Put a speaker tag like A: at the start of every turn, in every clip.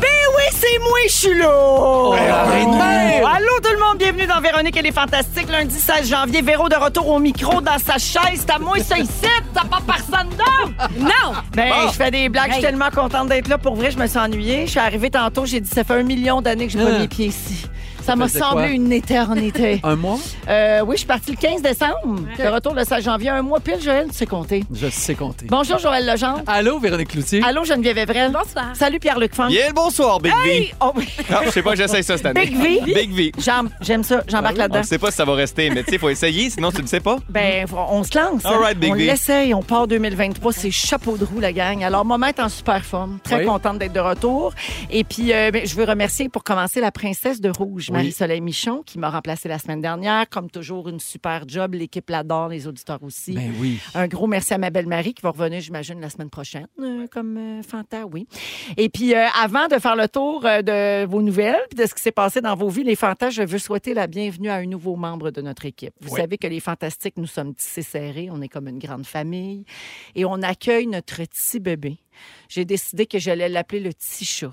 A: Ben C'est moi, je suis
B: Oh,
A: là!
B: arrête
A: Hey! Allô tout le monde, bienvenue dans Véronique et les Fantastiques, lundi 16 janvier. Véro de retour au micro dans sa chaise. T'as moi, ça ici, t'as pas personne d'autre!
C: Non!
A: Ben, je fais des blagues, je suis tellement contente d'être là. Pour vrai, je me suis ennuyée. Je suis arrivée tantôt, j'ai dit, ça fait un million d'années que je pas mes pieds ici. Ça m'a
B: Ah. faisait quoi? Ah.
A: semblé une éternité.
B: Un mois?
A: Euh, oui, je suis partie le 15 décembre. De retour le 16 janvier, un mois pile, Joël, tu sais compter.
B: Je sais compter.
A: Bonjour, Joël Legendre.
B: Allô, Véronique Cloutier?
A: Allô, Geneviève Evrel.
C: Bonsoir.
A: Salut, Pierre-Luc Funk.
D: Bien le bonsoir, Big V.
A: Oh,
D: Ah, je sais pas, j'essaye ça cette année.
A: Big V?
D: Big V.
A: j'aime- J'aime ça, j'embarque
D: On
A: là-dedans.
D: ne sait pas si ça va rester, mais tu sais, faut essayer, sinon tu le sais pas.
A: Ben, faut- on se lance.
D: All
A: hein.
D: right, Big
A: on
D: V.
A: l'essaye, on part 2023, c'est chapeau de roue, la gang. Alors, maman est en super forme. Très
B: Oui.
A: contente d'être de retour. Et puis, euh, ben, je veux remercier pour commencer la princesse de rouge, Marie-Soleil Michon, qui m'a remplacée la semaine dernière. Comme toujours, une super job. L'équipe l'adore, les auditeurs aussi.
B: Ben oui.
A: Un gros merci à ma belle Marie qui va revenir, j'imagine, la semaine prochaine, euh, comme euh, Fanta, oui. Et puis, euh, avant de faire le tour euh, de vos nouvelles puis de ce qui s'est passé dans vos vies, les Fantas, je veux souhaiter la bienvenue à un nouveau membre de notre équipe. Vous savez que les Fantastiques, nous sommes tissés serrés, on est comme une grande famille et on accueille notre petit bébé. J'ai décidé que j'allais l'appeler le petit chat.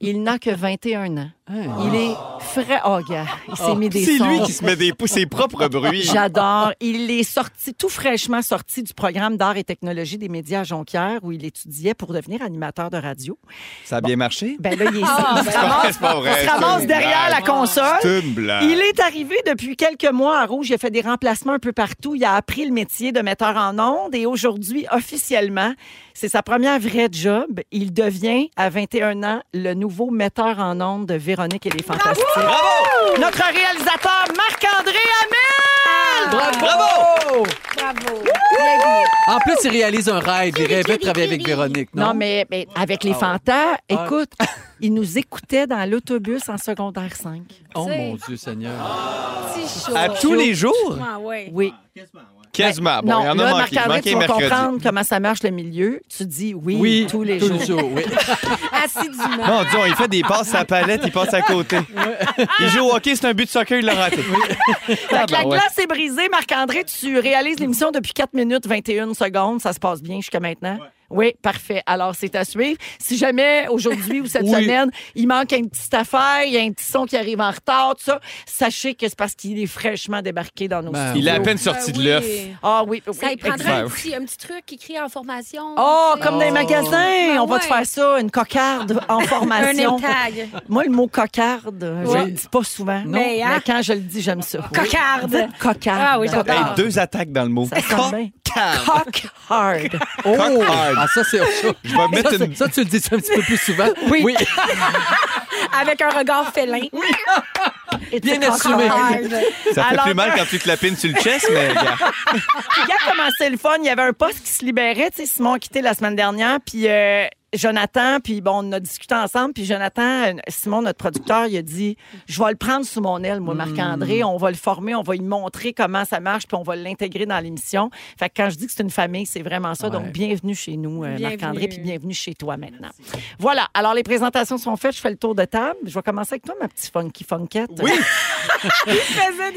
A: Il n'a que 21 ans. Il est frais. Oh, gars, il s'est mis des
D: Ah. C'est lui
A: sons.
D: qui se met des pou- ses propres bruits.
A: J'adore. Il est sorti, tout fraîchement sorti du programme d'art et technologie des médias à Jonquière où il étudiait pour devenir animateur de radio.
D: Ça a bien marché?
A: Ben là, il est ici. Il se
D: Ah,
A: ramasse,
D: c'est pas vrai.
A: il se ramasse
D: c'est une
A: derrière la
D: blague.
A: console.
D: C'est une blague.
A: Il est arrivé depuis quelques mois à Rouge. Il a fait des remplacements un peu partout. Il a appris le métier de metteur en ondes et aujourd'hui, officiellement, c'est sa première vraie job. Il devient, à 21 ans, le nouveau metteur en ondes de Véronique et les Fantastiques. Notre réalisateur Marc-André Hamel!
B: Bravo!
C: Bravo!
B: En plus, il réalise un rêve. Il rêvait de travailler avec Véronique, non?
A: Non, mais, mais avec les fantas, écoute, ils nous écoutaient dans l'autobus en secondaire 5.
B: Oh
C: C'est-
B: mon Dieu Seigneur.
C: Petit chaud.
D: À tous les jours?
C: Ah, ouais.
A: Oui.
D: Quasiment. Ah, Bon,
A: non,
D: il y en
A: là,
D: a manqué.
A: Marc-André,
D: Manqué
A: tu vas
D: mercredi.
A: comprendre comment ça marche le milieu. Tu dis oui, tous les jours.
B: oui.
C: ah,
A: Ah,
C: Assidûment.
D: Non, disons, il fait des passes à la palette, il passe à côté. Il joue au hockey, c'est un but de soccer, il l'a raté. Ah, ben
A: Fait que la
D: ouais.
A: glace est brisée. Marc-André, tu réalises l'émission depuis 4 minutes 21 secondes. Ça se passe bien jusqu'à maintenant. Oui, parfait. Alors, c'est à suivre. Si jamais aujourd'hui ou cette
B: Oui.
A: semaine, il manque une petite affaire, il y a un petit son qui arrive en retard, tout ça, sachez que c'est parce qu'il est fraîchement débarqué dans nos
B: Ben,
A: studios.
D: Il est à peine sorti de l'œuf.
A: Ah oui, oui,
C: Ça, il prendrait
D: exact.
C: un petit, un petit truc écrit en formation.
A: Oh,
C: tu sais.
A: comme dans les magasins,
C: Ben
A: on va te
C: ouais.
A: faire ça, une cocarde en
C: Un
A: formation.
C: name tag.
A: Moi, le mot cocarde, je
B: Oui.
A: le dis pas souvent,
B: Non.
A: mais,
C: Mais, hein?
A: quand je le dis, j'aime ça.
C: Cocarde.
A: Cocarde.
C: Ah oui,
D: Hey,
C: j'adore.
D: deux attaques dans le mot.
A: Ça sonne bien.
D: Cocarde.
A: Cock-hard.
B: Oh!
D: Cock-hard.
B: Ah, ça, c'est autre chose.
D: Je vais
B: Ça,
D: mettre
B: c'est-
D: une...
B: ça, tu le dis un petit peu plus souvent. Oui.
C: Avec un regard félin. Ah,
A: It's
B: Bien
A: a
B: assumé.
A: cock-hard.
D: Ça fait
A: Alors- euh,
D: plus mal quand tu te lapines sur le chest, mais regarde.
A: Regarde comment c'est le fun. Il y avait un poste qui se libérait. Tu sais, Simon a quitté la semaine dernière, puis euh, Jonathan, puis bon, on a discuté ensemble, puis Jonathan, euh, Simon, notre producteur, il a dit « Je vais le prendre sous mon aile, moi, Marc-André. On va le former, on va lui montrer comment ça marche, puis on va l'intégrer dans l'émission. » Fait que quand je dis que c'est une famille, c'est vraiment ça.
B: Ouais.
A: Donc, bienvenue chez nous, euh,
C: Bienvenue.
A: Marc-André, puis bienvenue chez toi maintenant. Voilà. Alors, les présentations sont faites. Je fais le tour de table. Je vais commencer avec toi, ma petite funky funkette.
D: Oui,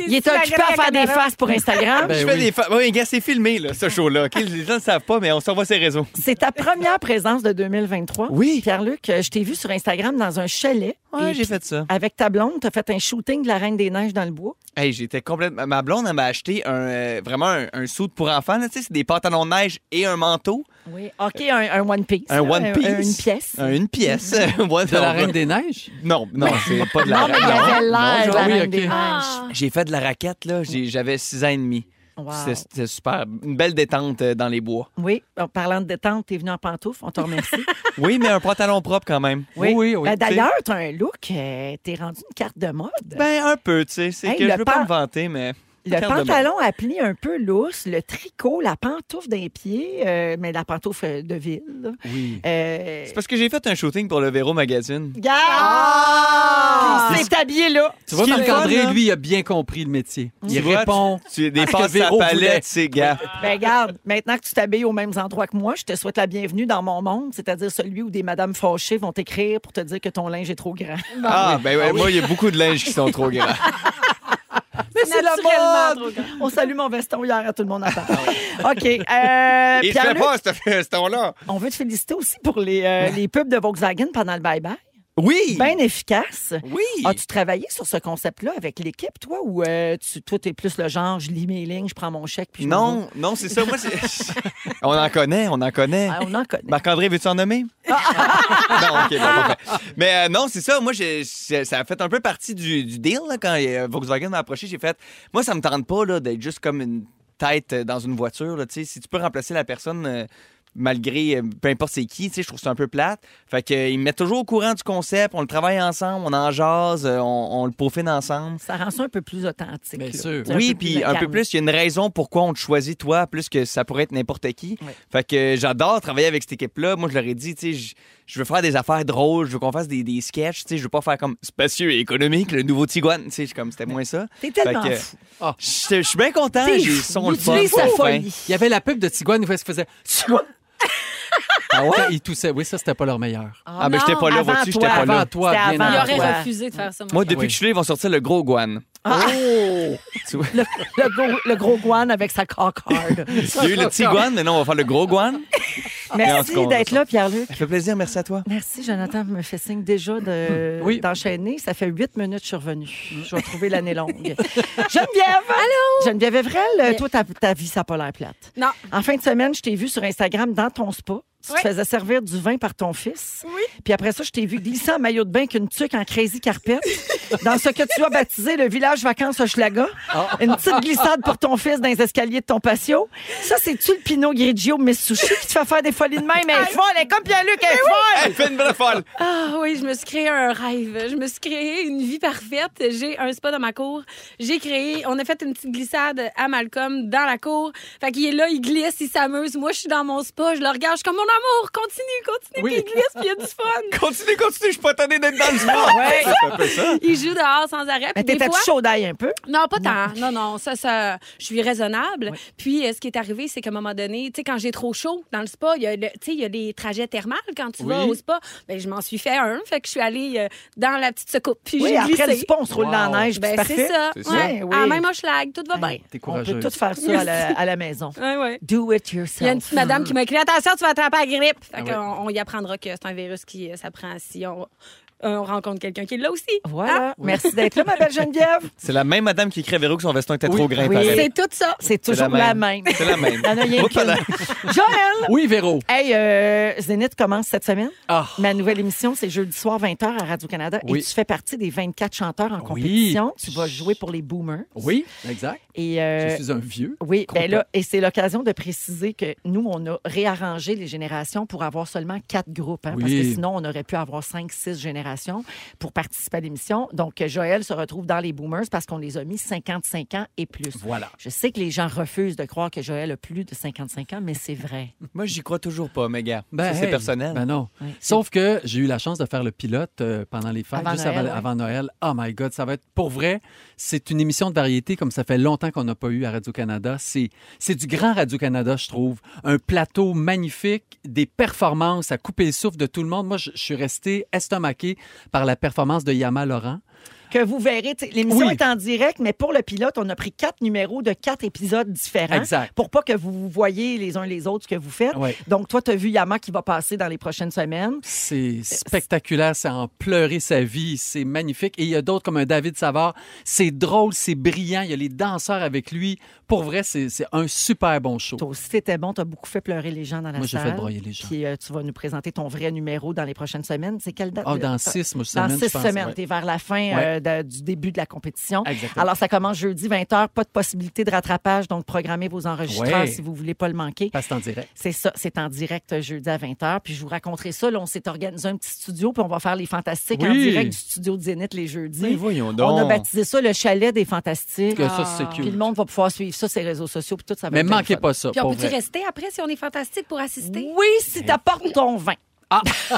A: Il est occupé à faire des faces pour Instagram.
B: Ben
D: je fais
B: oui.
D: des... fa- Eh Oui, gars, c'est filmé, là, ce show-là. OK? Les gens ne savent pas, mais on s'envoie ses réseaux.
A: C'est ta première présence de 2023.
D: Oui.
A: Pierre-Luc, euh, je t'ai vu sur Instagram dans un chalet. Et
D: Ouais, j'ai
A: puis,
D: fait ça.
A: Avec ta blonde, t'as fait un shooting de la Reine des Neiges dans le bois.
D: Hey, j'étais complètement. Ma blonde, elle m'a acheté un, euh, vraiment un, un suit pour enfants. là. Tu sais, c'est des pantalons de neige et un manteau.
A: Oui. OK, un, un One Piece.
D: Un
A: là,
D: One Piece.
A: Euh,
D: Euh,
A: une pièce. Mm-hmm.
D: Un- une pièce. Ouais,
B: De la
D: non,
B: Reine des Neiges?
D: Non, non, c'est pas de la
A: Non, Ah, mais il y avait l'air de la
B: oui,
A: Reine
B: ok.
A: des Neiges.
C: Ah.
D: J'ai fait de la raquette, là. J'ai- J'avais 6 ans et demi.
A: Wow.
D: C'était- C'était super. Une belle détente euh, dans les bois.
A: Oui, en parlant de détente, t'es venu en pantoufle, on te remercie.
D: Oui, mais un pantalon propre quand même.
B: Oui, oui, oui.
A: Ben, D'ailleurs, t'as un look, euh, t'es rendu une carte de mode.
D: Ben, un peu, tu sais. C'est
A: Hey,
D: que
A: le
D: je veux pas
A: pan-
D: me vanter, mais.
A: le
D: Carte de mode.
A: pantalon à plis un peu lousse, le tricot, la pantoufle d'un pied, euh, mais la pantoufle euh, de ville. là. Euh,
D: C'est parce que j'ai fait un shooting pour le Véro Magazine.
A: Garde!
D: Puis
A: C'est ta habillé là.
B: Tu vois,
D: Ce qui est le fun,
B: Marc-André,
D: là.
B: lui, il a bien compris le métier. Il
D: Tu vois,
B: répond.
D: Tu, tu
B: à
D: dépasses
B: ce que
D: la
B: Véro voulait.
D: palette, c'est gaffe.
A: Ben regarde, maintenant que tu t'habilles aux mêmes endroits que moi, je te souhaite la bienvenue dans mon monde, c'est-à-dire celui où des madames fâchées vont t'écrire pour te dire que ton linge est trop grand.
D: Ah, ben ouais, moi, il y a beaucoup de linges qui sont trop grands.
A: Mais c'est
C: naturellement
A: le mode. On salue mon veston hier à tout le monde à part. OK. euh,
D: Ah Il se fait
A: Pierre-Luc,
D: pas, ce feston-là.
A: on veut te féliciter aussi pour les, euh, les pubs de Volkswagen pendant le bye-bye.
D: Oui!
A: Bien efficace.
D: oui!
A: As-tu travaillé sur ce concept-là avec l'équipe, toi, ou euh, tu, toi, t'es plus le genre, je lis mes lignes, je prends mon chèque, puis je m'en vais?
D: Non, non, c'est ça. Moi, c'est- on en connaît, on en connaît.
A: Ah, on en connaît.
D: Marc-André, veux-tu en nommer? non, OK, bon, parfait. Mais euh, non, c'est ça. Moi, j'ai- j'ai- ça a fait un peu partie du, du deal là, quand euh, Volkswagen m'a approché. J'ai fait, moi, ça me tente pas là, d'être juste comme une tête euh, dans une voiture. là, tu sais. si tu peux remplacer la personne... euh, Malgré euh, peu importe c'est qui, tu sais, je trouve ça un peu plate. Fait que, euh, ils me mettent toujours au courant du concept, on le travaille ensemble, on en jase, euh, on, on le peaufine ensemble.
A: Ça rend ça un peu plus authentique.
B: Bien
A: là.
B: sûr.
A: C'est
D: Oui,
A: peu plus
D: puis un peu
A: incarné.
D: plus, il y a une raison pourquoi on te choisit toi, plus que ça pourrait être n'importe qui.
A: Ouais.
D: Fait que j'adore travailler avec cette équipe-là. Moi, je leur ai dit, tu sais, je- je veux faire des affaires drôles, je veux qu'on fasse des, des sketchs, tu sais, je veux pas faire comme spacieux et économique, le nouveau Tiguan, tu sais, je- comme c'était moins ça.
A: T'es tellement
D: Fait que-
A: fou.
D: Ah, Je je suis bien content,
A: T'es
D: j'ai
A: fou.
D: son le
A: Il
D: fun,
A: utilise sa
D: son fin.
A: folie.
B: Il y avait la pub de Tiguan où est-ce qu'il faisait. Tiguan! Ah ouais? Il toussait. Oui, ça, c'était pas leur meilleur.
D: Ah, mais j'étais pas là,
A: avant
D: vois-tu, j'étais
A: toi,
D: pas
B: Avant
D: là.
B: toi,
A: C'était
B: bien
A: avant
C: Il
B: avant
A: toi.
B: toi.
C: aurait refusé de faire ça, moi.
D: Moi, depuis
B: Oui.
D: que je suis là, ils vont sortir le gros Guan.
A: Le, le gros, le gros guan avec sa cocarde.
D: Il y a eu le petit Guan, mais non, on va faire le gros Guan. Mais en tout cas,
A: Merci
D: on
A: d'être
D: va
A: là, Pierre-Luc.
D: Ça fait plaisir, merci à toi.
A: Merci, Jonathan. me fait signe déjà de-
B: Oui.
A: d'enchaîner. Ça fait huit minutes que je suis
D: Mm.
A: revenue. Je vais trouver l'année longue. Geneviève! Allô? Geneviève Evrel, euh, toi, ta, ta vie, ça n'a pas l'air plate.
C: Non.
A: En fin de semaine, je t'ai vue sur Instagram dans ton spa. Tu
C: Oui.
A: te faisais servir du vin par ton fils.
C: Oui.
A: Puis après ça, je t'ai vu glisser en maillot de bain avec une tuque en crazy carpet dans ce que tu as baptisé le village vacances Hochelaga. Une petite glissade pour ton fils dans les escaliers de ton patio. Ça, c'est-tu le Pinot Grigio Miss Sushi qui te fait faire des folies de même? Elle est folle, elle est comme Pierre-Luc, elle est folle!
D: Elle fait une belle folle.
C: Ah oui, je me suis créé un rêve. Je me suis créé une vie parfaite. J'ai un spa dans ma cour. J'ai créé, on a fait une petite glissade à Malcolm dans la cour. Fait qu'il est là, il glisse, il s'amuse. Moi, je suis dans mon spa, je le regarde, je suis comme mon amour, continue, continue,
B: Oui.
C: puis il glisse, puis il y a du fun.
D: Continue, continue, je suis pas tanné d'être dans le sport.
A: Ouais.
D: Un peu
B: Ah.
D: ça.
C: Il joue dehors sans arrêt.
A: Mais
C: Puis des
A: t'étais-tu
C: fois,
A: chaud d'ail un peu?
C: Non, pas tant. Non, non, ça, ça, je suis raisonnable. Puis, euh, ce qui est arrivé, c'est qu'à un moment donné, tu sais, quand j'ai trop chaud dans le spa, il y a, le- tu sais, il y a les trajets thermales quand tu vas
B: Oui.
C: au spa. Ben, je m'en suis fait un, fait que je suis allée euh, dans la petite secoupe. Puis,
A: Oui,
C: j'ai
A: après
C: glissé.
A: le spa, on se roule dans la
B: Wow.
A: neige, puis
C: Ben, c'est
A: parfait.
C: ça.
D: C'est
C: Ouais.
A: ça.
C: Ah,
A: Oui.
C: même en schlag, tout va bien.
A: Hey, on
B: T'es
A: peut
B: courageuse.
A: tout faire ça à la, à la maison.
C: Ouais, ouais.
A: Do it yourself.
C: Il y a une petite madame qui m'a écrit Attention, tu vas attraper la grippe. Fait
B: Ah
C: qu'on-
B: ouais.
C: on y apprendra que c'est un virus qui euh, s'apprend si on, euh, on rencontre quelqu'un qui est là aussi.
A: Voilà. Merci d'être là, ma belle Geneviève.
D: C'est la même madame qui écrit à Véro que son veston était trop grand,
A: Oui.
D: pareil.
C: C'est tout ça.
A: C'est toujours la même.
D: C'est Ah la même.
A: Il y en a rien
D: Pas
A: qu'une.
D: la-
A: Joël!
B: Oui, Véro.
A: Hey, euh, Zénith commence cette semaine.
B: Ah.
A: Ma nouvelle émission, c'est jeudi soir 20h à Radio-Canada.
B: Oui.
A: Et tu fais partie des 24 chanteurs en
B: Oui.
A: compétition. Tu vas jouer pour les boomers.
B: Oui, exact.
A: Et, euh,
B: Je suis un vieux.
A: Oui, ben
B: Complète.
A: là, et c'est l'occasion de préciser que nous, on a réarrangé les générations pour avoir seulement quatre groupes, hein, parce
B: Oui.
A: que sinon, on aurait pu avoir cinq, six générations pour participer à l'émission. Donc, euh, Joël se retrouve dans les boomers parce qu'on les a mis 55 ans et plus.
B: Voilà.
A: Je sais que les gens refusent de croire que Joël a plus de 55 ans, mais c'est vrai.
D: Moi, j'y crois toujours pas, mais gars.
B: Ben,
D: ça, c'est
B: hey,
D: personnel.
B: Ben non.
A: Ouais.
B: Sauf que j'ai eu la chance de faire le pilote euh, pendant les fêtes,
A: Avant
B: juste
A: Noël,
B: avant,
A: ouais.
B: avant Noël. Oh my God, ça va être pour vrai. C'est une émission de variété comme ça fait longtemps qu'on n'a pas eu à Radio-Canada. C'est c'est du grand Radio-Canada, je trouve. Un plateau magnifique, des performances à couper le souffle de tout le monde. Moi, je, je suis resté estomaqué par la performance de Yama Laurent.
A: Que vous verrez, tu sais, l'émission
B: Oui.
A: est en direct, mais pour le pilote, on a pris quatre numéros de quatre épisodes différents
B: Exact.
A: pour pas que vous voyez les uns les autres ce que vous faites.
B: Ouais.
A: Donc, toi, tu as vu Yama qui va passer dans les prochaines semaines.
B: C'est spectaculaire, c'est en pleurer sa vie, c'est magnifique. Et il y a d'autres comme un David Savard, c'est drôle, c'est brillant, il y a les danseurs avec lui. Pour vrai, c'est c'est un super bon show.
A: Toi aussi, t'étais bon. T'as beaucoup fait pleurer les gens dans la
B: Moi, j'ai
A: salle.
B: fait broyer les gens.
A: Puis euh, tu vas nous présenter ton vrai numéro dans les prochaines semaines. C'est quelle date?
B: Ah,
A: de-
B: dans six moi,
A: Euh, Dans
B: semaines,
A: six
B: je pense,
A: semaines.
B: ouais.
A: T'es vers la fin
B: Ouais.
A: euh, de- du début de la compétition.
B: Exactement.
A: Alors, ça commence jeudi 20h. Pas de possibilité de rattrapage. Donc, programmez vos enregistreurs
B: Ouais.
A: si vous voulez pas le manquer.
B: Passe en direct.
A: C'est ça, c'est en direct euh, jeudi à 20h. Puis je vous raconterai ça. Là, on s'est organisé un petit studio, puis on va faire les fantastiques en
B: Oui.
A: direct du studio de Zénith les jeudis.
D: Mais voyons
A: on
D: donc.
A: a baptisé ça le chalet des fantastiques.
B: Que ça, c'est
A: Ah, Puis
B: cute.
A: le monde va pouvoir suivre ça, ses réseaux sociaux, puis tout ça va
B: Mais
A: être bien
B: manquez
A: fun.
B: pas ça.
C: Puis on
B: pour
C: peut-tu
B: vrai.
C: rester après si on est fantastique pour assister?
A: Oui, si t'apportes ton vin.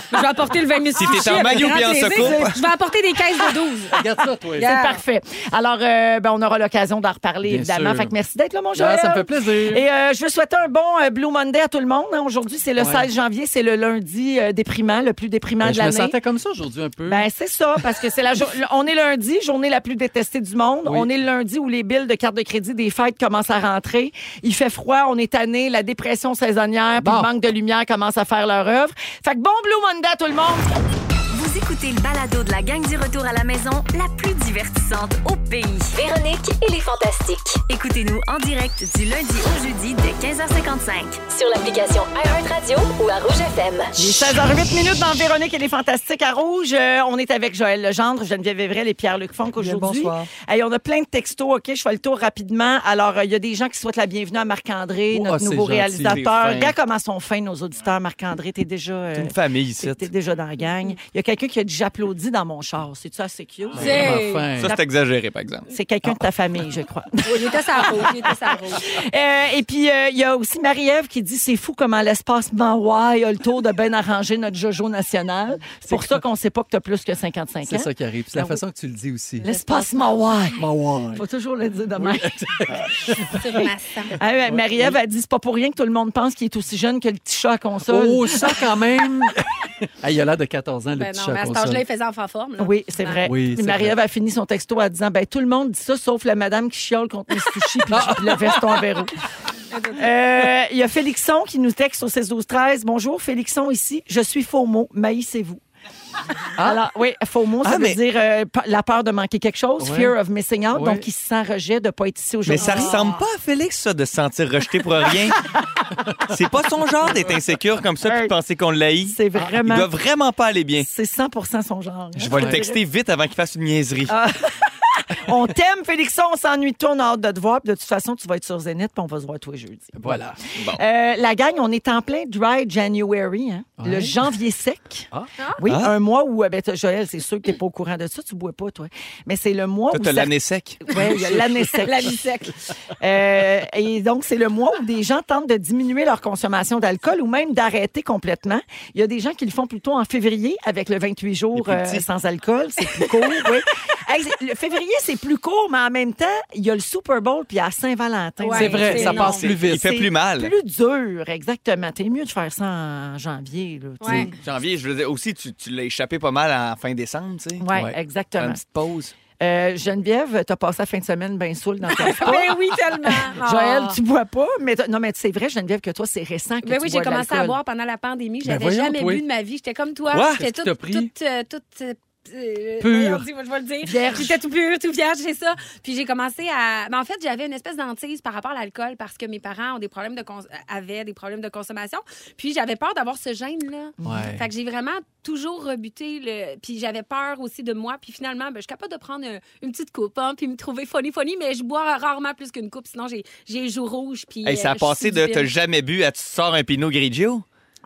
C: Je vais apporter le 20 000
D: Si t'es en
C: avec
D: maillot
C: grand
D: puis en
C: plaisir.
D: soucoupe.
C: Je vais apporter des caisses de 12.
B: Regarde ça, toi.
C: Yeah.
A: C'est parfait. Alors, euh, ben, on aura l'occasion d'en reparler,
B: Bien
A: évidemment.
B: sûr.
A: Fait que merci d'être là, mon
B: Ah,
A: Joël.
B: ça me fait plaisir.
A: Et euh, je veux souhaiter un bon euh, Blue Monday à tout le monde. hein. Aujourd'hui, c'est le
B: Ouais.
A: 16 janvier, c'est le lundi euh, déprimant, le plus déprimant
B: Ben,
A: de
B: je me
A: l'année.
B: sentais comme ça aujourd'hui un peu.
A: Ben c'est ça parce que c'est la jour- on est lundi, journée la plus détestée du monde.
B: Oui.
A: On est le lundi où les billes de carte de crédit des fêtes commencent à rentrer. Il fait froid, on est tanné, la dépression saisonnière, puis
B: Bon.
A: le manque de lumière commence à faire leur œuvre. Fait que bon Blue Monday à tout le monde.
E: Vous écoutez le balado de la gang du retour à la maison, la plus divertissante au pays.
F: Véronique et les Fantastiques.
E: Écoutez-nous en direct du lundi au jeudi dès 15h55.
F: Sur l'application iHeartRadio ou à Rouge FM.
A: Il est 16h08 minutes dans Véronique et les Fantastiques à Rouge. Euh, on est avec Joël Legendre, Geneviève Evrel et Pierre-Luc Funk aujourd'hui.
D: bonsoir.
A: Hey, on a plein de textos, OK? Je fais le tour rapidement. Alors, euh, il y a des gens qui souhaitent la bienvenue à Marc-André,
B: Oh,
A: notre
B: c'est
A: nouveau
B: gentil,
D: les
A: réalisateur.
D: fins.
A: Regarde comment sont fins nos auditeurs. Marc-André, t'es déjà... euh,
D: Une famille ici.
A: T'es t'es déjà dans la gang. Il y a quelqu'un qui a dit j'applaudis dans mon char. C'est-tu assez cute?
C: C'est-
B: Vraiment fin.
D: Ça, c'est exagéré, par exemple.
A: C'est quelqu'un de ta famille, je crois.
C: Oui, il était sa route, il était sa route.
A: Euh, et puis, euh, il y a aussi Marie-Ève qui dit c'est fou comment l'espace Mawai a le tour de bien arranger notre Jojo national. C'est pour ça qu'on sait pas que t'as plus que 55 ans.
B: C'est ça qui arrive. C'est la
A: Ah oui.
B: façon que tu le dis aussi. Ben
A: L'espace Mawai.
B: Ma wine.
A: Faut toujours le dire demain.
C: Sur ma sang.
A: Ah Marie-Ève, elle dit c'est pas pour rien que tout le monde pense qu'il est aussi jeune que le petit chat à console.
B: Oh, ça quand même. Ah, il a l'air de 14 ans, le
C: Ben
B: petit
C: non,
B: chat
C: mais à cet
B: console.
C: âge-là, il faisait enfant forme. là.
A: Oui, c'est vrai.
B: Oui,
A: Puis
B: c'est
A: Marie-Ève a fini son texto en disant ben tout le monde dit ça sauf la madame qui chiole contre mes sushis puis le veston en verrou. Euh, Il y a Félixon qui nous texte au 16 12 13. Bonjour Félixon ici, je suis faux mot, maïssez-vous. Alors, oui, faux mot, ça
D: Ah,
A: veut
D: mais-
A: dire euh, pa- la peur de manquer quelque chose,
B: Ouais.
A: fear of missing out.
B: Ouais.
A: Donc, il se sent rejet de ne pas être ici
D: Mais
A: aujourd'hui.
D: ça ressemble pas à Félix, ça, de se sentir rejeté pour rien. c'est pas son genre d'être insécure comme ça puis de penser qu'on l'haït.
A: C'est
D: Ah, Il
A: vraiment.
D: doit vraiment pas aller bien.
A: C'est 100 son genre.
D: Je vais le texter vite avant qu'il fasse une niaiserie.
A: Ah, On t'aime, Félixon, on s'ennuie de toi, on a hâte de te voir. Puis de toute façon, tu vas être sur Zénith, puis on va se voir toi jeudi.
B: Voilà.
A: Euh, la gang, on est en plein dry January, hein?
B: Ouais.
A: le janvier sec.
B: Ah.
A: Oui,
D: Ah.
A: un mois où, euh, ben, t'as- Joël, c'est sûr que t'es pas au courant de ça, tu bois pas, toi. Mais c'est le mois
D: Toi,
A: où...
D: t'as
A: cer-
D: l'année sec.
A: Ouais, il y a l'année sec.
C: La vie sec.
A: Euh, et donc, c'est le mois où des gens tentent de diminuer leur consommation d'alcool ou même d'arrêter complètement. Il y a des gens qui le font plutôt en février avec le 28 jours
D: Les plus
A: euh,
D: petits.
A: sans alcool. C'est plus court, oui. Hey, c'est- le février, c'est plus court, mais en même temps, il y a le Super Bowl puis il y a Saint-Valentin.
C: Ouais,
B: c'est vrai,
C: c'est
B: ça
C: énorme.
B: passe plus
D: Il
B: vite.
D: fait plus mal.
A: Plus dur, exactement. T'es mieux de faire ça en janvier. Là, tu sais.
C: Ouais.
D: Janvier, je veux dire, aussi, tu, tu l'as échappé pas mal en fin décembre, tu sais.
A: Ouais,
B: Ouais.
D: Faire
A: exactement.
D: Une petite pause.
A: Euh, Geneviève, t'as passé la fin de semaine bien saoule dans ton spa.
C: Ben oui, tellement.
A: Joël,
C: Ah.
A: tu bois pas, mais t'as- non, mais c'est vrai, Geneviève, que toi, c'est récent que
C: Ben
A: tu
C: oui, j'ai
A: bois de
C: commencé à
A: l'alcool.
C: boire pendant la pandémie.
B: Ben
C: J'avais
B: voyons,
C: jamais
B: toi.
C: bu de ma vie. J'étais comme toi.
D: Quoi?
B: Qu'est-ce
C: J'étais
B: que t'as
C: toute,
B: pris?
C: toute, euh, toute, euh, euh,
B: Pure.
C: merde, dis-moi, je vais le dire.
A: Vierge.
C: J'étais tout pur, tout vierge, c'est ça. Puis j'ai commencé à. Mais en fait, j'avais une espèce d'antise par rapport à l'alcool parce que mes parents ont des problèmes de cons- euh, avaient des problèmes de consommation. Puis j'avais peur d'avoir ce gène-là.
B: Ouais.
C: Fait que j'ai vraiment toujours rebuté. Le... Puis j'avais peur aussi de moi. Puis finalement, ben, je suis capable de prendre euh, une petite coupe, hein, puis me trouver funny, funny, mais je bois rarement plus qu'une coupe. Sinon, j'ai j'ai les joues rouges. Puis,
D: Hey, ça
C: euh,
D: a
C: je suis
D: passé
C: du
D: de
C: pire.
D: t'as jamais bu à tu sors un Pinot Grigio.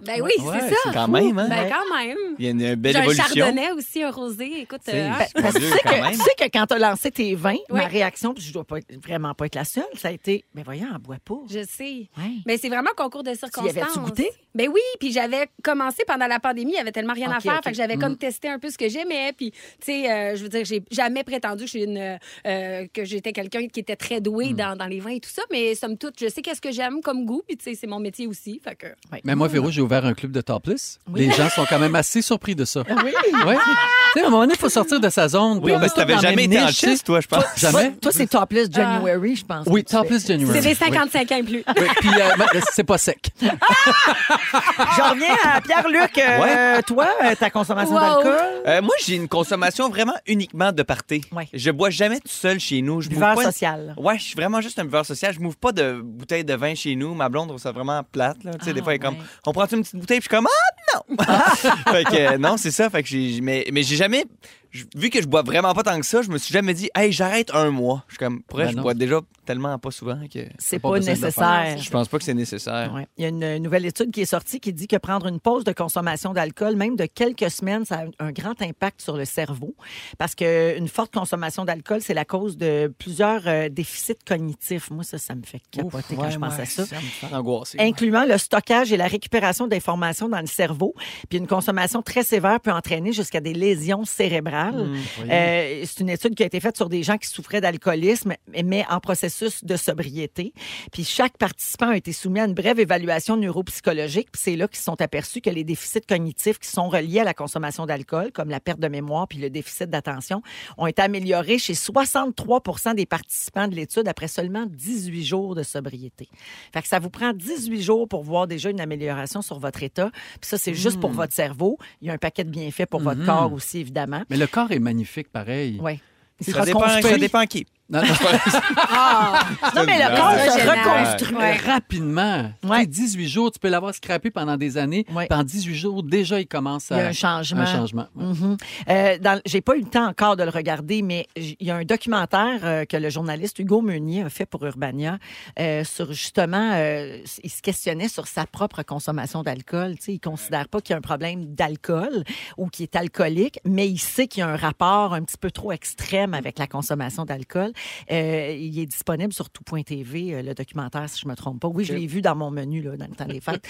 C: Ben oui,
B: Ouais,
C: c'est ça.
D: Quand même, hein?
C: Ben, quand même.
D: Il y a une belle
C: J'ai un
D: évolution.
C: chardonnay aussi, un rosé. Écoute, euh, hein?
D: Mon
A: Parce que
D: Dieu,
A: tu, sais
D: quand
A: que,
D: même.
A: tu sais que quand t'as lancé tes vins, ma
C: Oui.
A: réaction, puis je dois pas être- vraiment pas être la seule, ça a été, mais voyons, on boit pas.
C: je sais.
A: Ouais.
C: Mais c'est vraiment un concours de circonstances.
A: avais-tu goûté?
C: Ben oui, puis j'avais commencé pendant la pandémie, il y avait tellement rien
A: Ok,
C: à faire,
A: ok.
C: fait que j'avais comme testé un peu ce que j'aimais, puis tu sais, euh, je veux dire, j'ai jamais prétendu que je suis une euh, euh, que j'étais quelqu'un qui était très doué dans, dans les vins et tout ça, mais somme toute, je sais qu'est-ce que j'aime comme goût, puis tu sais, c'est mon métier aussi, fait que
A: Ouais.
B: Mais moi, Véro, j'ai ouvert un club de topless. Les gens sont quand même assez surpris de ça.
A: Ah Oui.
B: Ouais. Tu sais, à un moment donné, il faut sortir de sa zone.
D: Oui,
B: On
D: mais
B: est tous dans
D: t'avais
B: la
D: jamais
B: même
D: été en
B: niche.
D: chess, toi, je pense.
B: Jamais.
A: Toi, toi, c'est topless
C: Ah.
A: January, je pense.
B: Oui,
A: que tu fais.
B: topless January.
C: c'est des 55 ans et plus.
B: Oui. Oui, Puis euh, ben, c'est pas sec.
A: J'en reviens à Pierre-Luc. euh,
D: Ouais.
A: Toi, euh, ta consommation
C: Wow.
A: d'alcool.
D: Euh, moi, j'ai une consommation vraiment uniquement de party.
A: Ouais.
D: Je bois jamais tout seul chez nous. Je
A: Buveur
D: m'ouvre pas-
A: social.
D: Ouais, je suis vraiment juste un buveur social. Je m'ouvre pas de bouteille de vin chez nous. Ma blonde trouve ça vraiment plate. Là. Tu sais,
A: Ah,
D: des fois, elle est comme
A: ouais.
D: On prend-tu une petite bouteille Puis je suis comme Ah non Fait que euh, non, c'est ça. Fait que j'ai. j'ai- Mais, mais j'ai jamais. je- vu que je bois vraiment pas tant que ça, je me suis jamais dit, hey, j'arrête un mois. Je suis comme, pour vrai,
B: Ben
D: je
B: non.
D: bois déjà tellement pas souvent que
A: C'est
B: pas
A: pas
B: besoin de le
A: nécessaire.
D: je pense pas que c'est nécessaire.
A: Ouais. Il y a une euh, nouvelle étude qui est sortie qui dit que prendre une pause de consommation d'alcool, même de quelques semaines, ça a un- un grand impact sur le cerveau. Parce qu'une forte consommation d'alcool, c'est la cause de plusieurs euh, déficits cognitifs. Moi, ça, ça me fait capoter
D: Ouf,
A: quand
D: ouais,
A: je pense
D: ouais,
A: à ça.
D: Ça me fait angoisser.
A: incluant le stockage et la récupération d'informations dans le cerveau. Puis une consommation très sévère peut entraîner jusqu'à des lésions cérébrales. Euh, c'est une étude qui a été faite sur des gens qui souffraient d'alcoolisme, mais en processus de sobriété. Puis chaque participant a été soumis à une brève évaluation neuropsychologique. Puis c'est là qu'ils se sont aperçus que les déficits cognitifs qui sont reliés à la consommation d'alcool, comme la perte de mémoire puis le déficit d'attention, ont été améliorés chez 63 des participants de l'étude après seulement 18 jours de sobriété. Fait que ça vous prend 18 jours pour voir déjà une amélioration sur votre état. Puis ça, c'est juste
D: Hmm.
A: pour votre cerveau. Il y a un paquet de bienfaits pour votre corps aussi, évidemment.
B: Mais le corps est magnifique, pareil.
A: Oui. Il se
D: Ça dépend, ça
A: reconstruit.
D: dépend qui.
B: Non, non,
A: Non, mais le
D: Ouais.
A: corps
C: Ça,
A: se
C: génial.
A: reconstruit.
C: Ouais.
B: Rapidement.
A: Ouais.
B: Tu sais, 18 jours, tu peux l'avoir scrappé pendant des années.
A: Ouais.
B: Pendant 18 jours, déjà, il commence à...
A: Il y a un changement.
B: Un changement. ouais.
A: Mhm. Euh, dans- J'ai pas eu le temps encore de le regarder, mais j- il y a un documentaire euh, que le journaliste Hugo Meunier a fait pour Urbania euh, sur justement, euh, il se questionnait sur sa propre consommation d'alcool. Tu sais, Il considère pas qu'il y a un problème d'alcool ou qu'il est alcoolique, mais il sait qu'il y a un rapport un petit peu trop extrême avec la consommation d'alcool. Euh, il est disponible sur tout.tv, euh, le documentaire, si je me trompe pas. Oui, je l'ai vu dans mon menu là, dans le temps des fêtes.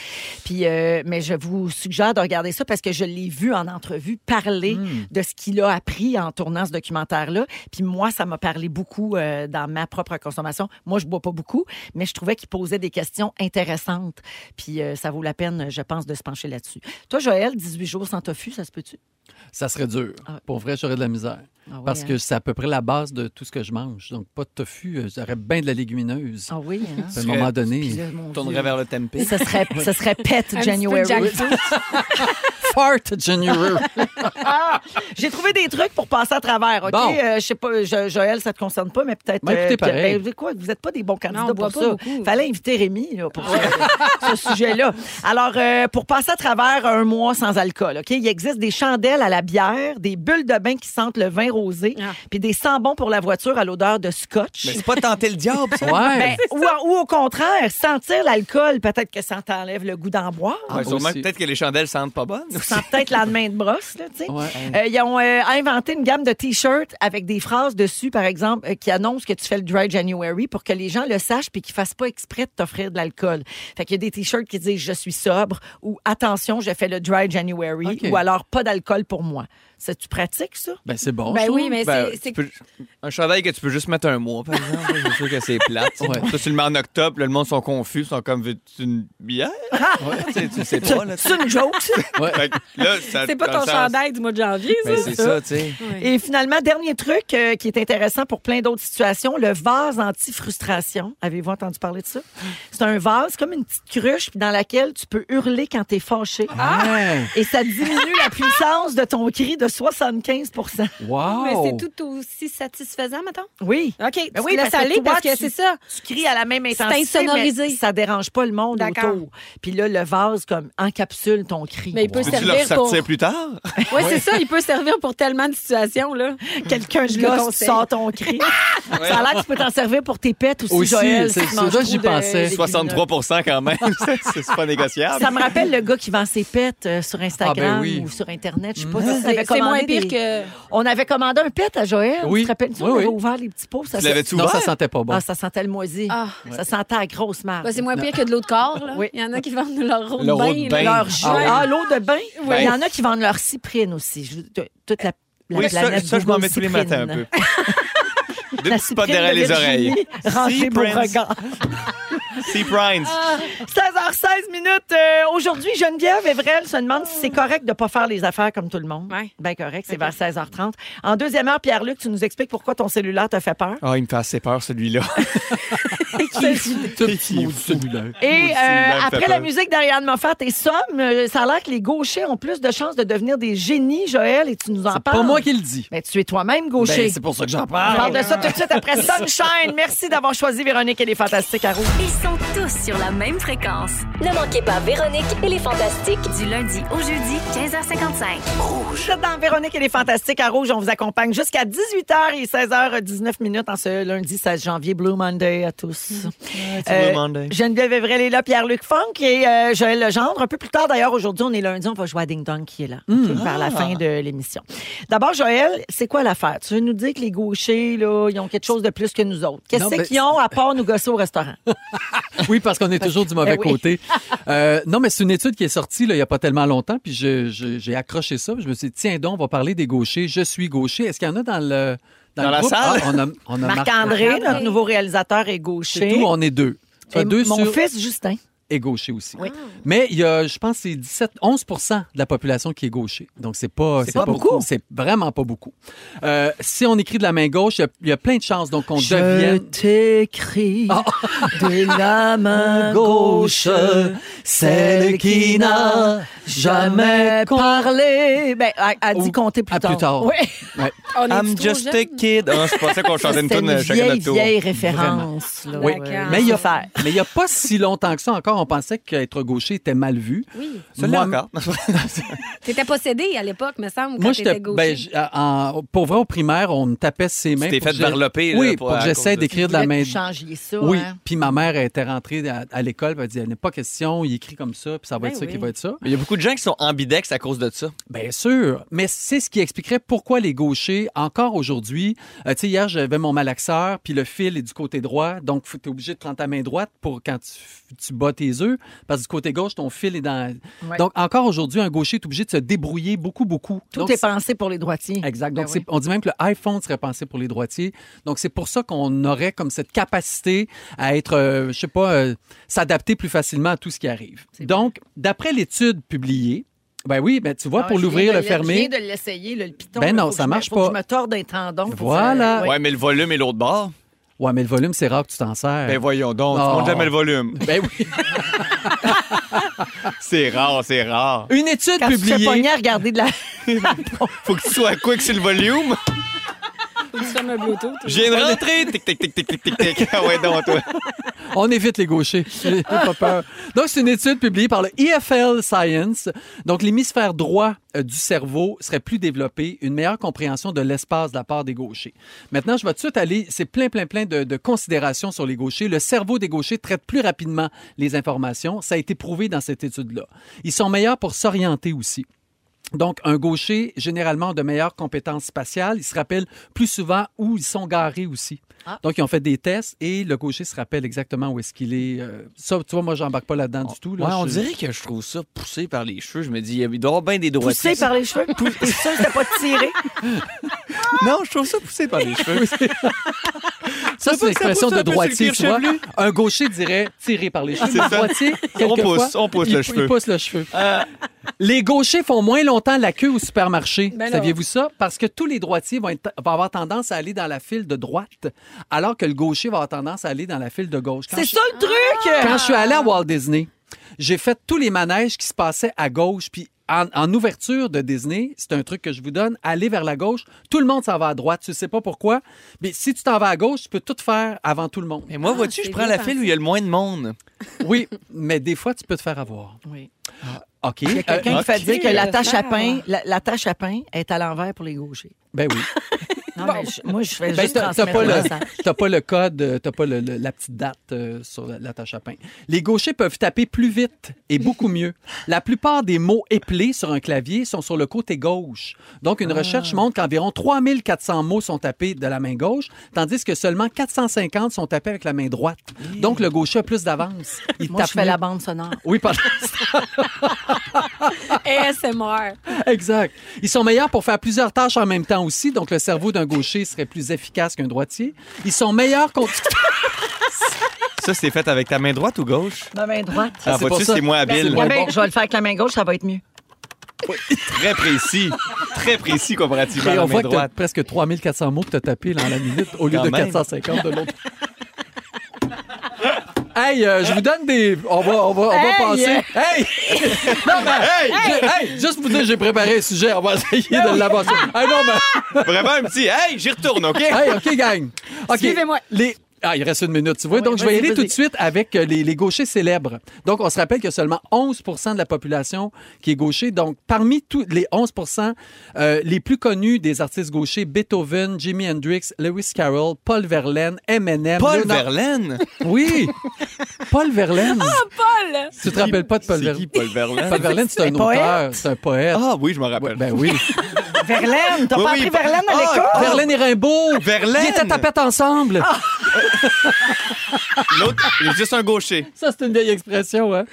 A: Puis, euh, mais je vous suggère de regarder ça parce que je l'ai vu en entrevue parler
C: Hmm.
A: de ce qu'il a appris en tournant ce documentaire-là. Puis moi, ça m'a parlé beaucoup euh, dans ma propre consommation. Moi, je bois pas beaucoup, mais je trouvais qu'il posait des questions intéressantes. Puis euh, ça vaut la peine, je pense, de se pencher là-dessus. Toi, Joël, 18 jours sans tofu, ça se peut-tu?
B: Ça serait dur.
A: Ah.
B: Pour vrai, j'aurais de la misère.
A: Ah oui,
B: parce
A: hein?
B: que c'est à peu près la base de tout ce que je mange. Donc, pas de tofu, euh, j'aurais bien de la légumineuse.
A: Ah oui, hein?
B: À un moment
A: Puis
B: donné,
A: là, mon
D: Je
A: Dieu.
D: tournerais vers le tempeh.
A: Ce serait, ce serait pet
C: Un petit peu de
A: January.
C: jackfruit.
B: fart January.
A: Ah! J'ai trouvé des trucs pour passer à travers, OK?
B: Bon.
A: Euh, je sais pas, Jo- Joël, ça te concerne pas, mais peut-être...
B: Ben, écoutez,
A: Pierre-
B: pareil.
A: ben, vous savez quoi, vous n'êtes pas des bons candidats
C: Non, on
A: pour
C: boit pas
A: ça.
C: beaucoup.
A: Fallait inviter Rémi là, pour ce, ce sujet-là. Alors, euh, pour passer à travers un mois sans alcool, OK? Il existe des chandelles à la bière, des bulles de bain qui sentent le vin rosé,
C: Ah.
A: puis des sambons pour la voiture à l'odeur de scotch.
D: Mais c'est pas tenter le diable, ça.
B: Ouais.
A: Ben, ou, ou au contraire, sentir l'alcool, peut-être que ça t'enlève le goût d'en boire.
D: Ouais, sûrement
B: aussi.
D: que peut-être que les chandelles sentent pas bonnes.
A: Tu sens peut-être l'endemain de brosse, là, tu sais.
B: Ouais. hein.
A: Euh, ils ont euh, inventé une gamme de t-shirts avec des phrases dessus, par exemple, euh, qui annoncent que tu fais le Dry January pour que les gens le sachent puis qu'ils fassent pas exprès de t'offrir de l'alcool. Fait qu'il y a des t-shirts qui disent je suis sobre ou attention, je fais le Dry January
B: OK.
A: ou alors pas d'alcool pour moi. C'est tu pratiques ça
B: Ben, c'est bon.
C: Ben
B: je
C: oui,
B: trouve.
C: mais
D: Ben, tu
C: c'est- c'est.
D: peux- un chandail que tu peux juste mettre un mois, par exemple. là, C'est sûr que c'est plate.
B: Ouais.
D: Toi, tu le mets en octobre, là, le monde sont confus, sont comme Veux-tu une bière?
C: Ah!
D: Tu sais, tu sais pas, là. tu-
A: C'est une joke. ça.
B: Ouais.
D: Fait que là, ça-
C: C'est pas
D: dans
C: ton
D: le sens-
C: chandail du mois de janvier, ça?
D: Ben, c'est ça, tu sais.
C: Ouais.
A: Et finalement, dernier truc euh, qui est intéressant pour plein d'autres situations, le vase anti-frustration. Avez-vous entendu parler de ça? C'est un vase comme une petite cruche puis dans laquelle tu peux hurler quand t'es fâché.
B: Ah, Ouais.
A: Et ça diminue la puissance de ton cri de 75
B: Wow.
C: Mais c'est tout aussi satisfaisant, mettons.
A: Oui.
C: OK, tu
A: oui,
C: Ben oui, laisses
A: parce que
C: aller
A: toi,
C: parce que
A: tu-
C: c'est ça.
A: Tu cries à la même
C: C'est
A: intensité,
C: insonorisé.
A: mais ça dérange pas le monde
C: D'accord.
A: autour. Puis là, le vase comme encapsule ton cri.
C: Mais il peut
D: Peux-tu leur
C: servir pour.
D: sortir plus tard?
C: Ouais, c'est ça, il peut servir pour tellement de situations, là.
A: Quelqu'un
C: Je le
A: gosse, tu
C: conseille.
A: sors ton cri. Ça a l'air que tu peux t'en servir pour tes pets aussi,
B: Aussi,
A: Joël. si
B: c'est-
A: tu
B: c'est
A: manges
B: ça que j'y
A: trop de
B: pensais.
A: légumineuses.
D: 63 quand même. c'est c'est pas négociable.
A: Ça me rappelle le gars qui vend ses pets euh, sur Instagram
B: Ah ben oui. Mm.
A: ou sur Internet. Je sais pas si on avait
C: Ah, C'est c'est moins
A: commandé
C: pire
A: des-
C: que.
A: On avait commandé un pet à Joël.
B: Oui.
A: Tu te rappelles-tu?
B: Oui,
A: on avait
B: oui.
A: ouvert les petits pots. Ça,
D: Tu
A: se-
D: l'avais-tu
B: Non,
D: ouvert?
B: ça sentait pas bon.
A: Ah, ça sentait le moisi.
C: Ah.
A: Ça sentait la grosse marque.
C: Ouais, c'est moins pire que de l'eau de corps, là.
A: Oui.
C: Il y en a qui vendent leur eau de
D: Leur eau
C: bain.
D: de
C: là.
D: bain.
A: Leur jus.
B: Ah oui.
A: Ah, l'eau de bain.
D: Oui.
A: Il y en a qui vendent leur cyprine aussi. Je- t- toute la, la
D: oui, ça,
A: planète
D: ça, je m'en
A: Google
D: mets tous les
A: cyprine.
D: matins un peu. Deux
A: La
D: petits spots
A: cyprine
D: derrière
A: de
D: les
A: Virginie,
D: oreilles.
A: Rangez vos
D: Cyprine.
A: regards.
D: Sea Prince.
A: Ah. 16h16 minutes. Euh, Aujourd'hui, Geneviève Evrel se demande si c'est correct de ne pas faire les affaires comme tout le monde.
C: Ouais.
A: Bien correct, c'est vers 16h30. En deuxième heure, Pierre-Luc, tu nous expliques pourquoi ton cellulaire te fait peur.
D: Ah, il me fait assez peur, celui-là.
B: Ce petit mot cellulaire.
A: Et euh,
D: Aussi, même fait
A: après la
D: peur.
A: musique d'Ariane Moffat et Somme, euh, ça a l'air que les gauchers ont plus de chances de devenir des génies, Joël, et tu nous en
B: C'est
A: parles.
B: pas moi qui le dis.
A: Mais tu es toi-même gaucher.
B: Ben, c'est pour ça que j'en
A: On
B: parle.
A: parle de ça tout de suite après Sunshine. Merci d'avoir choisi Véronique et les Fantastiques à Rouge.
E: Ils sont tous sur la même fréquence.
F: Ne manquez pas Véronique et les Fantastiques.
E: Du lundi au jeudi, 15h55.
A: Vous êtes dans Véronique et les Fantastiques à Rouge. On vous accompagne jusqu'à 18h et 16h19 minutes en ce lundi 16 janvier. Blue Monday à tous. Euh, Geneviève Evrel est là, Pierre-Luc Funk et euh, Joël Legendre. Un peu plus tard, d'ailleurs, aujourd'hui, on est lundi, on va jouer à Ding Dong qui est là OK, vers la fin de l'émission. D'abord, Joël, c'est quoi l'affaire? Tu veux nous dire que les gauchers, là, ils ont quelque chose de plus que nous autres. Qu'est-ce
B: Non,
A: c'est
B: mais-
A: qu'ils ont à part nous gosser au restaurant?
B: Oui, parce qu'on est toujours du mauvais
A: Ben oui.
B: côté. Euh, non, mais c'est une étude qui est sortie là, il n'y a pas tellement longtemps, puis je- je- j'ai accroché ça. puis Je me suis dit, tiens donc, on va parler des gauchers. Je suis gaucher. Est-ce qu'il y en a dans le.
D: Dans
B: le
D: la
B: groupe?
D: salle?
B: Ah, on a, on a
A: Marc-André, notre nouveau réalisateur, est
B: C'est
A: gaucher.
B: tout, on est deux. Tu as
A: Et
B: deux
A: mon
B: sur
A: fils, Justin.
B: et gaucher aussi.
A: Oui.
B: Mais il y a, je pense, que c'est 17, 11 de la population qui est gaucher. Donc, c'est pas,
A: C'est pas beaucoup.
B: C'est vraiment pas beaucoup. Euh, si on écrit de la main gauche, il y a- il y, a plein de chances donc qu'on devienne.
A: t'écris de la main parlé. Ben, elle elle dit
B: Ou-
A: compter plus
B: à
A: tard.
B: plus tard.
A: Oui.
B: Ouais.
C: ah, On
D: I'm just a kid. Ah, c'est pas ça qu'on chantait une
A: C'est
D: tune
A: une
D: euh, chacun
A: vieille,
D: notre tour.
A: vieille référence. là.
C: Oui.
A: Euh,
C: Mais
B: il y a-
A: faire.
B: Mais il n'y a pas si longtemps que ça encore, on pensait qu'être gaucher était mal vu.
C: Oui.
D: Ça l'est
B: Moi-
D: encore.
C: T'étais possédé à l'époque, me semble, quand
B: Moi,
C: t'étais
B: j'étais.
C: gaucher.
B: Ben, j'- en- pour vrai, au primaire, on me tapait ses mains.
D: t'es
B: pour
D: fait
B: que j'aille-
D: varloper, là,
B: Oui,
D: pour-
B: pour, que
D: à cause
B: j'essaie
D: de-
B: d'écrire de la main.
A: Vous changiez ça,
B: Oui,
A: hein?
B: puis ma mère elle était rentrée à, à l'école, elle a dit, il n'est pas question, il écrit comme ça, puis ça va
C: Ben
B: être ça
C: oui.
B: qui va être ça.
D: Il y a beaucoup de gens qui sont ambidex à cause de ça.
B: Bien sûr, mais c'est ce qui expliquerait pourquoi les gauchers, encore aujourd'hui, euh, tu sais, hier, j'avais mon malaxeur, puis le fil est du côté droit, donc tu es obligé de prendre ta main droite pour quand tu, tu bats tes œufs, parce que du côté gauche, ton fil est dans...
A: Ouais.
B: Donc, encore aujourd'hui, un gaucher est obligé de se débrouiller beaucoup, beaucoup.
A: Tout
B: Donc,
A: est pensé pour les droitiers.
B: Exact.
A: Ben
B: Donc, c'est-
A: oui.
B: on dit même que le iPhone serait pensé pour les droitiers. Donc, c'est pour ça qu'on aurait comme cette capacité à être, euh, je sais pas, euh, s'adapter plus facilement à tout ce qui arrive. Donc, d'après l'étude publiée, ben oui, ben tu vois,
A: Ah,
B: pour
A: je
B: l'ouvrir,
A: viens
B: le
A: de Je viens
B: fermer.
A: de l'essayer, là, le piton.
B: Ben
A: là,
B: non,
A: faut
B: ça
A: que je me-
B: marche
A: faut que
B: pas.
A: je me tord d'un tendon. pour euh,
B: Voilà.
A: que-
D: Ouais, mais le volume est l'autre bord.
B: Ouais, mais le volume, c'est rare que tu t'en sers.
D: Ben voyons donc,
B: Oh.
D: on jamais le volume.
B: Ben oui.
D: C'est rare, c'est rare.
B: Une étude
A: Quand tu te fais
B: publiée.
A: pogner à regarder de la...
D: Faut que tu sois quick sur le volume.
C: Faut que tu fermes un Bluetooth.
D: Je viens de rentrer. Tic, tic, tic, tic, tic, tic, tic. Ah ouais, donc, toi.
B: On évite les gauchers. J'ai Ah, pas peur. Donc, c'est une étude publiée par le EFL Science. Donc, l'hémisphère droit euh, du cerveau serait plus développé, une meilleure compréhension de l'espace de la part des gauchers. Maintenant, je vais tout de suite aller, c'est plein, plein, plein de, de considérations sur les gauchers. Le cerveau des gauchers traite plus rapidement les informations. Ça a été prouvé dans cette étude-là. Ils sont meilleurs pour s'orienter aussi. Donc, un gaucher, généralement, a de meilleures compétences spatiales. Il se rappelle plus souvent où ils sont garés aussi.
A: Ah.
B: Donc, ils ont fait des tests et le gaucher se rappelle exactement où est-ce qu'il est. Euh, ça, tu vois, moi, j'embarque pas là-dedans du tout. Là,
D: Oh, Ouais, on
B: Je-
D: dirait que je trouve ça poussé par les cheveux. Je me dis, il doit y avoir bien des droits.
A: Poussé par les cheveux. T'es sûr que t'as pas tiré?
D: Non, je trouve ça poussé par les cheveux.
B: Ça,
D: pas
B: c'est une
D: que ça pousse
B: expression
D: un
B: de
D: peu
B: droitier, tu
D: sur le
B: vois.
D: cuir
B: Un gaucher dirait tiré par les cheveux.
D: C'est
B: Un
D: ça.
B: droitier,
D: On
B: quelquefois,
D: pousse, on pousse
B: il-
D: le
B: Il
D: cheveu. Euh.
B: pousse le cheveu. Les gauchers font moins longtemps la queue au supermarché.
C: Ben non.
B: Saviez-vous ça? Parce que tous les droitiers vont, être- vont avoir tendance à aller dans la file de droite, alors que le gaucher va avoir tendance à aller dans la file de gauche. Quand
A: C'est
B: je-
A: ça le truc!
B: Quand je suis allé à Walt Disney, j'ai fait tous les manèges qui se passaient à gauche, puis en, en ouverture de Disney, c'est un truc que je vous donne, aller vers la gauche, tout le monde s'en va à droite, tu sais pas pourquoi, mais si tu t'en vas à gauche, tu peux tout faire avant tout le monde.
D: Mais moi, vois-tu,
C: c'est
D: je prends
C: bien
D: la file où il y a le moins de monde.
B: Oui, mais des fois, tu peux te faire avoir.
A: Oui.
B: OK.
A: Il y a quelqu'un
D: Euh,
A: qui hein? fait
D: ok.
A: dire que la tâche à
C: Ah.
A: pain, la, la tâche à pain est à l'envers pour les gauchers.
B: Ben oui.
A: Non, mais je- moi, je fais
B: Ben,
A: juste
B: t'as- t'as
A: transmettre
B: pas,
A: le
B: le,
A: message.
B: t'as pas le code, euh, t'as pas le- le- la petite date euh, sur la, la tâche à pain. Les gauchers peuvent taper plus vite et beaucoup mieux. La plupart des mots éplés sur un clavier sont sur le côté gauche. Donc, une recherche
A: Ah.
B: montre qu'environ 3400 mots sont tapés de la main gauche, tandis que seulement 450 sont tapés avec la main droite. Donc, le gaucher a plus d'avance. Il
A: Moi, je
B: tape
A: fais
B: mieux.
A: la bande sonore.
B: Oui, pardon.
C: ASMR.
B: Exact. Ils sont meilleurs pour faire plusieurs tâches en même temps aussi, donc le cerveau d'un gaucher serait plus efficace qu'un droitier. Ils sont meilleurs contre...
D: Ça, c'est fait avec ta main droite ou gauche?
A: Ma main droite.
D: Ah,
B: c'est pour
D: vois-tu,
B: ça.
D: c'est moins
A: La
D: habile.
B: moins
A: main-
B: bon.
A: Je vais le faire avec la main gauche, ça va être mieux.
D: Très précis. Très précis comparativement à
B: Et
D: la
B: on
D: main
B: voit que t'as
D: droite.
B: presque 3400 mots que tu as tapé dans la minute au lieu
D: Quand
B: de
D: même.
B: 450 de l'autre. Hey, euh, je vous donne des. On va, on va, on va
A: Hey!
B: penser. Hey! non, mais. Hey! J'ai- hey! Juste pour dire, j'ai préparé un sujet. On va essayer de l'avancer. hey, non, mais.
D: Vraiment un petit. Hey, j'y retourne, OK?
B: Hey, OK, gang. OK.
A: Suivez-moi.
B: Les... Ah, il reste une minute, tu vois.
A: Oui,
B: Donc, je vais
A: vas-y,
B: aller
A: vas-y.
B: tout de suite avec euh, les, les gauchers célèbres. Donc, on se rappelle que seulement 11 de la population qui est gaucher. Donc, parmi tous les 11 euh, les plus connus des artistes gauchers, Beethoven, Jimi Hendrix, Lewis Carroll, Paul Verlaine, Eminem.
D: Paul
B: Leonard-
D: Verlaine.
B: Oui. Paul Verlaine.
C: Paul!
B: tu te rappelles pas de Paul
D: C'est qui,
B: Verlaine?
D: Paul Verlaine?
B: Paul Verlaine, c'est
A: Ah, C'est
B: un
A: un poète.
B: auteur, c'est un poète.
D: Ah oui, je me rappelle.
B: Ouais, ben oui.
A: Verlaine, t'as
D: Oui,
A: pas
D: oui,
A: appris
D: pas-
A: Verlaine à
D: Ah,
A: l'école?
D: ah,
B: Verlaine et Rimbaud.
D: Verlaine.
B: Ils étaient tapette ensemble.
D: L'autre, il est juste un gaucher.
B: Ça, c'est une vieille expression, hein?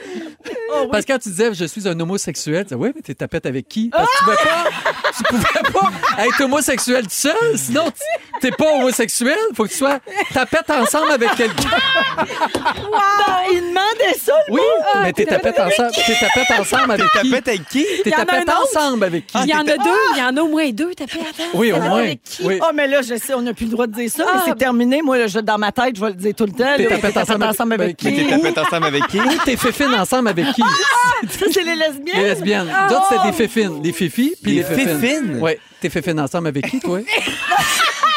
B: Parce que quand tu disais je suis un homosexuel, tu disais, ouais, mais t'es tapette avec qui? Parce que tu pouvais pas, tu pouvais pas être homosexuel tout seul, sinon tu- t'es pas homosexuel, faut que tu sois tapette ensemble avec quelqu'un.
A: ah, ben, Il demandait ça, le
B: Oui, mais t'es tapette ensemble, t'es tapette ensemble avec qui?
D: Tapette avec qui?
B: T'es
C: Il y en a
B: tapette
C: un autre.
B: ensemble avec qui?
C: Il y en a deux, il y en a au moins deux, t'as fait attends.
B: Ah, Oui, au
C: T'as
B: moins.
C: fait qui?
B: Oui.
A: Ah, mais là, je sais, on n'a plus le droit de dire ça, mais
C: Ah,
A: c'est terminé. Moi, là, je, dans ma tête, je vais le dire tout le temps.
B: T'es
A: là,
B: tapette
A: t'es tapette
B: ensemble
A: ensemble avec
B: avec- Mais
A: qui?
D: T'es tapette ensemble avec qui?
B: Ou t'es féfine ensemble avec qui?
A: Ça, c'est les lesbiennes.
B: Les lesbiennes. D'autres, c'était des féfines. Des fifis, puis
D: Des
B: les féfines.
D: féfines?
B: Oui. T'es féfine ensemble avec qui, toi?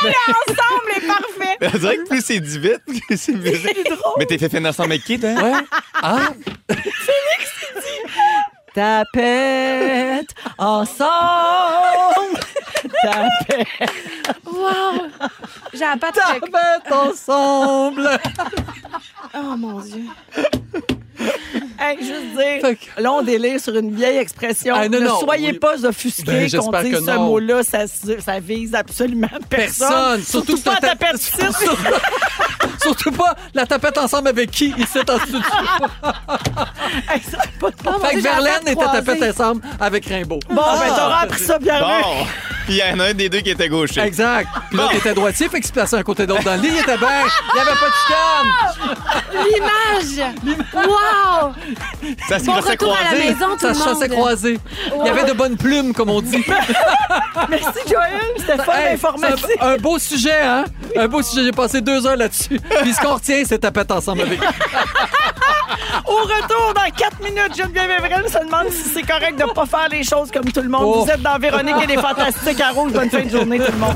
C: Ensemble, est parfait.
D: On dirait que plus c'est dit vite, plus c'est mieux. Mais t'es fait finir ensemble avec qui, toi?
B: Ouais. Ah,
A: Tapette ensemble. Tapette
C: Wow! J'ai la patte sec.
B: tapette ensemble!
C: Oh mon Dieu.
A: Hey, juste dire,
B: Fait que-
A: là, on délire sur une vieille expression.
B: Ah, non,
A: ne
B: non,
A: soyez
B: oui.
A: pas offusqués
B: Ben,
A: qu'on
B: j'espère
A: dise
B: que
A: ce
B: non.
A: mot-là. Ça, ça vise absolument personne.
B: Personne, surtout
A: pas
B: que t'as-
A: ta personne.
B: Surtout pas la tapette ensemble avec qui ici en studio. Fait que Verlaine était tapette ensemble avec Rimbaud.
A: Bon, ben,
B: Ah.
A: t'auras appris ça, bien
D: Bon! Puis il y en a un des deux qui était gaucher.
B: Exact. Puis l'autre était droitier, fait qu'il se plaçait un côté de l'autre dans le lit, il était bien. Il n'y avait pas de chicane.
C: L'image! Wow!
D: Ça se
C: Bon
D: croisait
C: retour à la
D: croisé.
C: maison, tout
B: Ça
C: le
B: se chassait
C: monde.
B: croisé. Il y avait de bonnes plumes, comme on dit.
A: Merci, Joël. C'était fort
B: Hey,
A: informatif.
B: c'est un, un beau sujet, hein? Un beau sujet. J'ai passé deux heures là-dessus. Puis ce qu'on retient, c'est tapette ensemble avec ah.
A: Au retour, dans 4 minutes, Geneviève Evrel se demande si c'est correct de ne pas faire les choses comme tout le monde.
B: Oh.
A: Vous êtes dans Véronique et les Fantastiques à Rouge. Bonne fin de journée, tout le monde.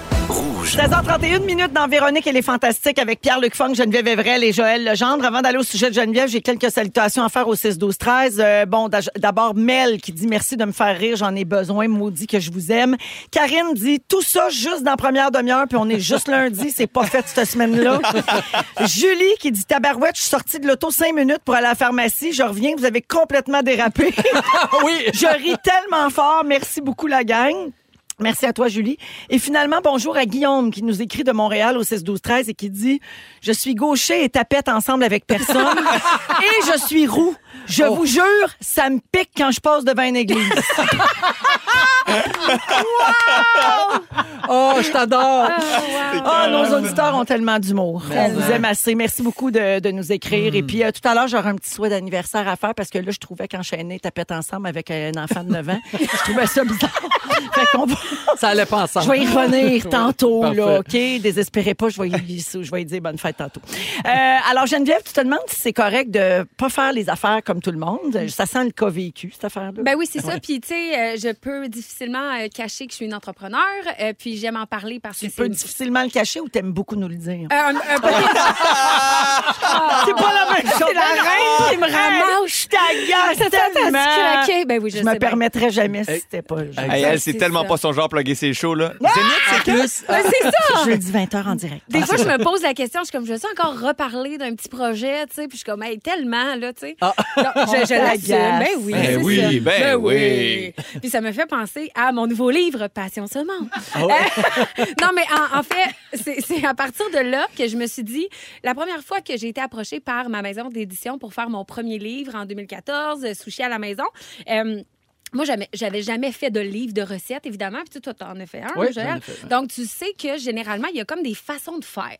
A: 16h31 minutes dans Véronique et les Fantastiques avec Pierre-Luc Funk, Geneviève Evrel et Joël Legendre. Avant d'aller au sujet de Geneviève, j'ai quelques salutations à faire au 6-12-13. Euh, bon, d'aj- d'abord Mel qui dit merci de me faire rire, j'en ai besoin, maudit que je vous aime. Karine dit tout ça juste dans la première demi-heure, puis on est juste lundi, c'est pas fait cette semaine-là. Julie qui dit tabarouette, je suis sortie de l'auto cinq minutes pour aller à la pharmacie, je reviens, vous avez complètement dérapé.
B: Oui.
A: Je ris tellement fort. Merci beaucoup, la gang. Merci à toi, Julie. Et finalement, bonjour à Guillaume qui nous écrit de Montréal au 6-12-13 et qui dit « Je suis gaucher et tapette ensemble avec personne et je suis roux. Je vous jure, ça me pique quand je passe devant une église.
B: Oh, je t'adore.
A: Ah, nos auditeurs ont tellement d'humour. On vous aime assez. Merci beaucoup de, de nous écrire. Et puis, euh, tout à l'heure, j'aurai un petit souhait d'anniversaire à faire parce que là, je trouvais qu'enchaîner tapette ensemble avec euh, un enfant de 9 ans, je trouvais ça bizarre. fait qu'on va...
B: Ça allait pas ensemble.
A: Je vais y revenir tantôt, là,
B: Parfait.
A: OK? Désespérez pas, je vais y, je vais y dire bonne fête tantôt. Euh, alors, Geneviève, tu te demandes si c'est correct de pas faire les affaires comme tout le monde. Ça sent le cas vécu, cette affaire-là.
C: Ben oui, c'est ça. Puis, tu sais, euh, je peux difficilement euh, cacher que je suis une entrepreneur. euh, puis, j'aime en parler parce que
A: tu
C: c'est.
A: peux difficilement le cacher ou t'aimes beaucoup nous le dire?
C: Euh, un, un petit- Ah,
A: C'est pas la même chose. C'est la reine qui me
C: ramasse.
A: t'agace
C: Ça fait
A: tellement.
C: craquer. Ben oui, je
A: Je
C: sais
A: me
C: bien.
A: permettrais jamais si c'était pas... le genre.
D: Hey, elle,
C: C'est
D: c'est tellement
C: ça.
D: pas son genre plugger ses shows, là.
C: Ah!
D: Zénith, c'est que...
B: Plus, ah.
C: Ben, c'est ça!
A: Jeudi 20h en direct.
C: Des fois, je me pose la question, je suis comme, je vais encore reparler d'un petit projet, tu sais, puis je suis comme, hey, tellement, là, tu sais. Non, je je
A: On
C: l'assume.
A: t'agace.
C: Ben oui,
D: Ben
C: c'est
D: oui,
C: ça.
D: ben oui.
C: Puis ça me fait penser à mon nouveau livre, Passion Saumon. non, mais en, en fait, c'est- c'est à partir de là que je me suis dit, la première fois que j'ai été approchée par ma maison d'édition pour faire mon premier livre en 2014, euh, Sushi à la maison, euh, Moi, jamais- j'avais jamais fait de livre de recettes, évidemment. Puis tu, toi, t'en as fait un,
B: Oui,
C: en général.
B: j'en ai fait un.
C: Donc, tu sais que généralement, il y a comme des façons de faire.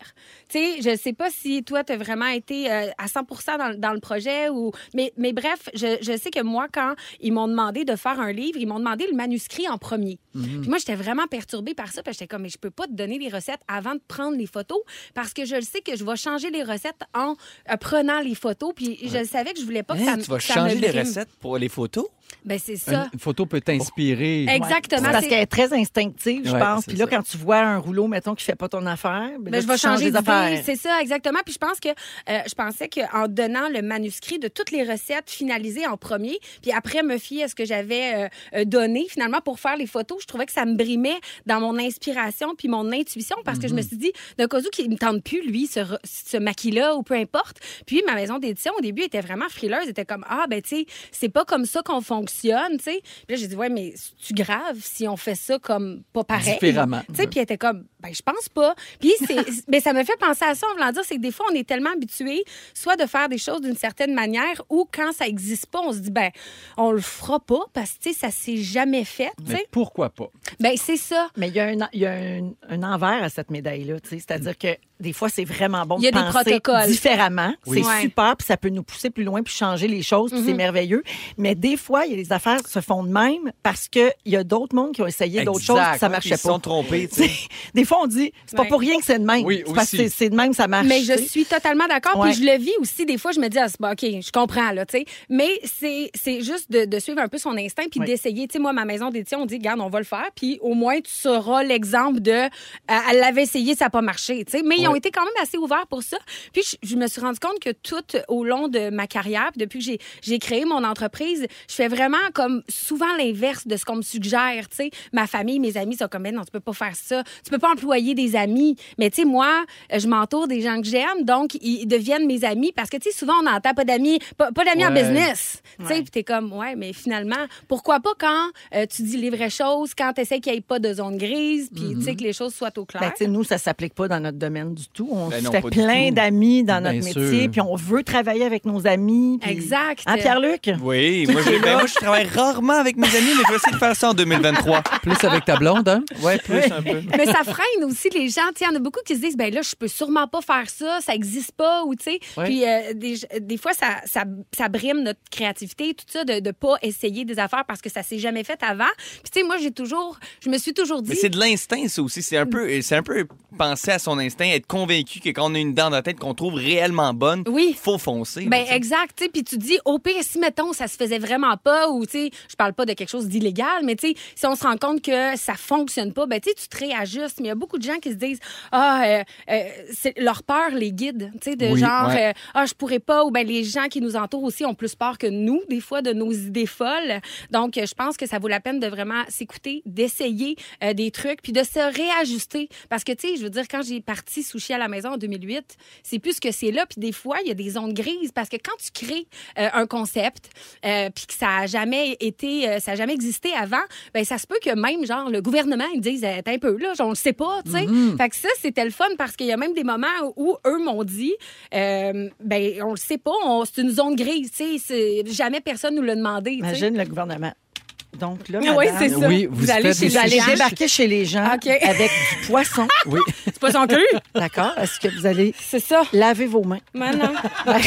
C: Tu sais, je sais pas si toi, tu as vraiment été euh, à 100 dans, dans le projet ou. Mais, mais bref, je, je sais que moi, quand ils m'ont demandé de faire un livre, ils m'ont demandé le manuscrit en premier.
D: Mhm.
C: Puis moi, j'étais vraiment perturbée par ça parce que j'étais comme, mais je peux pas te donner les recettes avant de prendre les photos parce que je le sais que je vais changer les recettes en euh, prenant les photos. Puis je savais que je voulais pas que ça
D: Hein,
C: me-
D: tu vas
C: ça me
D: changer les
C: brime.
D: recettes pour les photos?
C: Ben, c'est ça.
B: Une, une photo peut t'inspirer.
C: Exactement.
A: Parce
C: c'est-
A: qu'elle est très instinctive, je
B: Ouais,
A: pense.
B: c'est
A: Puis là,
B: ça.
A: quand tu vois un rouleau, mettons, qui fait pas ton affaire, ben là,
C: Mais je vais
A: tu changes
C: changer
A: les
C: d'idée.
A: affaires.
C: C'est ça, exactement. Puis je pense que euh, je pensais qu'en donnant le manuscrit de toutes les recettes finalisées en premier, puis après me fier à ce que j'avais euh, euh, donné finalement pour faire les photos, je trouvais que ça me brimait dans mon inspiration puis mon intuition parce que je me
A: Mhm.
C: suis dit, d'un cas où qu'il me tente plus, lui, ce, re- ce maquis-là ou peu importe. Puis ma maison d'édition, au début, était vraiment frileuse. était comme, ah, ben, tu sais, c'est pas comme ça qu'on fonctionne, tu sais. Puis là, j'ai dit, ouais, mais c'est-tu grave si on fait ça comme pas pareil?
B: Différemment.
C: Tu sais, puis elle était comme, ben, je pense pas. Puis c'est- mais ça me fait penser à ça en voulant dire, c'est que des fois, on est tellement habitué soit de faire des choses d'une certaine manière ou quand ça existe pas, on se dit, ben, on le fera pas parce que, tu sais, ça s'est jamais fait, tu
B: Mais
C: sais.
B: pourquoi pas?
C: Ben, c'est ça.
A: Mais il y a un, il y a un- un envers à cette médaille-là, tu sais. C'est-à-dire que des fois, c'est vraiment bon
C: Il y a
A: de
C: des
A: penser
C: protocoles.
A: différemment.
C: Oui.
A: C'est
C: Ouais. Mhm.
A: super, puis ça peut nous pousser plus loin, puis changer les choses, puis c'est merveilleux. Mais des fois, il y a des affaires qui se font de même parce qu'il y a d'autres mondes qui ont essayé d'autres
B: Exact.
A: choses, puis ça
D: Puis
A: marchait
D: Ils se sont
A: pas.
D: trompés, tu sais.
A: Des fois, on dit, c'est pas
C: Ouais.
A: pour rien que c'est de même.
B: Oui,
A: C'est parce que
B: aussi.
A: c'est- c'est de même, ça marche.
C: Mais
A: tu
C: je
A: sais.
C: suis totalement d'accord.
A: Ouais.
C: Puis je le vis aussi. Des fois, je me dis, ah, c'est pas OK, je comprends, là, tu sais. Mais c'est c'est juste de, de suivre un peu son instinct puis
A: Ouais.
C: d'essayer. Tu sais, moi, ma maison d'édition, on dit, garde, on va le faire. Puis au moins, tu sauras l'exemple de, euh, elle l'avait essayé, ça n'a pas marché, tu sais. Mais ils ont été quand même assez ouverts pour ça. Puis je, je me suis rendu compte que tout au long de ma carrière, puis depuis que j'ai- j'ai créé mon entreprise, je fais vraiment comme souvent l'inverse de ce qu'on me suggère, tu sais. Ma famille, mes amis sont comme, mais non, tu peux pas faire ça. Tu peux pas employer des amis. Mais tu sais, moi, euh, je m'entoure des gens que j'aime, donc ils deviennent mes amis parce que tu sais, souvent on entend pas d'amis, pas, pas d'amis en
B: Ouais.
C: business. Tu sais, puis t'es comme, ouais, mais finalement, pourquoi pas quand euh, tu dis les vraies choses, quand t'essaies qu'il n'y ait pas de zone grise, puis tu sais, que les choses soient au
A: Ben,
C: clair.
A: tu sais, nous, ça s'applique pas dans notre domaine du tout. On
D: Ben
A: se
D: non,
A: fait
D: pas du
A: plein
D: tout.
A: d'amis dans
B: Bien
A: notre
B: sûr.
A: métier, puis on veut travailler avec nos amis. puis-
C: Exact.
A: Hein, Pierre-Luc?
D: Oui, moi, j'ai- ben, moi, je travaille rarement avec mes amis, mais je vais essayer de faire ça en 2023.
B: Plus avec ta blonde, hein?
D: Ouais, plus un peu.
C: mais ça freine aussi les gens. Tu sais, Il y en a beaucoup qui se disent, ben là, je peux sûrement pas faire ça, ça existe pas, ou tu sais.
B: Ouais.
C: Puis euh, des, des fois, ça, ça, ça brime notre créativité, tout ça, de, de pas essayer des affaires parce que ça s'est jamais fait avant. Puis tu sais, moi, j'ai toujours, je me suis toujours
D: Mais
C: dit.
D: c'est de l'instinct, ça aussi. C'est un, peu, c'est un peu penser à son instinct, être convaincu que quand on a une dent dans la tête qu'on trouve réellement bonne,
C: Oui.
D: faut foncer.
C: Ben
D: là, tu sais.
C: exact, tu sais, puis tu dis au pire si mettons ça se faisait vraiment pas ou tu sais, je parle pas de quelque chose d'illégal, mais tu sais, si on se rend compte que ça fonctionne pas, ben tu sais, tu te réajustes, mais il y a beaucoup de gens qui se disent ah euh, euh, c'est- leur peur les guide, tu sais de
B: Oui,
C: genre
B: ouais.
C: euh, ah je pourrais pas ou ben les gens qui nous entourent aussi ont plus peur que nous des fois de nos idées folles. Donc euh, je pense que ça vaut la peine de vraiment s'écouter, d'essayer euh, des trucs puis de se réajuster parce que tu sais, je veux dire quand j'ai parti sushi à la maison en 2008, c'est plus ce que c'est là puis des fois il y a des zones grises parce que quand tu crées euh, un concept euh, puis que ça a jamais été euh, ça a jamais existé avant, ben ça se peut que même genre le gouvernement ils disent Eh, t'es un peu là, on le sait pas, tu sais. Fait que ça c'était le fun parce qu'il y a même des moments où eux m'ont dit euh, ben on le sait pas, on- c'est une zone grise, tu sais, c'est- jamais personne nous l'a demandé, tu sais.
A: Imagine le gouvernement. Donc là,
C: Oui,
A: madame,
C: c'est ça.
B: Oui,
C: Vous
B: vous
C: allez
B: faites
C: chez
B: des
A: vous allez
B: sushis.
A: débarquer chez les gens
C: OK.
A: avec du poisson.
B: Oui.
C: C'est pas son cul.
A: D'accord? Est-ce que vous allez
C: C'est ça.
A: laver vos mains?
C: Maintenant. hein.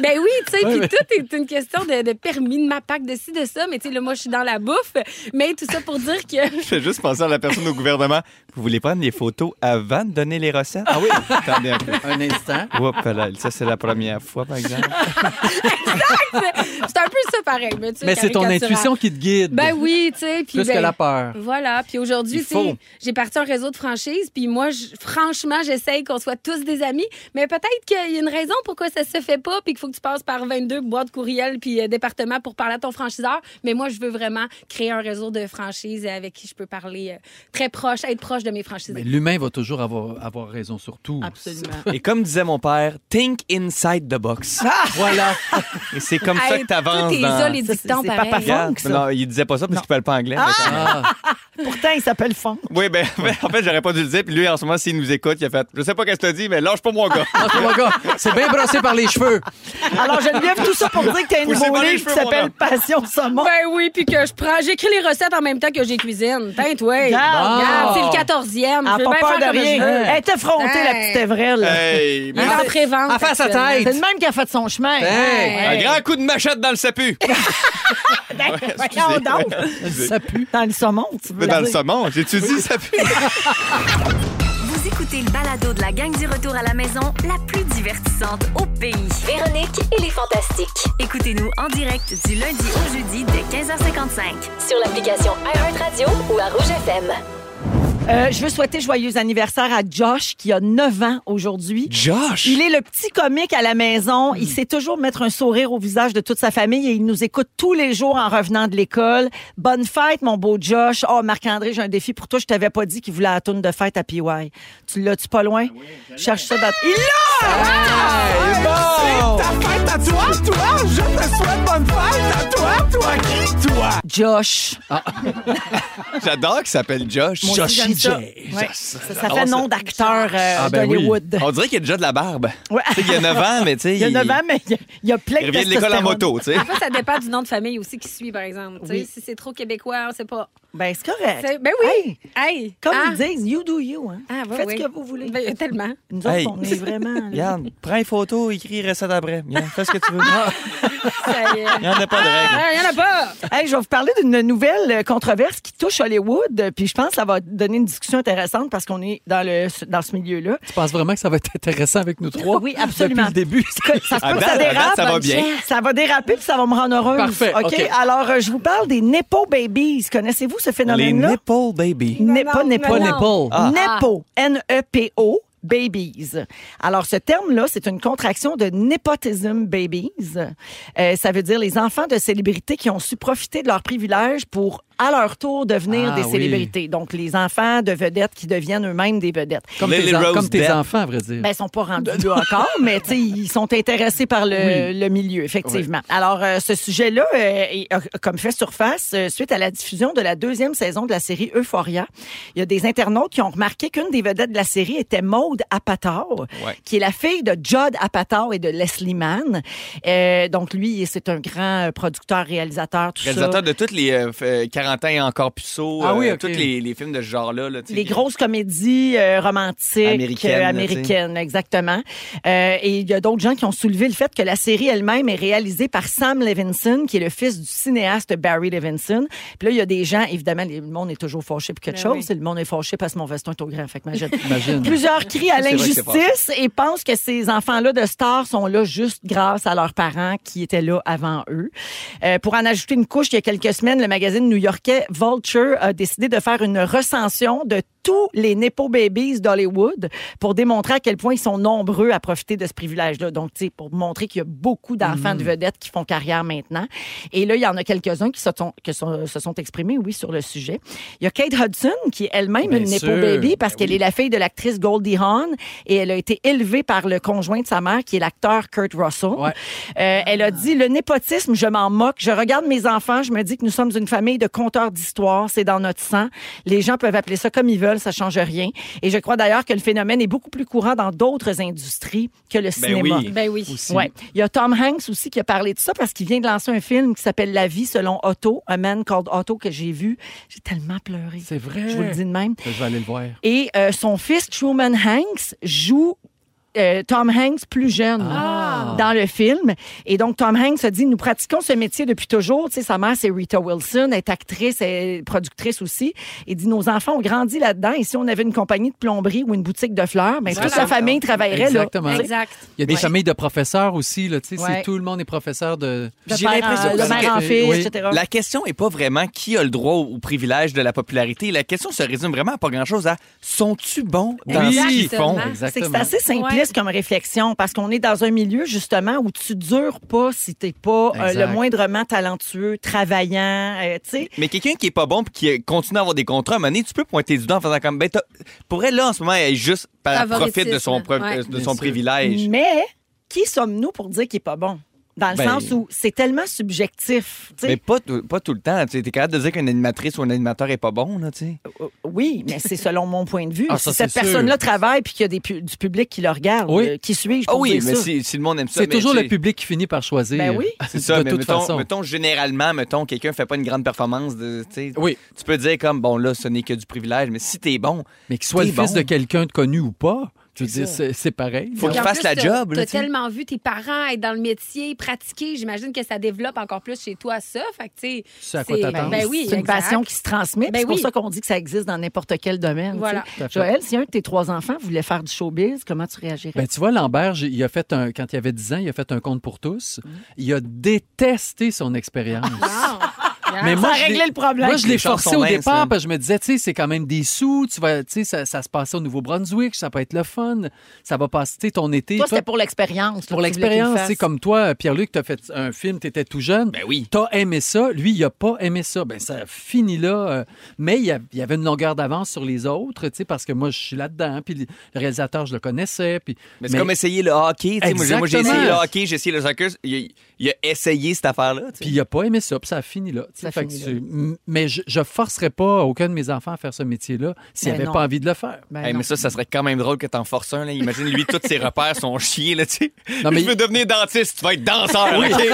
C: ben oui, tu sais, puis tout est une question de, de permis, de ma PAC, de ci, de ça. Mais tu sais, là, moi, je suis dans la bouffe. Mais tout ça pour dire que.
D: Je fais juste penser à la personne au gouvernement. Vous voulez prendre les photos avant de donner les recettes? Ah oui? Attendez un peu.
B: Un instant.
D: Oups, là, ça, c'est la première fois, par exemple.
C: C'est un peu ça pareil. Mais, tu sais,
B: Mais c'est ton
C: caricatural.
B: intuition qui te guide.
C: Ben oui, tu sais. puis
B: Plus que
C: ben-
B: la peur.
C: Voilà. Puis aujourd'hui,
B: Il
C: tu
B: faut.
C: sais, j'ai parti un réseau de franchises. Puis moi, je- franchement, j'essaye qu'on soit tous des amis. Mais peut-être qu'il y a une raison pourquoi ça se fait pas. Puis qu'il faut que tu passes par 22 boîtes courriel puis euh, département pour parler à ton franchiseur. Mais moi, je veux vraiment créer un réseau de franchises avec qui je peux parler euh, très proche, être proche de mes
B: Mais
C: franchisés.
B: l'humain va toujours avoir, avoir raison sur tout.
A: Absolument.
D: Et comme disait mon père, think inside the box.
B: Voilà.
D: Et c'est comme ça
C: Hey,
D: que t'avances
C: tous tes
D: dans...
C: os, les
A: Ça,
C: dictons
A: c'est- c'est
C: pareil.
A: papa fort.
D: Regarde,
A: funk, ça.
D: Non, il disait pas ça parce qu'il parle pas anglais. mais quand même.
B: Ah,
A: Pourtant, il s'appelle Fon.
D: Oui, ben, en fait, j'aurais pas dû le dire. Puis lui, en ce moment, s'il nous écoute, il a fait Je sais pas qu'est-ce que t'as dit, mais lâche pas mon gars.
B: Ah, c'est mon gars, c'est bien brossé par les cheveux.
A: Alors, Geneviève, tout ça pour dire que t'as un
D: Poussez
A: nouveau
D: pas les
A: livre qui
D: cheveux, mon
A: s'appelle
D: homme.
A: Passion Saumon.
C: Ben oui, puis que je prends. J'écris les recettes en même temps que j'ai cuisine. Peinte, ouais.
A: Garde.
C: Regarde, C'est le 14e.
A: Elle a
C: je
A: Ah!
C: veux
A: pas
C: bien
A: peur
C: faire
A: de
C: comme je
A: rien. Ah,
C: veux.
A: Elle est effrontée, la petite Evrel.
D: Hey,
C: Elle est
D: merci.
C: en prévente.
B: En face à
C: actuellement.
B: tête.
A: C'est le même qui a fait son chemin.
D: Ben,
C: Ah,
B: Hey.
D: Un grand coup de machette dans le sapu.
A: Ben,
D: excusez.
A: voyons donc.
B: Ça pue.
A: Dans le saumon, tu veux la
D: dans le
A: dire.
D: saumon, j'ai-tu dit sapu?
E: Vous écoutez le balado de la gang du retour à la maison, la plus divertissante au pays.
F: Véronique et les Fantastiques.
E: Écoutez-nous en direct du lundi au jeudi dès 15h55.
F: Sur l'application iHeartRadio ou à Rouge FM.
A: Euh, je veux souhaiter joyeux anniversaire à Josh, qui a 9 ans aujourd'hui.
D: Josh!
A: Il est le petit comique à la maison.
D: Hmm.
A: Il sait toujours mettre un sourire au visage de toute sa famille et il nous écoute tous les jours en revenant de l'école. Bonne fête, mon beau Josh. Oh, Marc-André, j'ai un défi pour toi. Je t'avais pas dit qu'il voulait la tourne de fête à PY. Tu l'as-tu pas
D: Ah
A: loin? Cherche ça dans... Il l'a! Ah!
G: Ta fête à toi, toi, je te souhaite bonne fête à toi, toi qui, toi?
A: Josh.
D: J'adore qu'il s'appelle Josh.
A: Mon Dieu, j'aime ça. Ouais. Ça, ça fait nom d'acteur euh,
B: Ah, ben oui.
A: d'Hollywood.
D: On dirait qu'il a déjà de la barbe.
A: Ouais.
D: Tu sais, il y a 9 ans, mais tu sais.
A: Il y a 9 ans, mais il y a, il y a plein
D: Il revient de l'école en
A: testostérone.
D: moto, tu sais.
C: Après, ça dépend du nom de famille aussi qui suit, par exemple. Tu sais,
A: Oui.
C: Si c'est trop québécois, on sait pas.
A: Ben, c'est correct.
C: C'est- Ben oui.
A: Hey,
C: Hey.
A: comme
C: Ah.
A: ils disent, you do you. Hein.
C: Ah, ouais,
A: Faites
C: ouais.
A: ce que vous voulez.
C: Ben, tellement.
A: Nous autres,
D: Hey.
A: on est vraiment... là.
D: Regarde, prends une photo, écris recette après. Regarde, fais ce que tu veux.
C: Ça y est.
D: Il n'y en a pas de règle.
C: Ah, y en a pas.
A: Hey, je vais vous parler d'une nouvelle euh, controverse qui touche Hollywood. euh, Puis je pense que ça va donner une discussion intéressante parce qu'on est dans, le, dans ce milieu-là.
B: Tu penses vraiment que ça va être intéressant avec nous trois?
A: Oui, absolument.
B: Depuis le début.
A: Ça se peut que ça
D: À date, à
A: dérape.
D: date, ça va bien.
A: Ça va déraper puis ça va me rendre heureuse.
B: Parfait, OK.
A: Alors, euh, je vous parle des Nepo Babies. Connaissez-vous ce
D: Les
A: phénomène-là?
D: nipple baby.
A: N'est
C: Non,
A: pas
C: non,
A: Nepo.
C: non.
B: Pas l'épaule.
D: Ah.
A: Nepo, N-E-P-O, babies. Alors, ce terme-là, c'est une contraction de nepotism babies. Euh, ça veut dire les enfants de célébrités qui ont su profiter de leurs privilèges pour, à leur tour, devenir
B: Ah,
A: des
B: oui.
A: célébrités. Donc, les enfants de vedettes qui deviennent eux-mêmes des vedettes.
B: Comme,
D: Lily
B: tes, en-
D: Rose
B: comme tes
D: Depp.
B: enfants, à vrai dire.
A: Ben, ils sont pas rendus là encore, mais tu sais, ils sont intéressés par le, le milieu, effectivement. Alors, euh, ce sujet-là euh, est- a comme fait surface euh, suite à la diffusion de la deuxième saison de la série Euphoria. Il y a des internautes qui ont remarqué qu'une des vedettes de la série était Maude Apatow,
D: Ouais.
A: qui est la fille de Judd Apatow et de Leslie Mann. Euh, donc, lui, c'est un grand euh, producteur, réalisateur, tout ça.
D: Réalisateur de toutes les euh, f- euh, 40 ans et encore puceau.
B: Ah
D: euh,
B: oui, ok.
D: Tous les, les films de ce genre-là. là, tu sais.
A: Les grosses comédies euh, romantiques
D: Américaines,
A: euh,
D: là,
A: américaines, exactement. Euh, et il y a d'autres gens qui ont soulevé le fait que la série elle-même est réalisée par Sam Levinson, qui est le fils du cinéaste Barry Levinson. Puis là, il y a des gens, évidemment, le monde est toujours fâché pour quelque
C: Ben
A: chose. Le monde est fâché parce que mon veston est au grand. Fait que imagine.
B: Imagine.
A: Plusieurs crient à
D: c'est vrai que c'est
A: l'injustice et pensent que ces enfants-là de stars sont là juste grâce à leurs parents qui étaient là avant eux. Euh, pour en ajouter une couche, il y a quelques semaines, le magazine new-yorkais Vulture a décidé de faire une recension de tous les Nepo Babies d'Hollywood pour démontrer à quel point ils sont nombreux à profiter de ce privilège-là. Donc, tu sais, pour montrer qu'il y a beaucoup d'enfants
D: Mm.
A: de vedettes qui font carrière maintenant. Et là, il y en a quelques-uns qui se sont, que sont- se sont exprimés, oui, sur le sujet. Il y a Kate Hudson, qui est elle-même
B: Bien
A: une Nepo
B: sûr.
A: Baby, parce qu'elle est la fille de l'actrice Goldie Hawn et elle a été élevée par le conjoint de sa mère qui est l'acteur Kurt Russell.
B: Ouais.
A: Euh, elle a dit le népotisme, je m'en moque. Je regarde mes enfants, je me dis que nous sommes une famille de conteurs d'histoires, c'est dans notre sang. Les gens peuvent appeler ça comme ils veulent, ça change rien. Et je crois d'ailleurs que le phénomène est beaucoup plus courant dans d'autres industries que le cinéma.
D: oui.
C: Ben oui.
B: Aussi.
A: Ouais. Il y a Tom Hanks aussi qui a parlé de ça parce qu'il vient de lancer un film qui s'appelle La vie selon Otto, A Man Called Otto que j'ai vu. J'ai tellement pleuré.
B: C'est vrai.
A: Je vous le dis de même.
B: Je vais aller le voir.
A: Et euh, son fils, Truman Hanks, joue euh, Tom Hanks plus jeune dans le film. Et donc, Tom Hanks a dit, nous pratiquons ce métier depuis toujours. Tu sais, sa mère, c'est Rita Wilson, elle est actrice, elle est productrice aussi. Il dit, nos enfants ont grandi là-dedans. Et si on avait une compagnie de plomberie ou une boutique de fleurs, ben, toute
C: Voilà.
A: la famille travaillerait
B: Exactement.
A: là.
D: hein.
A: Tu sais,
C: Exact.
B: Il y a des familles de professeurs aussi, là, tu sais, c'est
A: Ouais.
B: tout le monde est professeur de...
A: de
D: J'ai
A: père en-
D: l'impression
A: de
D: aussi
A: mère en
B: que-
A: fille,
B: oui.
A: etc.
D: La question n'est pas vraiment qui a le droit au privilège de la popularité. La question se résume vraiment à pas grand-chose à sont-tu bons dans ce qu'ils font?
A: C'est que
B: Exactement.
A: c'est assez simpliste comme réflexion parce qu'on est dans un milieu justement où tu dures pas si t'es pas euh,
B: Exact.
A: le moindrement talentueux, travaillant, euh, tu sais.
D: Mais quelqu'un qui est pas bon puis qui euh, continue à avoir des contrats, à un moment donné, tu peux pointer du doigt en faisant comme. Ben, t'as- pour elle, là, en ce moment, elle est juste par
C: Favoritisme.
D: profite de son, pro-
C: Ouais.
D: euh, de
B: Bien
D: son
A: Mm.
B: sûr.
D: privilège.
A: Mais qui sommes-nous pour dire qu'il est pas bon? dans le
D: Ben-
A: sens où c'est tellement subjectif. tu sais.
D: Mais pas, tout- pas tout le temps. Tu es capable de dire qu'une animatrice ou un animateur est pas bon, là, tu sais.
A: Euh, Oui, mais c'est selon mon point de vue.
B: Ah,
A: si
B: ça,
A: cette
B: c'est sûr.
A: personne-là travaille puis qu'il y a des pu- du public qui le regarde,
B: Oui.
A: euh, qui suis-je
D: Ah
A: pour
D: oui,
A: dire
D: mais
A: ça?
D: si, si le monde aime ça.
B: C'est
D: mais
B: toujours
D: tu
B: le
D: sais,
B: public qui finit par choisir.
A: Ben oui.
D: C'est ça,
B: de
D: mais
B: toute
D: mettons,
B: façon.
D: mettons, généralement, mettons, quelqu'un fait pas une grande performance, de, tu sais,
B: Oui,
D: tu peux dire comme, bon, là, ce n'est que du privilège, mais si t'es bon,
B: mais qu'il soit le
D: T'es
B: fils
D: bon.
B: de quelqu'un de connu ou pas, je veux
D: C'est
B: dire,
D: ça.
B: c'est c'est pareil.
D: faut
C: Puis
D: qu'il
C: en
D: fasse
C: plus,
D: la
C: t'as-
D: job, là,
C: T'as
D: tu sais.
C: tellement vu tes parents être dans le métier, pratiquer. J'imagine que ça développe encore plus chez toi ça. Fait que, tu sais,
B: C'est à quoi
C: c'est-
B: t'attends.
C: Ben oui,
A: c'est une
C: exact.
A: passion qui se transmet. puis
C: Ben
A: c'est pour
C: oui.
A: ça qu'on dit que ça existe dans n'importe quel domaine.
C: Voilà.
A: tu sais. Joël, si un de tes trois enfants voulait faire du showbiz, comment tu réagirais?
B: Ben, tu vois, Lambert, j'ai- il a fait un, quand il avait 10 ans, il a fait un compte pour tous. Il a détesté son expérience.
C: Wow.
B: Mais moi,
A: ça
B: je
A: a réglé
B: l'ai-
A: le problème.
B: Moi, je l'ai
D: Les
B: forcé
D: chansons
B: au
D: minces,
B: départ
D: hein.
B: parce que je me disais, tu sais, c'est quand même des sous. Tu vas, tu sais, ça, ça se passait au Nouveau-Brunswick, ça peut être le fun. Ça va passer, tu sais, ton été.
A: Toi,
B: toi,
A: c'était pour l'expérience. là,
B: pour
A: que tu voulais qu'il
B: l'expérience,
A: fasse.
B: c'est comme toi, Pierre-Luc, t'as fait un film, t'étais tout jeune.
D: Ben oui.
B: T'as aimé ça, lui, il a pas aimé ça. Ben, ça finit là. euh, mais il y, a- il y avait une longueur d'avance sur les autres, tu sais, parce que moi, je suis là-dedans. hein, Puis le réalisateur, je le connaissais. Puis,
D: Mais c'est comme essayer le hockey, tu sais. Moi, j'ai- moi, j'ai
B: Exactement.
D: essayé le hockey, j'ai essayé le soccer. Il, il a essayé cette affaire-là, tu sais.
B: Puis il a pas aimé ça, puis ça a fini là. tu sais.
A: Ça
B: Fait que
A: finit
B: tu- m- Mais je, je forcerais pas aucun de mes enfants à faire ce métier-là s'ils
A: Ben
B: n'avaient
A: non.
B: pas envie de le faire.
A: Ben
D: Hey,
A: non.
D: mais ça, ça serait quand même drôle que t'en forces un. Là. Imagine, lui, tous ses repères sont chiés. Là, tu sais.
B: Non, mais-
D: Je veux devenir dentiste, tu vas être danseur. OK? là,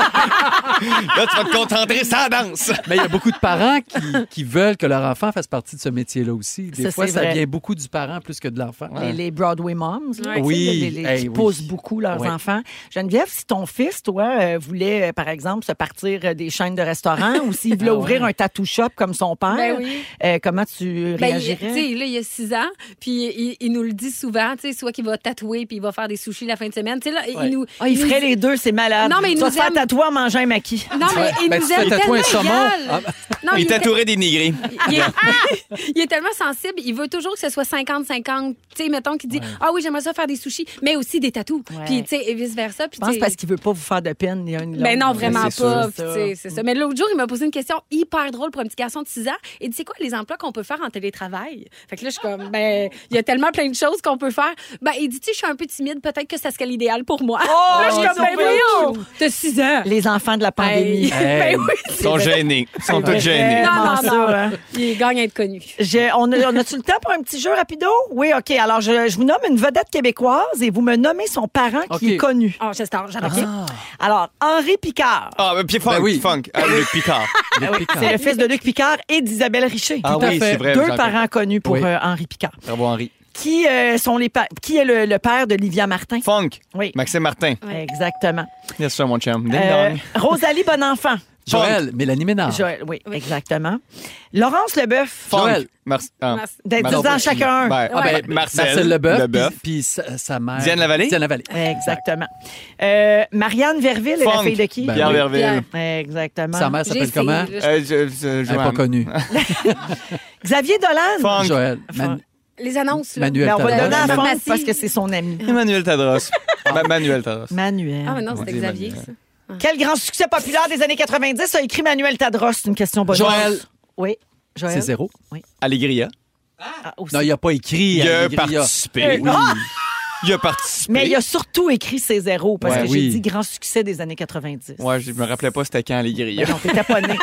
D: tu vas te concentrer sans danse.
B: Mais il y a beaucoup de parents qui, qui veulent que leur enfant fasse partie de ce métier-là aussi. Des
A: Ça,
B: fois,
A: c'est
B: ça
A: vrai.
B: vient beaucoup du parent plus que de l'enfant.
A: Les, les Broadway moms, là,
C: Ouais.
A: tu sais,
B: Oui,
A: les- les-
B: hey,
A: qui
B: oui.
A: poussent beaucoup leurs
B: Ouais.
A: enfants. Geneviève, si ton fils, toi, euh, voulait, euh, par exemple, se partir euh, des chaînes de restaurants ou s'il voulait
B: Ah ouais.
A: ouvrir un tattoo shop comme son père,
C: Ben oui.
A: euh, comment tu
C: Ben, il-
A: réagirais?
C: tu sais, là, il y a six ans, puis il, il nous le dit souvent, tu sais, soit qu'il va tatouer, puis il va faire des sushis la fin de semaine. Tu sais, là, il nous.
A: Ah, il ferait les deux, c'est malade.
C: Non, mais il
A: tu vas
C: nous
A: te faire
C: aime. Ah,
A: tatouer en mangeant un maquis.
C: Non, mais il
B: Ben,
C: nous
B: tu
C: aime
B: fais
C: tellement
B: tatouer un saumon. Ah.
C: égal. Non,
D: Il
C: il
D: est
C: est
D: entouré des nigrés.
C: il est, ah! il est tellement sensible, il veut toujours que ce soit 50-50. Tu sais, mettons qu'il dit Ah oui, j'aimerais ça faire des sushis, mais aussi des tatous.
A: Ouais.
C: Puis, tu sais, et vice-versa. Puis,
A: Je pense
C: tu sais-
A: parce qu'il veut pas vous faire de peine. Il y a une
C: Ben non,
A: longue-
C: vraiment
D: c'est
C: pas.
A: sûr.
C: puis tu sais, C'est ça. Mais l'autre jour, il m'a posé une question hyper drôle pour un petit garçon de 6 ans. Il dit, c'est quoi les emplois qu'on peut faire en télétravail? Fait que là, je suis comme, ben, il y a tellement plein de choses qu'on peut faire. Ben, il dit, tu sais, je suis un peu timide, peut-être que ça serait l'idéal pour moi.
A: Oh,
C: là, je suis comme, ben,
A: super
C: voyons, t'as 6 ans.
A: Les enfants de la pandémie.
B: Hey.
C: Hey. ben oui,
D: Ils sont gênés. Ils sont tous gênés.
C: Non, non,
A: Vraiment
C: non.
A: ça, hein.
C: il gagne à être connu.
A: Je- on, a, on a-tu le temps pour un petit jeu rapido? Oui, OK. Alors, je, je vous nomme une vedette québécoise et vous me nommez son parent qui
B: OK.
A: est connu.
C: Oh, j'adore, j'adore.
A: OK? Alors, Henri Picard.
D: Ah, ben, puis Funk,
B: Ben oui.
D: Funk, Ah, le Picard.
B: Le piquant.
A: C'est le fils de Luc Picard et d'Isabelle Richer.
D: Ah
B: à
D: oui,
B: fait.
D: c'est vrai.
A: Deux
D: Jean-Claude.
A: parents connus pour
B: Oui.
A: euh, Henri Picard.
D: Bravo, Henri.
A: Qui, euh, sont les pa- qui est le, le père de Livia Martin?
D: Funk,
A: Oui.
D: Maxime Martin.
A: Exactement.
D: Yes, sir, mon chum. Ding
A: Euh,
D: dong.
A: Rosalie Bonenfant.
B: Joël, Mélanie Ménard.
A: Joël, oui, exactement. Laurence Leboeuf.
D: Funk,
B: Joël.
D: Mar- ah,
C: Merci.
A: D'être
D: Mar-
A: deux ans chacun.
D: Ben,
B: Ah, ben,
D: Marcel,
B: Marcel Leboeuf.
D: Leboeuf.
B: Puis, puis sa, sa mère.
D: Diane Lavallée?
B: Diane Lavallée.
A: Exactement. Euh, Marianne Verville est la
D: Funk,
A: fille de qui?
B: Ben
D: Pierre
B: oui.
D: Verville.
A: Exactement.
B: Sa mère s'appelle comment?
C: essayé, là.
D: Euh, je- je-
B: Elle n'est pas
D: Joanne.
B: connue.
A: Xavier Dolan.
D: Funk.
B: Joël. Man-
C: Les annonces, là.
B: Manuel
A: Ben, on va le
B: Tadros.
A: donner à
C: Madame
A: Funk
C: Massy.
A: parce que c'est son ami.
D: Emmanuel Tadros. Ma- Manuel Tadros.
A: Manuel.
C: Ah, mais non,
D: On
C: c'est
D: dit
C: Xavier,
D: Manuel.
C: ça.
A: Quel grand succès populaire des années 90 a écrit Manuel Tadros? C'est une question bonne.
B: Joël.
A: Oui. Joël.
B: C'est zéro.
D: Allegria.
A: Ah, aussi.
B: Non, il Ah! n'a pas écrit.
D: Il a Ben
B: Allegria. Euh,
D: participé.
B: Oui.
D: Il a participé.
A: Mais il a surtout écrit C'est zéro parce
B: Ouais,
A: que
B: oui.
A: j'ai dit grand succès des années 90.
D: Ouais, je me rappelais pas c'était quand Allegria.
A: Ben non, t'étais pas né.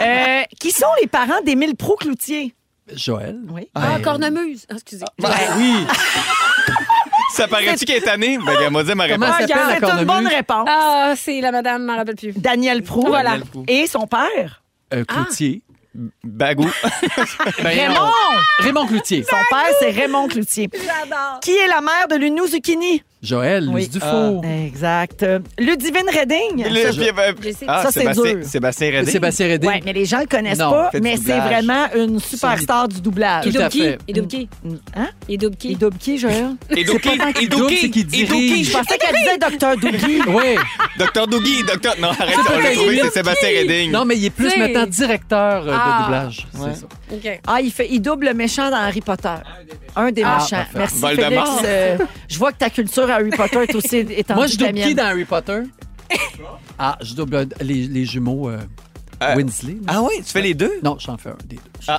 A: Euh, qui sont les parents d'Émile Proux-Cloutier?
B: Joël.
A: Oui.
C: Ah, Cornemuse. Ah, excusez.
B: oui.
D: Ça paraît-tu qu'elle est tannée? Ben, elle m'a dit ma
B: Comment
D: réponse.
B: elle s'appelle, la
A: c'est une
B: cornemuse?
A: Ah, bonne réponse.
C: Ah, c'est la madame, je m'en rappelle plus.
A: Daniel Proux.
C: Voilà.
D: Daniel Proulx.
A: Et son père?
B: Euh, Cloutier.
D: Bagou.
B: Ben,
A: Raymond!
B: non. Raymond Cloutier.
A: Son père, c'est Raymond Cloutier.
C: J'adore.
A: Qui est la mère de Lunou Zucchini? Oui.
B: Joël.
A: Euh, Ah.
B: Luce Dufour.
A: Exact. Ludivine Redding.
D: Le- puis, euh,
C: je sais.
D: Ah,
A: Ça, c'est
D: Sébastien-
A: dur.
D: Sébastien Redé.
B: Sébastien Redé.
A: Oui, mais les gens le connaissent
B: Non,
A: pas,
D: fait du
A: mais c'est
D: doublage.
A: vraiment une superstar du doublage.
B: Ah, Tout à fait.
C: Et Dubki.
A: Hein?
C: Et Dubki.
A: Et Dobki, Joël?
D: Et Douki. Et
B: Douki, c'est qui
D: Douki. Et
B: dirige.
D: Douki.
A: Je pensais qu'elle disait docteur Douki.
B: Oui.
D: Docteur Dougie. Docteur. Non, arrête,
B: C'est
D: on l'a
B: peut-être
D: trouvé, c'est
B: Douki.
D: Sébastien Redding.
B: Non, mais il est plus
C: T'sais.
B: maintenant directeur euh,
C: Ah.
B: de doublage.
D: Ouais.
B: C'est ça.
C: OK.
A: Ah, il, fait, il double le méchant dans Harry Potter. Un des
B: Ah,
A: méchants.
B: parfait.
A: Merci,
D: Voldemort.
A: Félix. Euh, je vois que ta culture à Harry Potter est aussi étendue
B: Moi, je
A: que la
B: double qui
A: mienne.
B: dans Harry Potter? Ah, je double euh, les, les jumeaux euh,
D: Euh,
B: Winsley. non?
D: Ah oui, tu fais les deux?
B: Non, j'en fais un des deux.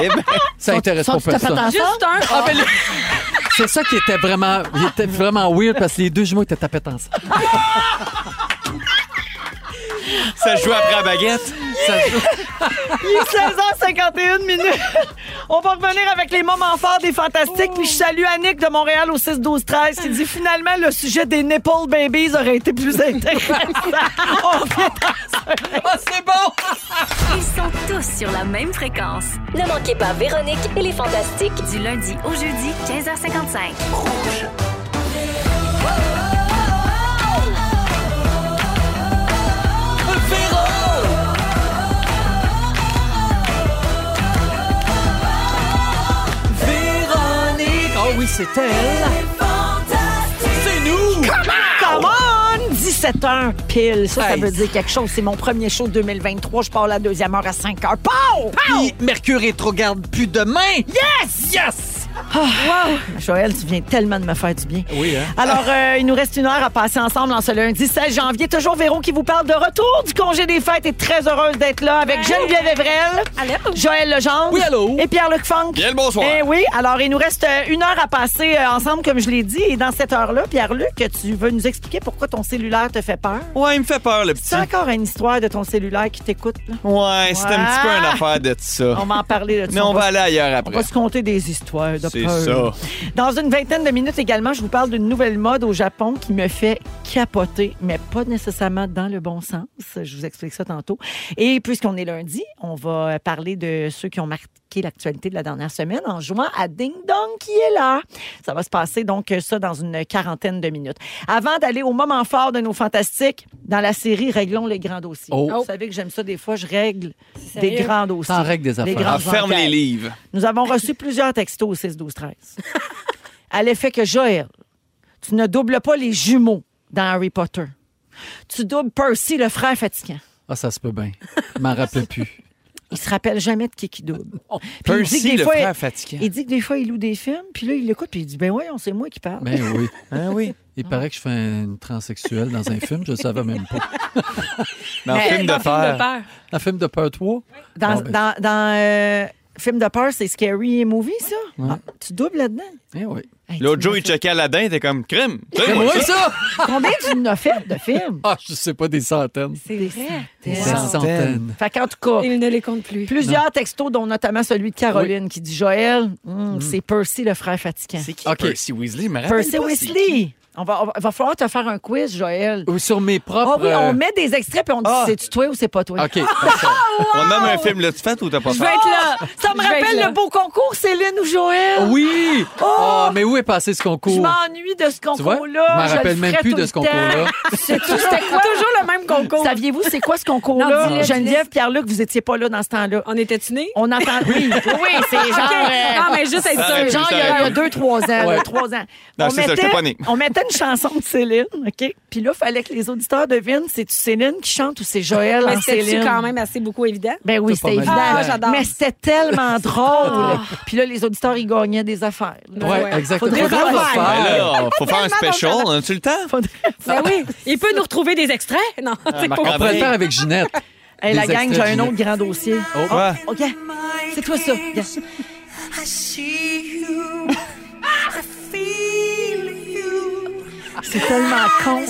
D: Eh ben,
B: Ça intéresse pas
A: Sont-
D: Eh
A: sont- t'as fait
B: personne.
A: attention?
C: Juste un.
B: Ah, ben, le- C'est ça qui était vraiment, il était vraiment weird parce que les deux jumeaux étaient tapés ensemble.
D: Ça joue après la baguette.
B: Ça se joue.
A: Il est 16h51 minutes. On va revenir avec les moments forts des fantastiques. Puis je salue Annick de Montréal au 6 12 13 qui dit finalement le sujet des nipple babies aurait été plus intéressant. On revient
E: Ils sont tous sur la même fréquence.
F: Ne manquez pas Véronique et les Fantastiques.
E: Du lundi au jeudi, 15h55.
B: Véronique! Oh oui, c'est elle! C'est nous!
A: Come on! 17h pile. Ça, ça
B: Hey.
A: veut dire quelque chose. C'est mon premier show de 2023. Je pars la deuxième heure à 5h. Pow!
B: Puis Mercure rétrograde plus demain!
A: Yes! Yes! wow! Ah, Joël, tu viens tellement de me faire du bien.
B: Oui, hein?
A: Alors, euh, il nous reste une heure à passer ensemble en ce lundi 16 janvier. Toujours Véro qui vous parle de retour du congé des fêtes et très heureuse d'être là avec Geneviève Evrel,
C: Allô?
A: Joël Legendre
B: Oui, allô?
A: et Pierre-Luc Funk.
D: Bien le bonsoir.
A: Eh oui, alors il nous reste euh, une heure à passer euh, ensemble, comme je l'ai dit. Et dans cette heure-là, Pierre-Luc, tu veux nous expliquer pourquoi ton cellulaire te fait peur?
D: Ouais, il me fait peur, le petit.
A: C'est encore une histoire de ton cellulaire qui t'écoute. là?
D: Ouais, c'est un petit peu une affaire de ça.
A: On va en parler de ça.
D: Mais on va aller ailleurs
A: On va
D: après.
A: se conter des histoires de
D: C'est
A: peur.
D: ça.
A: Dans une vingtaine de minutes également, je vous parle d'une nouvelle mode au Japon qui me fait capoter, mais pas nécessairement dans le bon sens. Je vous explique ça tantôt. Et puisqu'on est lundi, on va parler de ceux qui ont marqué l'actualité de la dernière semaine en jouant à Ding Dong qui est là. Ça va se passer donc ça dans une quarantaine de minutes. Avant d'aller au moment fort de nos fantastiques, dans la série Réglons les grands dossiers.
B: Oh.
A: Vous savez que j'aime ça des fois, je règle
C: C'est
A: des
C: sérieux?
A: grands dossiers.
B: Ça en règle des affaires.
A: grandes
D: On Ah, ferme
A: enquêtes.
D: les livres.
A: Nous avons reçu plusieurs textos au 6 12 13 à l'effet que Joël, tu ne doubles pas les jumeaux dans Harry Potter. Tu doubles Percy, le frère fatigant.
B: Ah, ça se peut bien. Je m'en rappelle plus.
A: Il se rappelle jamais de qui qui double. Puis il dit que
D: Percy,
A: des
D: le
A: fois,
D: frère
A: il-
D: fatigué.
A: Il dit que des fois, il loue des films, puis là, il l'écoute, puis il dit Ben voyons, c'est moi qui parle.
B: Ben oui.
D: Ah oui.
B: Il paraît que je fais une transsexuelle dans un film, je le savais même pas.
D: Euh, Dans
C: Eh,
D: le film de peur.
B: Un film de peur 3?
A: Dans,
B: Bon, ben,
A: dans, dans, euh, film de peur, c'est Scary Movie, ça.
B: Ouais.
A: Ah, tu doubles là-dedans.
B: Eh oui.
A: Hey,
D: L'autre
A: tu
D: jour,
A: n'as
D: il checkait Aladdin, il était comme crime. Tu sais,
B: Eh
D: moi,
B: oui,
D: ça.
B: ça!
A: Combien tu n'as fait de films?
B: Ah, je sais pas, des centaines.
A: C'est vrai.
B: Des
D: centaines.
B: centaines.
A: Fait qu'en tout cas,
C: Il ne les compte plus.
A: Plusieurs textos, dont notamment celui de Caroline, qui dit Joël, hum, c'est Percy le frère fatigant.
D: C'est qui
B: Ok.
D: Percy Weasley? Je me rappelle
A: Percy
D: pas, c'est qui.
A: Weasley. On va, on va- va falloir te faire un quiz, Joël.
B: Ou sur mes
A: Ah
B: propres.
A: oui, on met des extraits puis on dit
D: Ah.
A: c'est-tu toi ou c'est pas toi?
B: Euh. OK. parfait.
D: On nomme un film, l'as-tu fait ou t'as pas
C: Je vais
D: fait?
C: être là.
A: Ça me
C: Je vais être
A: rappelle
C: là.
A: le beau concours, Céline ou Joël.
B: Ah Oui!
A: Oh!
B: Ah, mais où est passé ce
A: Je
B: concours?
A: m'ennuie de ce
B: Tu vois?
A: concours-là.
B: je m'en
A: le
B: rappelle même
A: ferai
B: plus
A: tout
B: de
A: le
B: ce concours-là.
A: temps. C'est tout, c'était quoi?
C: Toujours le même concours.
A: Saviez-vous c'est quoi ce
C: Non,
A: concours-là?
C: dis-le,
A: Geneviève,
C: dis-le.
A: Pierre-Luc, vous étiez pas là dans ce temps-là.
C: On était tunés?
A: On entend. Oui, oui, c'est genre. euh,
C: Non, mais juste être
D: Ça aurait
C: sûr.
A: Genre,
D: pu
A: il y a, il y a deux, trois ans.
B: Ouais.
A: là, trois ans.
D: Non, c'est ça, j'étais pas né.
A: on mettait une chanson de Céline, OK? Puis là, il fallait que les auditeurs devinent c'est-tu Céline qui chante ou c'est Joël en
C: Mais
A: Céline?
C: c'était quand même assez beaucoup évident.
A: Ben oui,
B: C'est pas
A: c'était
B: mal
A: évident.
B: évident. Ah,
C: j'adore. Ah.
A: Mais c'était tellement drôle. Puis là, les auditeurs, ils gagnaient des affaires. là.
B: Ouais,
C: Ouais.
B: exactement.
A: Faudrait
B: Faudrait
A: le
B: le
A: faire.
D: Ben
B: faire.
D: là, faut faire un special. On a-tu le temps?
C: Ben oui. Il peut nous retrouver des extraits? Non, c'est
D: Marc-
B: On
C: pas
B: pourrait le faire avec Ginette.
A: Hey, la
B: Des
A: gang, j'ai
B: extraits
A: un
B: du-
A: autre grand dossier.
B: Oh.
D: Ouais.
A: OK, c'est toi ça. Regarde. C'est tellement con.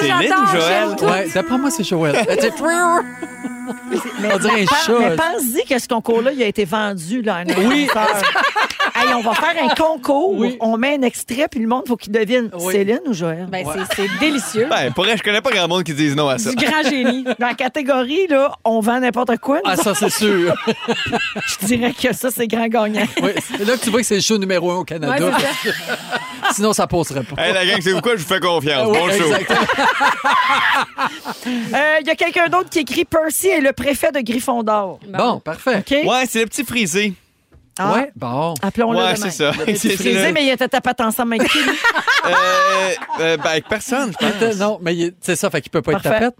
D: Céline ou Joël?
B: Ouais, d'après moi, c'est Joël. Euh, t'es- On dirait un
A: Mais
B: chat.
A: pense-y que ce concours-là, il a été vendu là, à un annonceur. Hey, on va faire un concours.
B: Oui.
A: On met un extrait, puis le monde, faut qu'il devine
B: Oui.
A: Céline ou Joël.
C: Ben, c'est- c'est délicieux.
D: Ben, pour vrai, je connais pas grand monde qui dise non à ça.
C: Du grand génie.
A: Dans la catégorie, là, on vend n'importe quoi.
B: Ah, ça, c'est sûr.
A: Je dirais que ça, c'est grand gagnant.
B: Oui, c'est Là que tu vois que c'est le show numéro un au Canada.
C: Ouais,
B: Sinon, ça passerait pas.
D: Hey, la gang, c'est pourquoi je vous fais confiance.
B: Ouais,
D: Bon show.
B: exactement.
A: Euh, Il y a quelqu'un d'autre qui écrit Percy est le préfet de Gryffondor.
B: Bon, parfait.
A: OK?
D: Ouais, c'est le petit frisé.
A: Ah,
B: Ouais, bon.
A: Appelons-le
D: Ouais,
A: demain.
D: c'est ça. C'est- c'est
A: Frisé,
D: le-
A: mais il était tapate ensemble avec qui? lui?
D: Euh, euh, ben, avec personne, je pense.
B: Attends, Ah, Non, mais il- c'est ça, fait qu'il peut pas être
A: Parfait.
B: tapette.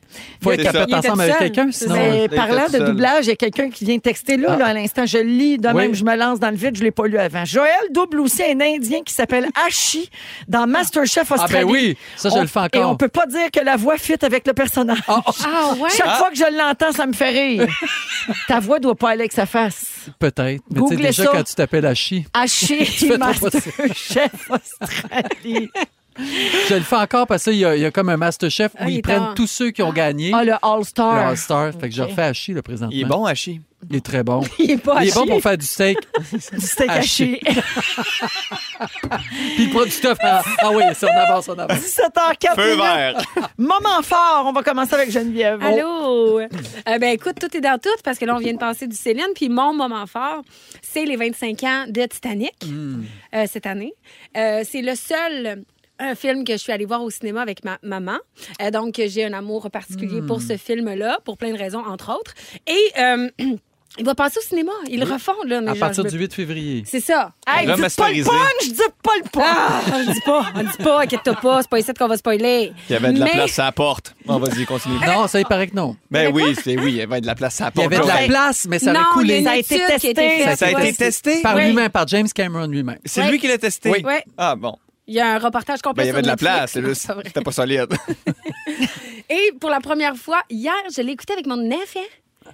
B: Faut être
D: Il était
B: tapette
C: seul.
B: ensemble
C: Il
B: avec
C: était
B: quelqu'un,
C: seul.
B: sinon.
A: Mais
D: ouais.
A: parlant
D: Il était
A: de
D: tout seul.
A: doublage, il y a quelqu'un qui vient texter là, là, à l'instant. Je lis de
B: Ah. Oui.
A: même, je me lance dans le vide, je ne l'ai pas lu avant. Joël double aussi un Indien qui s'appelle Hachi dans Masterchef
B: Ah
A: Australie.
B: ben oui, ça je
A: On-
B: le fais
A: Et on
B: encore. oh.
A: peut pas dire que la voix fit avec le personnage.
C: Ah ouais?
A: Chaque fois que je l'entends, ça me fait rire. Ta voix doit pas aller avec sa face. Chef.
B: Peut-être. Mais tu sais,
A: Googlez
B: déjà,
A: ça.
B: quand tu t'appelles Hachi,
A: Haché
B: fais trop pas ça.
A: Masterchef Australie.
B: je le fais encore parce qu'il y, a- il y a comme un Masterchef où
C: Ah, il
B: ils
C: est
B: prennent
C: en-
B: tous ceux qui ont gagné.
A: Ah, le All-Star.
B: le All-Star. Fait que je refais Hachi, le présentement.
D: Il est bon, Hachi.
B: Il est très bon.
A: Il est pas
B: Il est bon
A: haché.
B: pour faire du steak.
A: du steak
B: haché.
A: haché.
B: Puis le producteur fait Ah, ah oui, c'est en avance, on avance.
A: 17h04.
D: Feu vert.
A: Moment fort. On va commencer avec Geneviève.
C: Allô? Euh, ben écoute, tout est dans tout parce que là, on vient de passer du Céline. Puis mon moment fort, c'est les 25 ans de Titanic
D: Mm.
C: euh, cette année. Euh, c'est le seul. Un film que je suis allée voir au cinéma avec ma maman. Euh, donc, j'ai un amour particulier
D: Mm.
C: pour ce film-là, pour plein de raisons, entre autres. Et euh, il va passer au cinéma. Ils le refont, là. mais
B: À
C: genre,
B: partir
C: je me-
B: du 8 février.
C: C'est ça.
A: Hey, dites pas le
D: Remasterisé.
A: punch, dites pas le punch.
C: Ah, on le dit pas, on le dit pas, inquiète-toi pas, c'est pas ici qu'on va spoiler.
D: Il y avait de la
C: Mais-
D: place à la porte. On va y continuer.
C: Ah,
B: Non, ça, il paraît que non. ben,
D: Ben oui, c'est oui, il y avait de la place à la
B: Il y
D: porte.
B: avait de la
D: Joël.
B: place, mais ça avait
C: non,
B: coulé.
C: il y
A: Ça
C: a
A: a
C: une
A: été
C: étude qui a
A: testé.
C: été faite.
D: Ça a
C: ouais.
D: été testé?
B: Par
C: Oui.
B: lui-même, par James Cameron lui-même.
D: C'est
C: Oui.
D: lui qui l'a testé?
C: Oui. Oui.
D: Ah bon.
C: Il y a un reportage
D: Ben,
C: complet
D: il y avait de
C: sur
D: la
C: Netflix.
D: place. C'est juste,
C: Non, c'est
D: c'était pas solide.
C: vrai. Et pour la première fois, hier, je l'ai écouté avec mon nef, hein,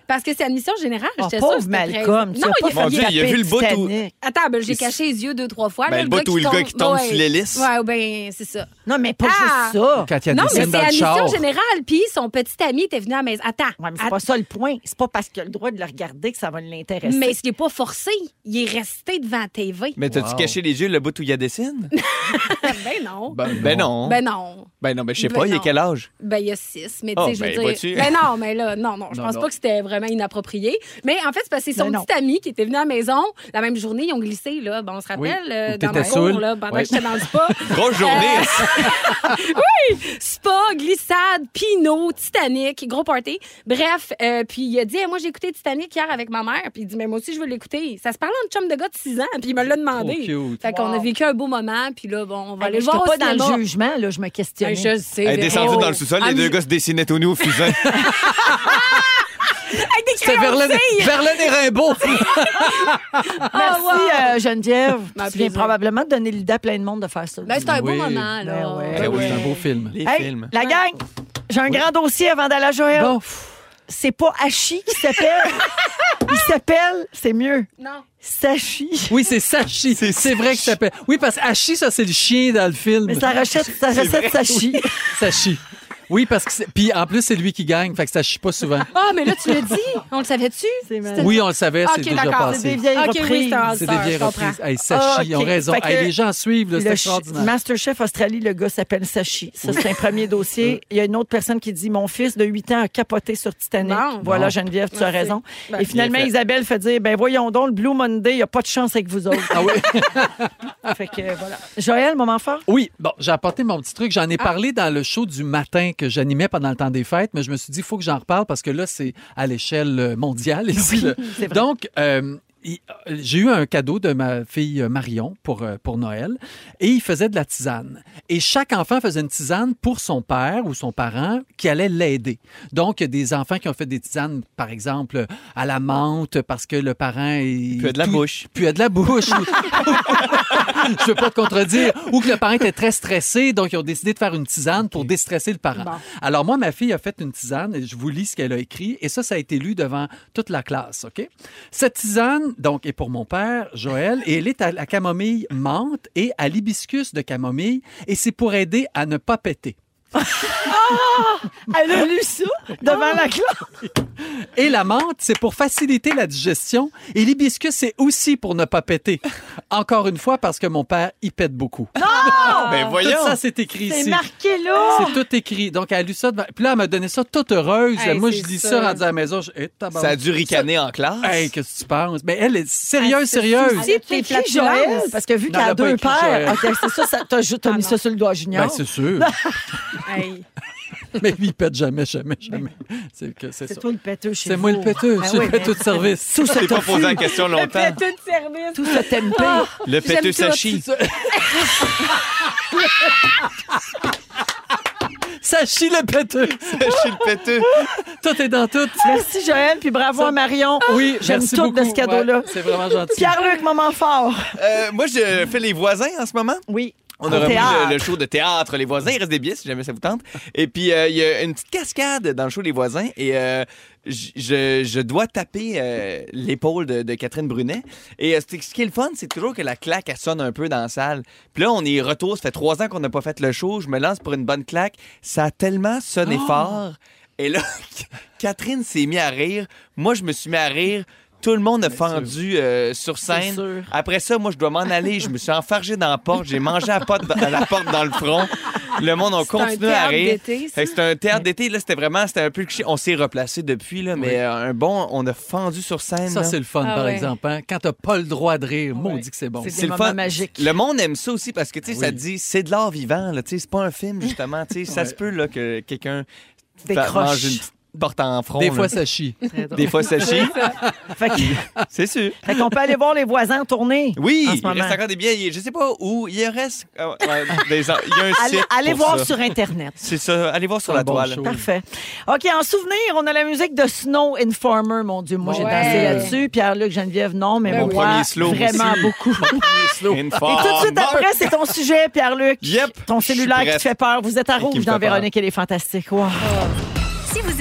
C: parce que c'est admission générale.
A: Oh,
C: J'étais sûre que
A: pauvre
C: c'était
A: Malcolm.
C: treize.
A: tu
C: Non,
A: as
C: il,
A: pas
D: Mon Dieu,
A: fait
D: il a vu le bout où-
A: Titanic.
C: Attends, ben, j'ai caché les yeux deux, trois fois.
D: Ben,
C: là,
D: le bout
C: gars
D: où
C: qui
D: le gars qui tombe
C: ouais.
D: sur l'hélice.
C: Ouais, ben, c'est ça.
A: Non, mais pas
C: Ah!
A: juste ça.
B: Quand il y a
C: non,
B: des
C: mais
B: scènes
C: c'est
B: dans le
C: admission
B: char.
C: générale. Puis son petit ami était venu à la maison. Attends.
A: Ouais, mais c'est
C: att-
A: pas ça le point. C'est pas parce qu'il a le droit de le regarder que ça va l'intéresser.
C: mais ce n'est pas forcé. Il est resté devant la TV.
D: Mais t'as-tu
B: Wow.
D: caché les yeux le bout où il y a des signes?
C: ben non.
D: Ben, ben non.
C: Ben non.
D: Ben non, ben je sais
C: Ben
D: pas, il y a
C: non.
D: quel âge?
C: Ben, il y a six, mais tu
D: Oh,
C: sais, je
D: ben,
C: veux
D: vois-tu?
C: dire. Ben non, mais là, non, non, je
B: Non,
C: pense
B: non.
C: pas que c'était vraiment inapproprié. Mais en fait, c'est parce que c'est son
A: Ben non.
C: petit ami qui était venu à la maison la même journée, ils ont glissé, là. Ben, on se rappelle,
B: Oui.
C: euh,
B: Ou
C: dans
B: t'étais
C: ma cour,
B: saoul.
C: là, pendant
B: Oui.
C: que j'étais dans le spa.
D: Grosse journée.
C: Spa, glissade, Pinot, Titanic, gros party. Bref, euh, puis il a dit, Eh, moi, j'ai écouté Titanic hier avec ma mère, puis il dit, mais moi aussi, je veux l'écouter. Ça se parlait entre chum de gars de 6 ans, puis il me l'a demandé.
D: Oh,
B: Trop cute.
C: Fait qu'on a vécu un beau moment, puis là, bon, on va
A: Ah, mais
C: aller le voir
A: j'étais
C: au
A: pas dans
C: cinéma.
A: le jugement, là, je me questionne.
C: Ben, je sais.
D: Elle est descendue
C: Véro.
D: dans le sous-sol,
C: Ah,
D: les deux
C: mais-
D: gars se dessinaient au nez au fusain.
C: Avec des
B: C'était
C: crayons de
B: Verlaine,
C: cire.
B: Verlaine et Rimbaud.
A: Merci, euh, Geneviève.
C: Ma
A: tu viens
C: plaisir.
A: probablement de donner l'idée à plein de monde de faire ça.
C: Ben, c'est un
B: Oui.
C: beau moment, là.
A: Ben ouais.
B: Ben oui, C'est un beau film.
D: Les
A: Hey,
D: films.
A: La gang, j'ai un grand dossier avant d'aller à Joël.
B: Bon,
A: C'est pas Hachi qui s'appelle. Il s'appelle, c'est mieux,
C: Non.
A: Sachi.
B: oui, c'est Sachi. C'est vrai que ça s'appelle. Oui, parce que Hachi, ça, c'est le chien dans le film.
A: Mais sa recette, sa recette Sachi.
B: Sachi. Oui, parce que. c'est- Puis en plus, c'est lui qui gagne. Fait que ça chie pas souvent.
C: Ah, mais là, tu le dis. On le savait-tu?
A: C'est malade.
B: Oui, on le savait,
C: Ok,
B: c'est déjà
C: d'accord,
A: Ah, C'est des
B: passé.
A: vieilles
C: Ok, oui,
A: reprises. Ah,
C: c'est un
B: C'est des
C: Sœur, je
B: vieilles
C: comprends.
B: reprises. Hey, Sachi, ils ont
A: Ok.
B: raison.
A: Fait que-
B: Hey, les gens suivent, là, c'est
A: Le ch-
B: extraordinaire.
A: Masterchef Australie, le gars s'appelle Sachi. Ça, c'est un premier dossier. Il y a une autre personne qui dit Mon fils de 8 ans a capoté sur Titanic.
C: Bon.
A: Voilà,
B: Bon.
A: Geneviève, tu as
C: Merci.
A: raison.
C: Ben,
A: Et finalement,
D: bien fait.
A: Isabelle fait dire Ben voyons donc, le Blue Monday, il n'y a pas de chance avec vous autres.
B: Ah oui?
A: fait que euh, voilà. Joël, moment fort.
B: Oui, bon, j'ai apporté mon petit truc.
A: Ah.
B: J'en ai parlé dans le show du matin que j'animais pendant le temps des fêtes, mais je me suis dit, il faut que j'en reparle parce que là, c'est à l'échelle euh, mondiale. ici, là.
A: c'est vrai.
B: Donc, euh, il- euh, j'ai eu un cadeau de ma fille euh, Marion pour, euh, pour Noël et il faisait de la tisane. Et chaque enfant faisait une tisane pour son père ou son parent qui allait l'aider. Donc, il y a des enfants qui ont fait des tisanes, par exemple, à la menthe parce que le parent... Il
D: puait de la
B: tout-
D: bouche.
B: puait de la bouche. je veux pas te contredire, ou que le parent était très stressé, donc ils ont décidé de faire une tisane pour déstresser le parent. Alors moi, ma fille a fait une tisane, et je vous lis ce qu'elle a écrit, et ça, ça a été lu devant toute la classe, OK? Cette tisane, donc, est pour mon père, Joël, et elle est à la camomille menthe et à l'hibiscus de camomille, et c'est pour aider à ne pas péter.
A: Elle a lu ça devant la classe.
B: Et la menthe, c'est pour faciliter la digestion. Et l'hibiscus, c'est aussi pour ne pas péter. Encore une fois, parce que mon père, il pète beaucoup.
D: Ben
B: Tout
D: voyons.
B: ça, c'est écrit
A: C'est
B: ici.
A: marqué là.
B: C'est tout écrit. Donc, elle a lu ça. devant- Puis là, elle m'a donné ça toute heureuse.
C: Hey,
B: Moi,
C: c'est
B: je dis
C: sûr.
B: ça rendu à la maison. Je... Eh, tabarnak.
D: Ça a dû ricaner en classe.
B: Hey, qu'est-ce que tu penses? Mais elle est sérieuse, sérieuse.
A: C'est
C: t'es
A: écrit
C: flatulence.
A: Joël, parce que vu
B: Non,
A: qu'elle
B: elle
A: a
B: a pas
A: deux
B: écrit
A: pères,
B: Joël.
A: OK, c'est ça, ça t'as juste t'as
C: Ah
A: mis
C: non.
A: ça sur le doigt junior.
B: Ben, c'est sûr.
C: Hey.
B: Mais lui, il pète jamais, jamais, jamais. C'est que c'est
A: c'est
B: ça.
A: toi le péteux chez
B: C'est moi le
A: vous.
B: péteux.
A: Ah
B: Je suis
A: oui,
B: le péteux de service. Tout
D: T'es pas posé la question longtemps.
C: tout de service.
A: Tout ce tempeh.
D: Le péteux
C: J'aime tout.
D: sachi.
B: Ça chie le péteux.
D: Sachi le péteux.
B: Tout est dans tout.
A: Merci Joël, puis bravo à Marion.
B: Oui,
A: J'aime
B: merci
A: tout
B: beaucoup.
A: de ce cadeau-là.
B: Ouais, c'est vraiment gentil.
A: Pierre-Luc, moment fort.
D: Euh, moi, je fais les voisins en ce moment.
A: Oui.
D: On aurait
A: théâtre.
D: vu le, le show de théâtre Les Voisins. Il reste des billets si jamais ça vous tente. Et puis, euh, il y a une petite cascade dans le show Les Voisins. Et euh, j- je, je dois taper euh, l'épaule de, de Catherine Brunet. Et euh, c'est- ce qui est le fun, c'est toujours que la claque, elle sonne un peu dans la salle. Puis là, on est retour. Ça fait trois ans qu'on n'a pas fait le show. Je me lance pour une bonne claque. Ça a tellement sonné fort. Et là, Catherine s'est mise à rire. Moi, je me suis mis à rire. Tout le monde a fendu euh, sur scène.
A: sûr.
D: Après ça, moi, je dois m'en aller. Je me suis enfargé dans la porte. J'ai mangé à, pote- à la porte dans le front. Le monde, on continue à
C: théâtre
D: rire.
C: d'été, ça.
D: Fait que C'était un théâtre d'été. Là, c'était vraiment, c'était un peu cliché. On s'est replacé depuis, là, mais euh, un bon, on a fendu sur scène.
B: Ça,
D: là.
B: c'est le fun,
C: Ah
B: par
C: ouais.
B: exemple. hein. Quand t'as pas le droit de rire, maudit que c'est bon.
A: C'est
D: C'est
A: des
D: le
A: moments
D: fun.
A: magiques.
D: Le monde aime ça aussi parce que, tu sais, ça
B: Oui.
D: dit, c'est de l'art vivant, là. Tu sais, c'est pas un film, justement. Tu sais, ça se peut, là, que quelqu'un fa-
A: Décroche.
D: mange une petite porte en front.
B: Des
D: là.
B: fois, ça chie.
D: Des fois, ça chie.
A: Fait que-
D: C'est sûr.
A: fait qu'on peut aller voir les voisins tourner.
D: Oui,
A: En ce
D: il
A: moment.
D: reste encore des billets. Il- Je sais pas où. Il reste. euh, euh, des en- il y a un site.
A: Allez, allez
D: pour
A: voir
D: ça.
A: sur Internet.
D: C'est ça. Allez voir sur
B: Un
D: la
B: bon
D: toile.
B: show.
A: Parfait. OK, en souvenir, on a la musique de Snow Informer, mon Dieu. Moi, j'ai
C: Ouais.
A: dansé là-dessus. Pierre-Luc, Geneviève, non, mais
C: Ben
A: mon
C: oui.
A: moi,
D: Premier slow
A: vraiment
D: aussi.
A: beaucoup.
D: Une
A: Et tout de suite
D: forme.
A: après, c'est ton sujet, Pierre-Luc.
D: Ah, Yep.
A: Ton
D: Je suis
A: cellulaire qui te
D: prête.
A: fait peur. Vous êtes à
D: Et qui me
A: rouge
D: fait
A: dans
D: peur.
A: Véronique, elle est fantastique. Wow.
E: Si vous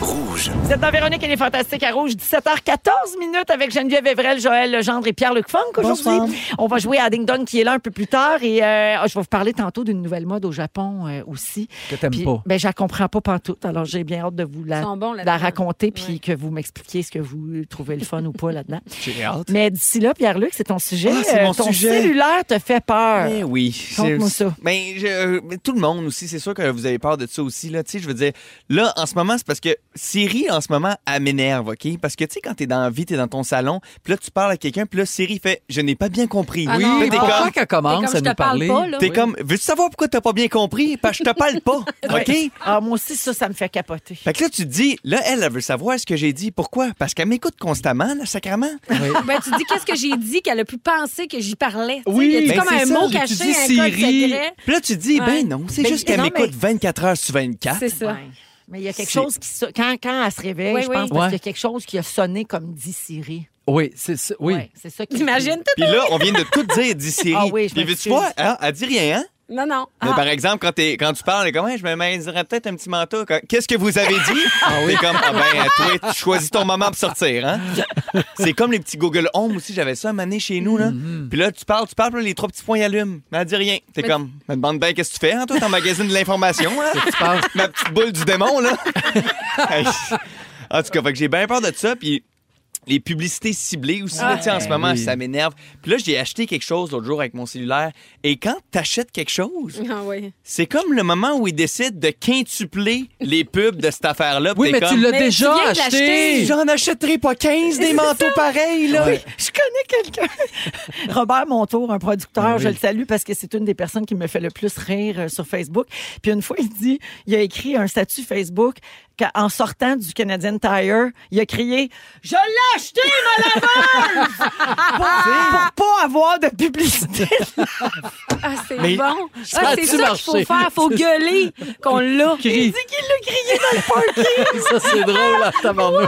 A: Vous êtes dans Véronique, elle est fantastique à rouge. 17h14 minutes avec Geneviève Evrel, Joël Legendre et Pierre-Luc Funk aujourd'hui. On va jouer à Ding Dong qui est là un peu plus tard et euh, je vais vous parler tantôt d'une nouvelle mode au Japon euh, aussi.
B: Que t'aimes
A: Puis,
B: pas.
A: Ben, je la comprends pas pantoute, alors j'ai bien hâte de vous la,
C: Ils sont bons là-dedans.
A: la raconter puis
C: Ouais.
A: que vous m'expliquiez ce que vous trouvez le fun ou pas là-dedans.
D: J'ai hâte.
A: Mais d'ici là, Pierre-Luc, c'est ton sujet. euh,
D: Ah, c'est mon
A: ton
D: sujet.
A: cellulaire te fait peur.
D: Eh oui.
A: Conte-nous
D: C'est-
A: ça.
D: Mais, je- euh, mais tout le monde aussi, c'est sûr que vous avez peur de ça aussi. Là, Tu sais, je veux dire, là, en ce moment, c'est parce que Siri, en ce moment, elle m'énerve, OK? Parce que, tu sais, quand t'es dans la vie, t'es dans ton salon, puis là, tu parles à quelqu'un, puis là, Siri fait « Je n'ai pas bien compris.
C: Ah
D: oui,
C: non,
D: t'es
C: mais
D: comme...
B: Pourquoi qu'elle
C: T'es
B: commence
C: comme,
B: à
C: je
B: nous
C: te parle
B: parler?
C: pas, là.
D: T'es comme, veux-tu savoir pourquoi t'as pas bien compris? Parce que je te parle pas, OK?
A: Ah, moi aussi, ça, ça me fait capoter.
D: Fait que là, tu te dis, là, elle, elle veut savoir ce que j'ai dit. Pourquoi? Parce qu'elle m'écoute constamment, là, sacrament.
C: Ben, tu dis qu'est-ce que j'ai dit qu'elle a pu penser que j'y parlais. Tu sais,
B: Oui.
C: y a-tu
D: Ben,
C: comme
D: c'est
C: un
D: ça,
C: mot
D: j'ai
C: caché,
B: dit
C: un code
B: Siri.
C: secret.
D: Puis là, tu te dis,
C: Ouais.
D: ben non, c'est
A: Ben,
D: juste qu'elle
A: non,
D: m'écoute
A: mais-
D: 24 heures sur 24.
C: C'est ça.
A: Ouais. Mais il y a quelque
D: C'est-
A: chose qui. so- Quand, quand elle se réveille,
C: Oui,
A: je
C: oui.
A: pense, parce
B: Ouais.
A: qu'il y a quelque chose qui a sonné comme dit Siri.
B: Oui, c'est ça. Oui.
A: Ouais, c'est ça qui.
C: T'imagines tout?
D: Puis là, on vient de tout dire, dit Siri.
A: Ah oui, je
D: Puis
A: m'excuse.
D: veux-tu voir? hein, Elle dit rien, hein?
C: Non, non.
D: Mais par exemple, quand, t'es- quand tu parles, elle est comme, Ouais, je me mènerais peut-être un petit manteau. Quand- Qu'est-ce que vous avez dit? T'es comme, ah ben, toi, tu choisis ton moment pour sortir. Hein? C'est comme les petits Google Home aussi. J'avais ça à maner chez nous. Là. Puis là, tu parles, tu parles, puis là, les trois petits points ils allument. Mais elle dit rien. T'es
C: Mais-
D: comme, me demande bien qu'est-ce que tu fais, hein, toi, ton magazine de l'information. Hein? Ma petite boule du démon, là. Hey. en tout cas, fait que j'ai bien peur de ça. Puis les publicités ciblées aussi, là, tu sais, en ce moment,
B: oui.
D: ça m'énerve. Puis là, j'ai acheté quelque chose l'autre jour avec mon cellulaire. Et quand t'achètes quelque chose,
C: Ah oui.
D: c'est comme le moment où ils décident de quintupler les pubs de cette affaire-là. puis
B: Oui,
D: t'es
B: mais
D: comme,
B: tu l'as
C: Mais tu
B: déjà
C: viens de
B: acheté.
C: l'acheter.
D: J'en achèterai pas 15 des manteaux pareils, là.
A: Je connais quelqu'un. Robert Montour, un producteur,
B: Oui.
A: je le salue parce que c'est une des personnes qui me fait le plus rire euh, sur Facebook. Puis une fois, il dit, il a écrit un statut Facebook qu'en sortant du Canadian Tire, il a crié « Je l'ai acheté, ma laveuse! pour, pour pas avoir de publicité.
C: Ah, c'est
D: Mais-
C: bon.
B: Ça
C: Ah,
B: a-tu
C: c'est ça qu'il faut
B: marché?
C: faire. Faut gueuler qu'on l'a.
B: Crie. Ça, c'est drôle, là, tabarnouche.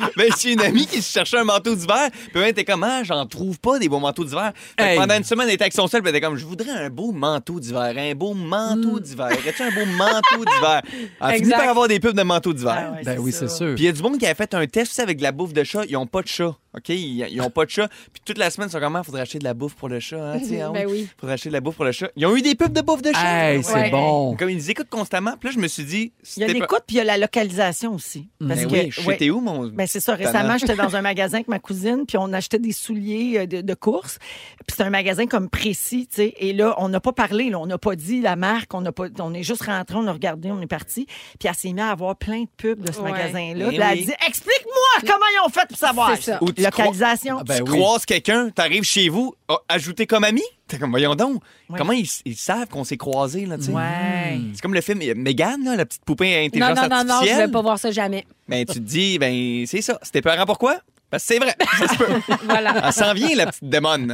B: Ah,
D: Ben, j'ai une amie qui se cherchait un manteau d'hiver. Puis elle était comme, ah, j'en trouve pas des beaux manteaux d'hiver. Fait que
B: Hey.
D: Pendant une semaine, elle était avec son seul. Puis elle était comme, je voudrais un beau manteau d'hiver. Un beau
B: Mm.
D: manteau d'hiver. Aurais-tu un beau manteau d'hiver? Elle finit
C: Exact.
D: par avoir des pubs de manteaux d'hiver.
B: Ben oui, c'est sûr.
D: Puis il y a du monde qui a fait un test tu sais, avec de la bouffe de chat. Ils ont pas de chat. OK? Ils, ils ont pas de chat. Puis toute la semaine, ils sont comme, Ah, faudrait acheter de la bouffe pour le chat. Hein, tu sais, hein,
C: Ben oui.
D: Faudrait acheter de la bouffe pour le chat. Ils ont eu des pubs de bouffe de chat.
B: Hey, c'est
C: Ouais.
B: bon.
D: Comme ils nous écoutent constamment. Puis là, je me suis dit,
A: Il y a
D: c'était pas-
A: l'écoute puis il y a la localisation aussi. Parce
D: Ben
A: que,
D: oui, je sais,
A: ouais.
D: t'es où, mon.
A: Ben, c'est ça.
D: Tannant.
A: Récemment, j'étais dans un magasin avec ma cousine, puis on achetait des souliers euh, de, de course. Puis c'est un magasin comme précis, tu sais. Et là, on n'a pas parlé, là, on n'a pas dit la marque, on n'a pas, on est juste rentré, on a regardé, on est parti. Puis elle s'est mise à avoir plein de pubs de ce
C: Ouais.
A: magasin-là.
D: Eh
A: Puis elle a
D: oui.
A: dit Explique-moi comment ils ont fait pour savoir.
C: C'est ça.
D: Ou tu
A: Localisation.
B: Ah, ben
D: tu
B: oui.
D: croises quelqu'un, t'arrives chez vous, oh, ajouté comme ami. T'es comme, voyons donc.
A: Ouais.
D: Comment ils, ils savent qu'on s'est croisés, là, tu sais?
A: Ouais.
D: C'est comme le film euh, Mégane, là, la petite poupée
C: Non,
D: intelligence
C: non, non, non, je
D: artificielle.
C: vais pas voir ça jamais.
D: Ben, tu te dis, ben, c'est ça. C'était peurant pourquoi? Parce que c'est vrai, ça se peut.
C: Voilà.
D: Elle s'en vient, la petite démon.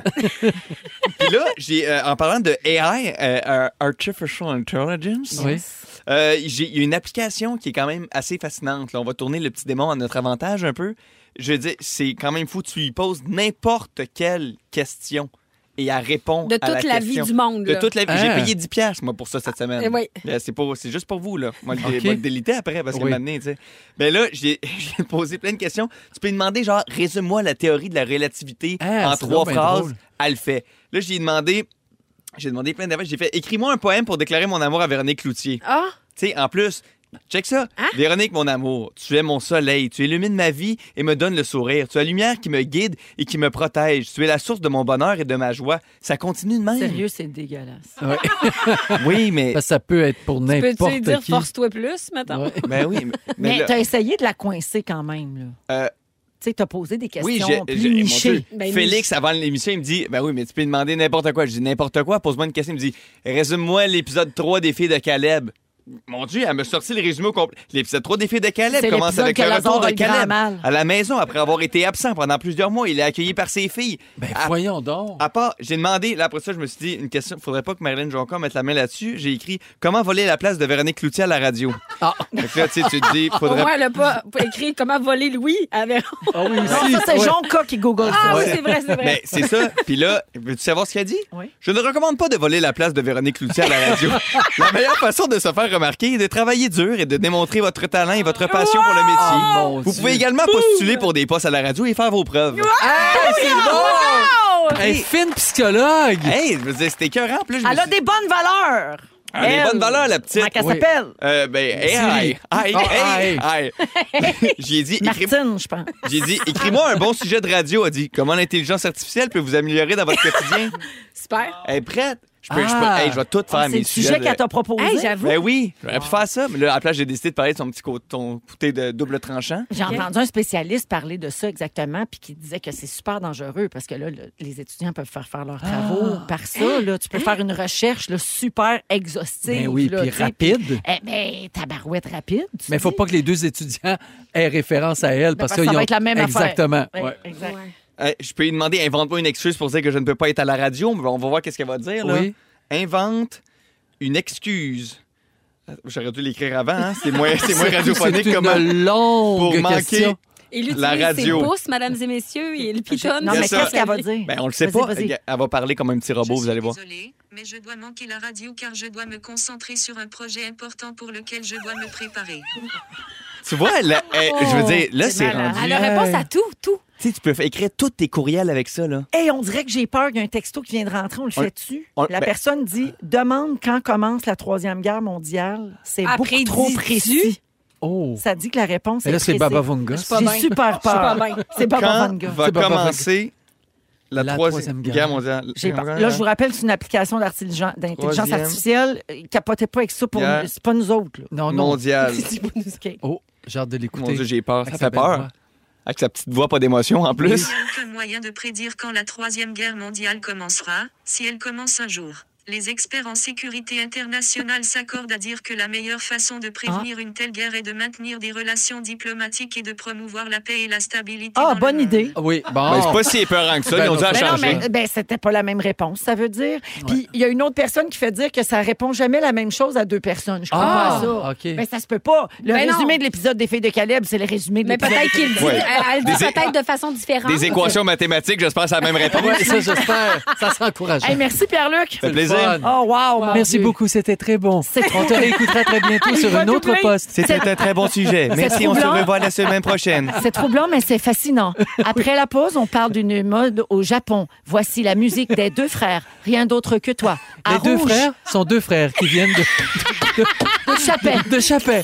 D: Puis là, j'ai, euh, en parlant de AI, euh, euh, Artificial Intelligence,
B: Oui.
D: Euh, j'ai- Il y a une application qui est quand même assez fascinante. là. On va tourner le petit démon à notre avantage un peu. Je veux dire, c'est quand même fou. Tu lui poses n'importe quelle question et elle répond
C: De
D: à la
C: toute la vie
D: question.
C: du monde.
D: De
C: là.
D: toute la vie.
B: Ah.
D: J'ai payé 10 piastres, moi, pour ça cette semaine.
C: Eh oui.
D: Euh, C'est pour- c'est juste pour vous, là. Moi, le,
B: Ok.
D: moi, le déliter après, parce que
B: Oui.
D: maintenant, tu sais. Mais là, j'ai j'ai posé plein de questions. Tu peux lui demander, genre, résume-moi la théorie de la relativité
B: Ah,
D: en
B: c'est
D: trois
B: donc ben
D: phrases.
B: drôle.
D: Elle le fait. Là, j'ai demandé... J'ai demandé plein d'avance. J'ai fait écris-moi un poème pour déclarer mon amour à Véronique Cloutier.
C: Ah,
D: Tu sais, en plus, check ça.
C: Hein?
D: Véronique, mon amour, tu es mon soleil, tu illumines ma vie et me donnes le sourire. Tu as la lumière qui me guide et qui me protège. Tu es la source de mon bonheur et de ma joie. Ça continue de même.
A: Sérieux, c'est dégueulasse.
B: Ouais.
D: Oui, mais.
B: Parce que Ben, ça peut être pour
C: peux-tu
B: n'importe
C: dire
B: qui.
C: force-toi plus, maintenant?
B: Ouais.
D: Ben oui, mais. mais
A: Mais
D: là-
A: t'as essayé de la coincer quand même, là.
D: Euh,
A: tu sais, t'as posé des questions
D: oui, j'ai-
A: plus
D: j'ai- mon Dieu,
A: nichées.
C: Ben,
D: Félix, avant l'émission, il me dit Ben oui, mais tu peux lui demander n'importe quoi. Je dis N'importe quoi, pose-moi une question. Il me dit Résume-moi l'épisode 3 des filles de Caleb. Mon Dieu, elle me sortit le résumé au complet. L'épisode 3 des filles de Caleb
A: C'est
D: commence
A: l'épisode
D: avec
A: que
D: le
A: Lazare
D: retour de
A: a le grand
D: Caleb.
A: mal.
D: À la maison, après avoir été absent pendant plusieurs mois, il est accueilli par ses filles.
B: Ben
D: À-
B: voyons donc.
D: À part, j'ai demandé, là après ça, je me suis dit, une question, faudrait pas que Marilyn Jonca mette la main là-dessus. J'ai écrit Comment voler la place de Véronique Cloutier à la radio
B: Ah.
D: Fait que là, tu sais, tu te dis,
C: Au
D: faudrait
C: moins, elle a pas écrit comment voler Louis à Véron.
B: Ah oui,
A: Non,
B: si.
A: ça, c'est
B: Ouais.
A: Jonca qui google
C: Ah
A: ça.
C: oui, c'est vrai, c'est vrai.
D: Mais Ben, c'est ça. Puis là, veux-tu savoir ce qu'elle dit?
A: Oui.
D: Je ne recommande pas de voler la place de Véronique Cloutier à la radio. la meilleure façon de se faire remarquer est de travailler dur et de démontrer votre talent et votre passion pour le métier.
B: Ah, mon
D: Vous
B: Dieu.
D: pouvez également postuler pour des postes à la radio et faire vos preuves.
A: Ah,
B: Hey, c'est bon!
C: Oh!
B: Ah, Hey, fine psychologue!
D: Hey, je veux dire, c'était écœurant. Puis là, je
A: Elle
D: me
A: a
D: suis dit,
A: des
D: Ah,
A: bonnes valeurs.
D: Elle a des
A: Elle.
D: bonnes valeurs, la petite.
A: Comment qu'elle
B: Oui.
A: s'appelle?
D: Euh, ben, hey,
B: Siri.
D: hey, hey,
A: Oh,
B: Ah,
D: hey, hey. J'ai dit, écris-
A: Martine, je pense.
D: j'ai dit, écris-moi un bon sujet de radio. Elle dit, comment l'intelligence artificielle peut vous améliorer dans votre quotidien?
C: Super.
D: Elle est prête. Je peux, je peux-
B: Ah.
D: hey, je vais tout faire
A: Ah, C'est
D: mes
A: le
D: sujets.
A: sujet
D: de-
A: qu'elle t'a proposé.
C: Hey, j'avoue.
D: Ben oui, j'aurais pu faire ça, mais là, à la place, j'ai décidé de parler de son petit coton pouté de double tranchant.
A: J'ai entendu un spécialiste parler de ça exactement, puis qui disait que c'est super dangereux parce que là, le- les étudiants peuvent faire faire leurs travaux
C: Ah.
A: par ça. Là,
C: Hein?
A: tu peux faire une recherche là, super exhaustive.
B: Ben oui,
A: là,
B: puis
A: tu sais,
B: rapide.
A: Eh ben, tabarouette rapide. tu
B: Mais il faut
A: dis.
B: pas que les deux étudiants aient référence à elle parce
A: Parce que
B: qu'ils
A: ça
B: ont...
A: va être la même
B: Exactement.
A: affaire.
B: ouais.
A: Ouais, exact.
D: Hey, Euh, je peux lui demander, invente-moi une excuse pour dire que je ne peux pas être à la radio, mais on va voir qu'est-ce qu'elle va dire. Là.
B: Oui.
D: Invente une excuse. Euh, J'aurais dû l'écrire avant, hein? c'est moins, c'est moins radiophonique
B: C'est
D: comme
B: une
D: pour
B: longue
D: manquer.
B: question.
C: Il utilise
D: La radio.
C: ses pouces, mesdames et messieurs, et il pitonne.
A: Non,
D: Il y a
A: mais
D: ça.
A: qu'est-ce qu'elle va dire?
D: Ben, on le sait
A: Vas-y,
D: pas.
A: vas-y.
D: Elle va parler comme un petit robot, Ah vous allez voir.
H: Désolé, mais je dois manquer la radio car je dois me concentrer sur un projet important pour lequel je dois me préparer.
D: Tu vois, là, eh, je veux dire, là,
A: c'est
D: c'est
A: malade.
D: rendu.
C: Elle a Ah, réponse à tout, tout.
D: Tu sais, tu peux faire- écrire tous tes courriels avec ça, là.
A: Hey, on dirait que j'ai peur d'un texto qui vient de rentrer. On le
D: On-
A: fait-tu?
D: on-
A: La
D: ben-
A: personne dit Demande quand commence la Troisième Guerre mondiale. C'est
C: Après,
A: beaucoup trop
C: dis-tu?
A: précis.
B: Oh!
A: Ça dit que la réponse
B: Mais là,
A: est.
B: c'est
A: précise.
B: Baba Vunga.
C: suis pas bien.
A: J'ai super
C: Je suis pas
A: peur.
C: bien.
A: C'est Baba
D: Quand
A: Vanga.
D: va
B: C'est Baba Vanga.
D: commencer la,
B: La
D: troisième
B: Troisième
D: guerre,
B: Guerre
D: mondiale?
A: J'ai peur. Là, je vous rappelle, c'est une application d'artigen- d'intelligence
D: Troisième.
A: artificielle. Euh, Capotez pas avec ça pour
D: Hier. Euh,
A: nous. C'est pas nous autres. là.
B: Non, non.
D: mondiale.
B: Oh, j'ai hâte de l'écouter.
D: Mon Dieu, j'ai peur. Ça
B: Avec
D: fait
B: sa belle
D: peur.
B: voix.
D: Avec sa petite voix, pas d'émotion en
H: Il
D: plus.
H: n'y a aucun moyen de prédire quand la Troisième Guerre mondiale commencera, si elle commence un jour. Les experts en sécurité internationale s'accordent à dire que la meilleure façon de
D: Ah.
H: prévenir une telle guerre est de maintenir des relations diplomatiques et de promouvoir la paix et la stabilité.
A: Ah,
H: dans le
A: bonne
H: monde.
A: idée.
C: euh,
B: Ah Oui, bon.
D: Ben, c'est pas si épeurant que ça.
B: Ben
D: Ils ont
B: non,
D: dû la
B: ben
A: Mais non,
D: changer.
A: mais ben, c'était pas la même réponse, ça veut dire. Puis il y a une autre personne qui fait dire que ça répond jamais la même chose à deux personnes. Je comprends
B: Ah,
A: ça.
B: OK.
A: Mais ça se peut pas. Le
C: Ben non.
A: résumé de l'épisode des filles de Caleb, c'est le résumé de
C: Mais
A: l'épisode.
C: peut-être qu'il dit.
D: Ouais.
C: Elle, elle dit
D: Des é-
C: peut-être de façon différente.
D: Des équations mathématiques, j'espère, c'est la même réponse.
B: Ouais, ça, j'espère. Ça sera encourageant.
A: Hey, merci Pierre-Luc.
D: fait plaisir.
B: Fun.
A: Oh wow, mon
B: Merci
A: Dieu.
B: beaucoup, c'était très bon.
A: C'est
B: On te réécoutera très bientôt sur un autre poste.
D: C'était un très bon sujet. Merci, on se
A: troublant.
D: revoit la semaine prochaine.
A: C'est troublant, mais c'est fascinant. Après la pause, on parle d'une mode au Japon. Voici la musique des deux frères. Rien d'autre que toi. À
B: Les deux
A: Rouge,
B: frères sont deux frères qui viennent de, de,
A: Chapelle.
B: de Chapet.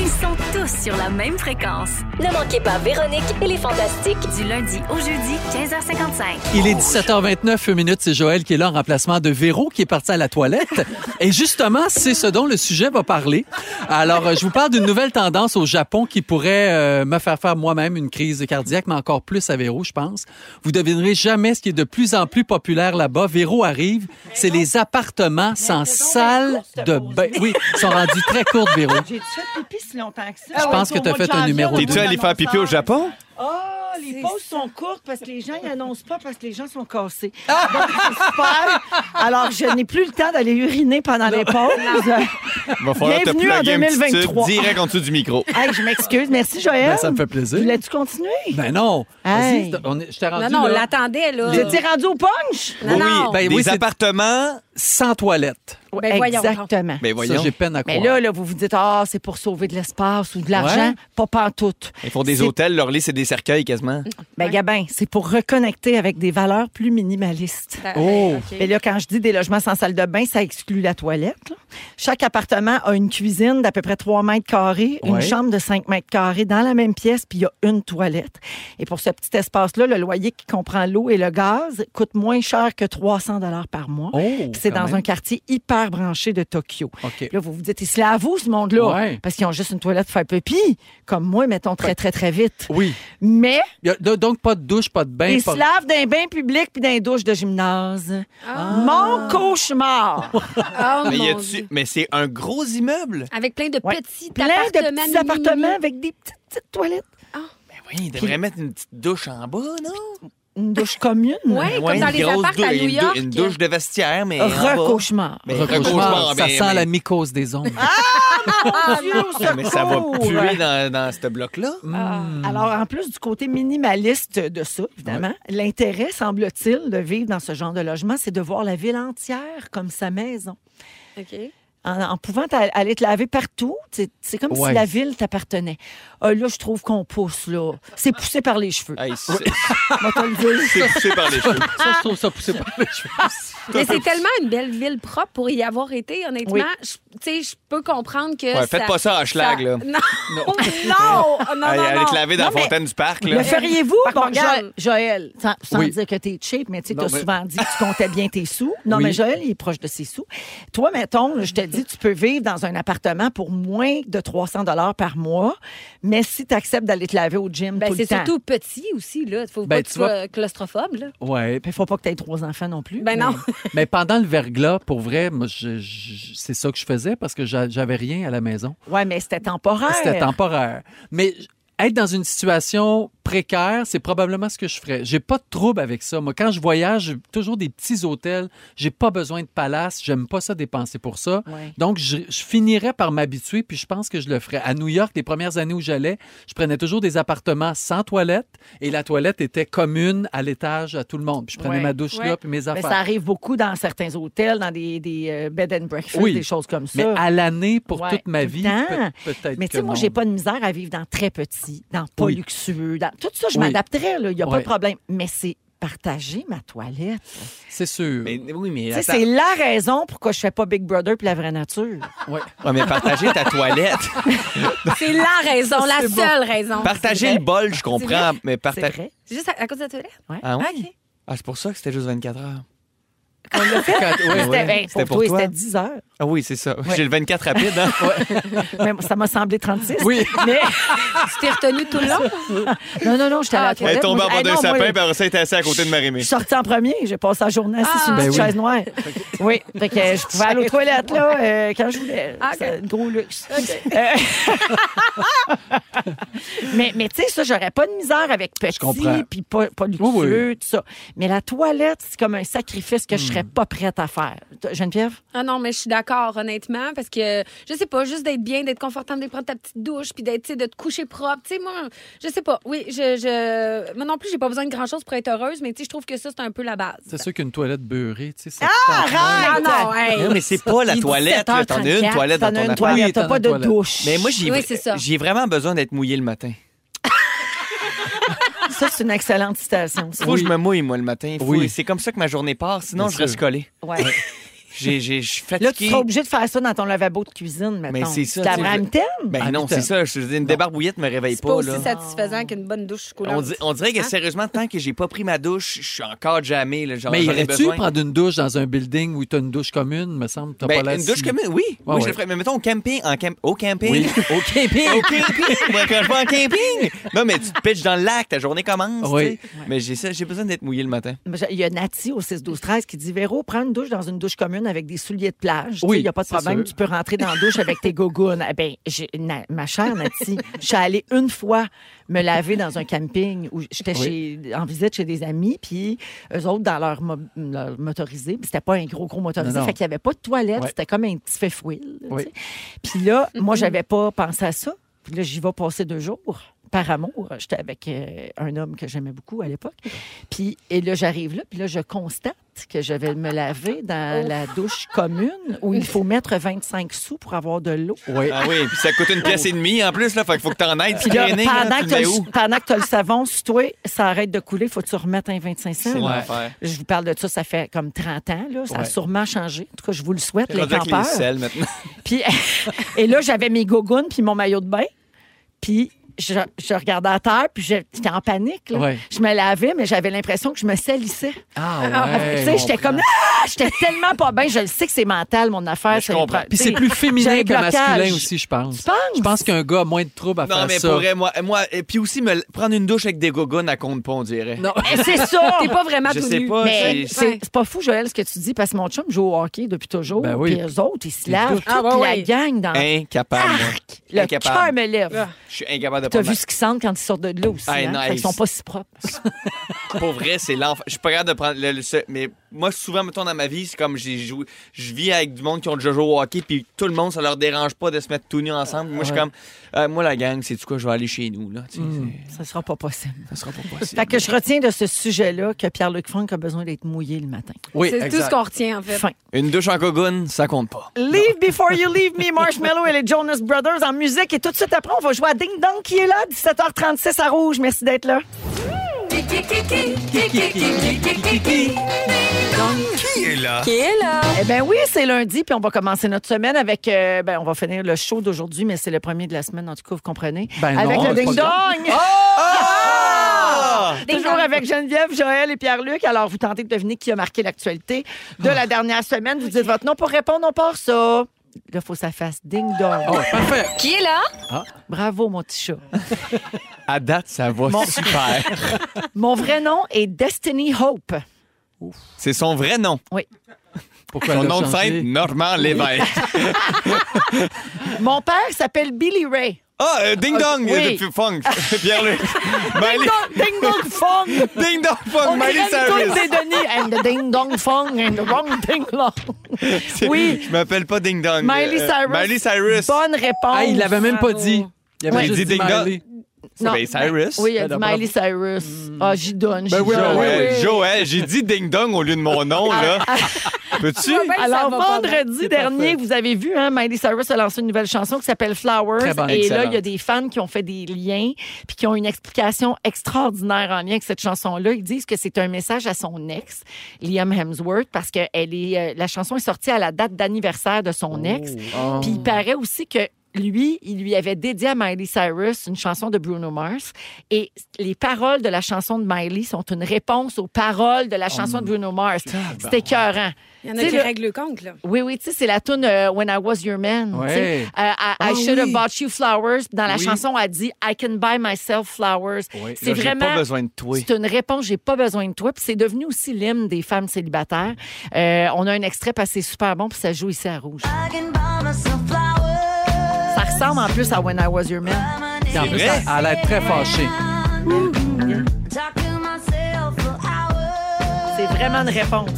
E: Ils sont tous sur la même fréquence.
F: Ne manquez pas Véronique et les Fantastiques.
E: Du lundi au jeudi, 15h55.
B: Il est 17h29 minutes, c'est Joël qui est là en remplacement de Véro qui est parti à la toilette. Et justement, c'est ce dont le sujet va parler. Alors, euh, je vous parle d'une nouvelle tendance au Japon qui pourrait euh, me faire faire moi-même une crise cardiaque, mais encore plus à Véro, je pense. Vous devinerez jamais ce qui est de plus en plus populaire là-bas. Véro arrive, c'est les appartements sans salle de bain. Oui, ils sont rendus très courtes, Véro.
A: J'ai-tu fait pipi si longtemps que ça? Ah
B: Je pense que t'as fait un numéro deux.
D: T'es-tu allé faire pipi au Japon?
A: Ah, les pauses sont courtes parce que les gens ils annoncent pas parce que les gens sont cassés. Donc, c'est super. Alors, je n'ai plus le temps d'aller uriner pendant les pauses.
D: Il va falloir te
A: Bienvenue en
D: plugger un petit tube
A: 2023.
D: direct en dessous du micro.
C: Ah,
A: Hey, je m'excuse. Merci, Joël.
B: Ben, ça me fait plaisir.
A: Voulais-tu continuer?
B: Ben non.
A: Eh? Hey.
B: Vas-y, on est- je t'ai rendu
C: Non, non, on
B: là,
C: l'attendait, là.
A: Vous étiez rendu au punch?
C: Non,
D: oui,
C: non.
B: ben
D: des
B: oui, c'est-
D: appartements.
B: sans toilette.
C: Ben, voyons donc.
A: Exactement.
D: Mais
B: Ça,
D: voyons,
B: j'ai peine à croire.
A: Mais là, là, vous vous dites, ah, c'est pour sauver de l'espace ou de l'argent.
B: Ouais.
A: Pas pantoute.
D: ils font des
A: C'est-
D: hôtels, leur lit, c'est des cercueils quasiment.
A: Ben, Gabin, c'est pour reconnecter avec des valeurs plus minimalistes.
B: Oh.
A: Mais là, quand je dis des logements sans salle de bain, ça exclut la toilette. là. Chaque appartement a une cuisine d'à peu près 3 mètres carrés, une
B: Ouais.
A: chambre de 5 mètres carrés dans la même pièce, puis il y a une toilette. Et pour ce petit espace-là, le loyer qui comprend l'eau et le gaz coûte moins cher que 300 dollars par mois.
B: Oh,
A: Puis c'est
B: quand
A: dans
B: même.
A: un quartier hyper branché de Tokyo.
B: OK.
A: Puis Là, vous vous dites, c'est à vous, ce monde-là.
B: Ouais.
A: Parce qu'ils ont juste une toilette pour faire pipi, comme moi, mettons, très, très, très vite.
B: Oui.
A: Mais
B: Il y a- do- donc, pas de douche, pas de bain.
A: ils
B: pas-
A: se lavent d'un bain public puis d'un douche de gymnase. Mon cauchemar!
C: Oh,
D: Mais, y
C: mon
D: a-tu-
C: Dieu.
D: mais c'est un gros immeuble.
C: Avec plein de
A: Ouais.
C: petits
A: Plein de
C: appartements.
A: petits
C: mini-mini.
A: appartements avec des petites, petites toilettes.
D: Oui, ils devraient mettre une petite douche en bas, non?
A: Une douche commune.
C: Ouais, comme dans
D: Ben une
C: les
D: grosse
C: appartements à
D: douche-
C: New
D: une, dou-
C: York.
D: une douche de vestiaire, mais. en bas.
A: Recauchemar.
D: Mais
B: Recauchemar,
D: recauchemar,
B: ça
D: mais-
B: sent
D: mais-
B: la mycose des ongles.
A: Dieu, au
D: Ah, Mais ça va
A: secours!
D: puer dans, dans ce bloc-là.
C: Ah,
A: Alors, en plus du côté minimaliste de ça, évidemment, l'intérêt, semble-t-il, de vivre dans ce genre de logement, c'est de voir la ville entière comme sa maison. Mm.
C: OK.
A: En, en pouvant t'a- aller te laver partout, c'est c'est comme si
B: Ouais.
A: la ville t'appartenait. Ah, là, je trouve qu'on pousse, là. C'est poussé par les cheveux.
D: Hey, c'est
A: Moi, t'as le dire.
D: c'est poussé par les cheveux.
B: Ça, je trouve ça poussé par les cheveux.
C: Mais c'est tellement une belle ville propre pour y avoir été, honnêtement.
A: Oui.
C: Je- Tu sais, je peux comprendre que.
D: Ouais, faites
C: ça-
D: pas ça à Schlag,
C: ça-
D: là.
C: Non, non, Oh, non, non.
D: Hey, allez te laver dans
A: Non,
D: la
A: mais-
D: fontaine du parc,
A: Le
D: là.
A: feriez-vous?
C: Marc
A: Bon,
C: Morgan.
A: Jo- Joël, sans, sans
B: Oui.
A: dire que t'es cheap, mais tu sais,
B: Non,
A: t'as
B: mais-
A: souvent dit que tu comptais bien tes sous. Non,
B: Oui.
A: mais Joël, il est proche de ses sous. Toi, mettons, là, je te dis, tu peux vivre dans un appartement pour moins de 300 dollars par mois, mais si tu acceptes d'aller te laver au gym
C: Ben,
A: tout le
C: c'est
A: temps,
C: surtout petit aussi, là. Faut
B: Ben,
C: pas que
B: tu
C: tu sois claustrophobe, là.
B: Ouais.
A: il faut pas que tu aies trois enfants non plus.
C: Ben non.
B: Mais pendant le verglas, pour vrai, moi, je- je- c'est ça que je faisais parce que j'a- j'avais rien à la maison.
A: Ouais, mais c'était temporaire.
B: C'était temporaire. Mais j- être dans une situation précaire, c'est probablement ce que je ferais. J'ai pas de trouble avec ça. Moi, quand je voyage, j'ai toujours des petits hôtels. J'ai pas besoin de palace. J'aime pas ça dépenser pour ça.
A: Ouais.
B: Donc, je, je finirais par m'habituer, puis je pense que je le ferais. À New York, les premières années où j'allais, je prenais toujours des appartements sans toilette, et la toilette était commune à l'étage à tout le monde. Puis je prenais
A: Ouais.
B: ma douche là,
C: Ouais.
B: puis mes
A: Mais
B: affaires.
A: ça arrive beaucoup dans certains hôtels, dans des, des euh, bed and breakfast,
B: Oui.
A: des choses comme ça.
B: Mais à l'année, pour
A: Ouais,
B: toute ma
A: tout le
B: vie,
A: temps.
B: peut- peut-être
A: Mais tu
B: que
A: sais, moi,
B: non.
A: j'ai pas de misère à vivre dans très petit, dans pas
B: Oui.
A: luxueux. Dans... Tout ça, je
B: Oui.
A: m'adapterais, là. Il n'y a pas
B: Ouais.
A: de problème. Mais c'est partager ma toilette.
B: C'est sûr.
D: Mais, oui, mais,
A: Tu sais,
D: attends.
A: c'est la raison pourquoi je fais pas Big Brother puis la vraie nature.
B: Ouais.
D: Ouais, mais partager ta toilette.
C: C'est la raison, la seule raison.
D: Partager le bol, je comprends, mais
A: C'est
D: partager.
A: vrai.
C: Juste à, à cause de la toilette?
D: Ah oui?
C: Ah, OK.
D: Ah, c'est pour ça que c'était juste 24 heures.
B: Quand- ouais.
A: C'était ben,
D: C'était
A: pour,
D: pour
A: toi,
D: toi.
A: c'était 10 heures.
D: Ah oui, c'est ça. J'ai le 24 rapide, hein?
A: Mais ça m'a semblé 36.
B: Oui.
A: Mais
C: Tu t'es retenu tout le long?
A: non, non, non, j'étais à
C: Ah,
A: la
C: ok.
D: Elle est
A: toilette.
D: tombée
A: Moi,
D: en
A: je-
D: bas
A: Hey,
D: d'un
A: non, moi,
D: sapin, puis elle s'est assise à côté de
A: Je
D: Marimé.
A: suis sortie en premier. J'ai passé la journée assise sur une
D: Ah,
B: Ben
A: petite
B: oui.
A: chaise noire. Oui. Fait que je pouvais aller aux toilettes, là, euh, quand je voulais.
C: Ah,
A: C'est un gros luxe. Euh, mais mais tu sais, ça, j'aurais pas de misère avec
B: comprends.
A: petit, puis pas, pas luxueux, tout ça. Mais la toilette, c'est comme un sacrifice que je serais
B: Hmm.
A: pas prête à faire. Toi, Geneviève?
C: Ah non, mais je suis d'accord, honnêtement, parce que je sais pas, juste d'être bien, d'être confortable, de prendre ta petite douche, puis d'être, tu sais, de te coucher propre. Tu sais, moi, je sais pas. Oui, je, je... moi non plus, j'ai pas besoin de grand-chose pour être heureuse, mais tu sais, je trouve que ça, c'est un peu la base.
B: C'est sûr qu'une toilette beurrée, tu sais, ça te tente.
C: Ah non, hey.
D: Non, mais c'est pas la
A: Il est
D: toilette. là. T'en as une
A: 17h34,
D: toilette dans
A: t'en as une
D: ton appart.
A: toilette,
B: Oui,
A: T'as
B: t'en as
A: pas
B: une
A: de
B: toilette.
A: douche.
D: Mais moi, j'ai
C: Oui, c'est ça.
D: j'ai vraiment besoin d'être mouillé le matin.
A: Ça, c'est une excellente citation. ça.
D: Faut que je me mouille, moi, le matin. Faut-
B: Oui.
D: C'est comme ça que ma journée part, sinon
B: Bien
D: je reste
B: sûr.
D: collé.
A: Ouais.
D: J'ai- j'ai- Je suis
A: Là, tu
D: fatigué.
A: seras obligé de faire ça dans ton lavabo de cuisine, mettons.
D: Mais c'est ça,
A: Tu
D: tu sais,
A: la
D: je-
A: mitaine?
D: Ben
B: Ah,
D: non, c'est ça. Je veux dire, une débarbouillette me réveille
C: C'est pas
D: pas,
C: aussi
D: là.
C: satisfaisant qu'une bonne douche coulante.
D: On, di- on dirait que sérieusement, tant que j'ai pas pris ma douche, je suis encore jamais. Là, genre,
B: Mais
D: j'aurais
B: irais-tu
D: besoin.
B: prendre une douche dans un building où tu as une douche commune, me semble? T'as
D: Ben,
B: pas l'air
D: une
B: si-
D: douche commune, oui. oui,
B: ouais.
D: je le ferais. Mais mettons au camping. En camp- au camping.
B: Oui. Au
D: au camping. Moi, quand je vais en camping. Non, mais tu te pitches dans le lac, ta journée commence.
B: Oui.
D: tu sais. Mais j'ai ça, j'ai besoin d'être mouillé le matin.
A: Mais j'ai- Il y a Nati au 6-12-13 qui dit Véro, prends une douche dans une douche commune avec des souliers de plage.
B: Oui,
A: Il n'y a pas de
B: c'est
A: problème.
B: sûr.
A: Tu peux rentrer dans la douche avec tes gougounes. Eh ben, j'ai- na- ma chère Nati, je suis allée une fois me laver dans un camping où j'étais chez- en visite chez des amis, puis eux autres, dans leur, mo- leur motorisé, puis c'était pas un gros, gros motorisé,
B: Non, non.
A: fait qu'il n'y avait pas de toilette,
B: Ouais.
A: c'était comme un petit fait fouille.
B: Oui.
A: Puis là, moi, j'avais pas pensé à ça. Puis là, j'y vais passer deux jours. Par amour, j'étais avec euh, un homme que j'aimais beaucoup à l'époque. Puis et là, j'arrive là, puis là, je constate que je vais me laver dans la douche commune où il faut mettre 25 sous pour avoir de l'eau.
B: Oui.
D: Ah oui, puis ça coûte une pièce et demie en plus, là. Fait qu'il faut que t'en ailles.
A: Puis là,
D: traîner, là,
A: pendant,
D: tu
A: que
D: le mets
A: t'as
D: où?
A: le- pendant que tu as le savon sur toi, ça arrête de couler, faut que tu remettes un 25 cents.
D: C'est
A: là.
D: l'enfer.
A: Je vous parle de ça, ça fait comme 30 ans. Là. Ça a
B: Ouais.
A: sûrement changé. En tout cas, je vous le souhaite,
D: On
A: les
D: dirait que les
A: campeurs.
D: selles, maintenant.
A: Puis, et là, j'avais mes gougounes puis mon maillot de bain. Puis, je, je regardais à terre, puis je- j'étais en panique. là.
B: Ouais.
A: Je me lavais, mais j'avais l'impression que je me salissais.
B: Ah
A: tu sais, j'étais comme... Ah! J'étais tellement pas bien. Je le sais que c'est mental, mon affaire.
D: Mais je
A: c'est-
D: comprends.
B: Puis c'est
A: tu
B: plus féminin
A: J'avais
B: que
A: blocage.
B: masculin aussi, je pense.
A: Tu penses?
B: Je pense qu'un gars a moins de troubles à
D: Non,
B: faire
D: mais
B: ça.
D: pour vrai, moi, moi, et puis aussi, me l- prendre une douche avec des gogones à compte pas, on dirait.
B: Non.
C: Eh,
A: sais. C'est ça!
C: T'es pas vraiment
D: je
C: tout
D: sais
C: nu.
D: pas.
A: Mais
D: j'ai-
A: c'est c'est pas fou, Joël, ce que tu dis, parce que mon chum joue au hockey depuis toujours.
B: Ben oui.
A: Puis eux autres, ils se
B: Ils
A: lavent.
B: doutent.
A: Toute
C: Ah, ben
A: la
C: oui.
A: gang dans
D: Incapable. moi.
A: le
D: incapable.
A: cœur me lève.
D: Je suis incapable de
A: T'as
D: prendre
A: vu ce qu'ils sentent quand ils sortent de là aussi.
D: Hey,
A: hein?
D: nice.
A: Fait qu'ils sont pas si propres.
D: ma- Pour vrai, c'est l'enfer. Je suis pas capable de prendre le, le- ce- Mais moi, souvent, mettons, dans ma vie, c'est comme j'ai joué. Je vis avec du monde qui ont déjà joué au hockey, puis tout le monde, ça leur dérange pas de se mettre tout nu ensemble. Moi, je suis comme. euh, moi, la gang, c'est du quoi, je vais aller chez nous, là. tu sais,
B: Mm.
A: Ça sera pas possible.
D: c'est- Ça sera pas possible.
A: Fait que je retiens de ce sujet-là que Pierre-Luc Franck a besoin d'être mouillé le matin.
B: Oui,
C: C'est tout ce
B: exact.
C: qu'on retient, en fait.
A: Fin.
D: Une douche en cogoune, ça compte pas.
A: Leave Before You Leave Me, Marshmallow et les Jonas Brothers en musique. Et tout de suite après, on va jouer à Ding Dong qui est là, 17h36 à Rouge. Merci d'être là.
G: Qui est là?
A: Eh bien oui, c'est lundi, puis on va commencer notre semaine avec... euh, ben, on va finir le show d'aujourd'hui, mais c'est le premier de la semaine, en tout cas, vous comprenez?
B: Ben non,
A: avec le
B: c'est
A: Ding Dong! Ah!
B: pas
A: Oh!
D: Ah!
A: Toujours avec Geneviève, Joël et Pierre-Luc. Alors, vous tentez de deviner qui a marqué l'actualité de la dernière semaine. Vous dites votre nom pour répondre, on part ça. Là, faut que ça fasse ding-dong.
B: Oh, parfait.
F: Qui est là?
A: Bravo, mon petit chat.
D: À date, ça va super.
A: Mon vrai nom est Destiny Hope.
D: C'est son vrai nom.
B: Pourquoi
D: Son
B: elle a
D: nom de
B: changé?
D: scène, Normand Lévesque.
A: Mon père s'appelle Billy Ray.
D: Ah, euh, Ding Dong,
A: oui.
D: euh, de Funk. Pierre-Luc. Miley-
A: Ding-dong fong!
D: Ding Dong Funk,
A: On
D: Miley
A: dirait le
D: Cyrus.
A: tout des Denis. And the ding-dong fong and the wrong ding-long. Oui.
D: Je m'appelle pas Ding Dong.
A: Miley
D: Euh,
A: Cyrus.
D: Miley Cyrus.
A: Bonne réponse.
B: Ah, il l'avait même pas dit. Il avait
D: Ouais.
B: juste
D: Il dit
B: dit
D: Ding Dong.
B: Miley.
A: Non.
D: Miley Cyrus.
A: Oui, il a
B: Ben,
A: dit
B: bravo.
A: Miley Cyrus. Ah, j'y donne. j'y
B: Hmm. Ben oui,
A: donne.
D: Joël,
A: Oui. Ah,
D: Joël, j'ai dit Ding Dong au lieu de mon nom, là. Peux-tu?
C: Ben, ça
A: Alors,
C: va pas bien.
A: vendredi dernier, vous avez vu, hein, Miley Cyrus a lancé une nouvelle chanson qui s'appelle Flowers.
B: Très bonne,
A: et là,
D: excellente.
A: il y a des fans qui ont fait des liens puis qui ont une explication extraordinaire en lien avec cette chanson-là. Ils disent que c'est un message à son ex, Liam Hemsworth, parce que elle est, euh, la chanson est sortie à la date d'anniversaire de
B: Oh,
A: son ex. Puis il paraît aussi que lui, il lui avait dédié à Miley Cyrus une chanson de Bruno Mars. Et les paroles de la chanson de Miley sont une réponse aux paroles de
B: Oh
A: la chanson de Bruno Mars. C'était écœurant.
C: Il y en a
A: Tu sais,
C: qui
A: le-
C: règlent le compte, là.
A: oui, oui, tu sais, c'est la tune euh, When I Was Your Man. tu sais.
B: Ouais.
A: Euh, I,
D: Ah
A: I should have bought you flowers. Dans la
B: Oui.
A: chanson, elle dit I can buy myself flowers.
B: Oui.
A: C'est
D: Là, j'ai
A: vraiment.
D: pas besoin de toi.
A: C'est une réponse, j'ai pas besoin de toi. Puis c'est devenu aussi l'hymne des femmes célibataires. Euh, on a un extrait parce que c'est super bon, puis ça joue ici à rouge. Ça ressemble en plus à When I Was Your Man.
B: Puis en plus,
D: vrai?
B: elle elle a l'air très fâchée.
A: C'est vraiment une réponse.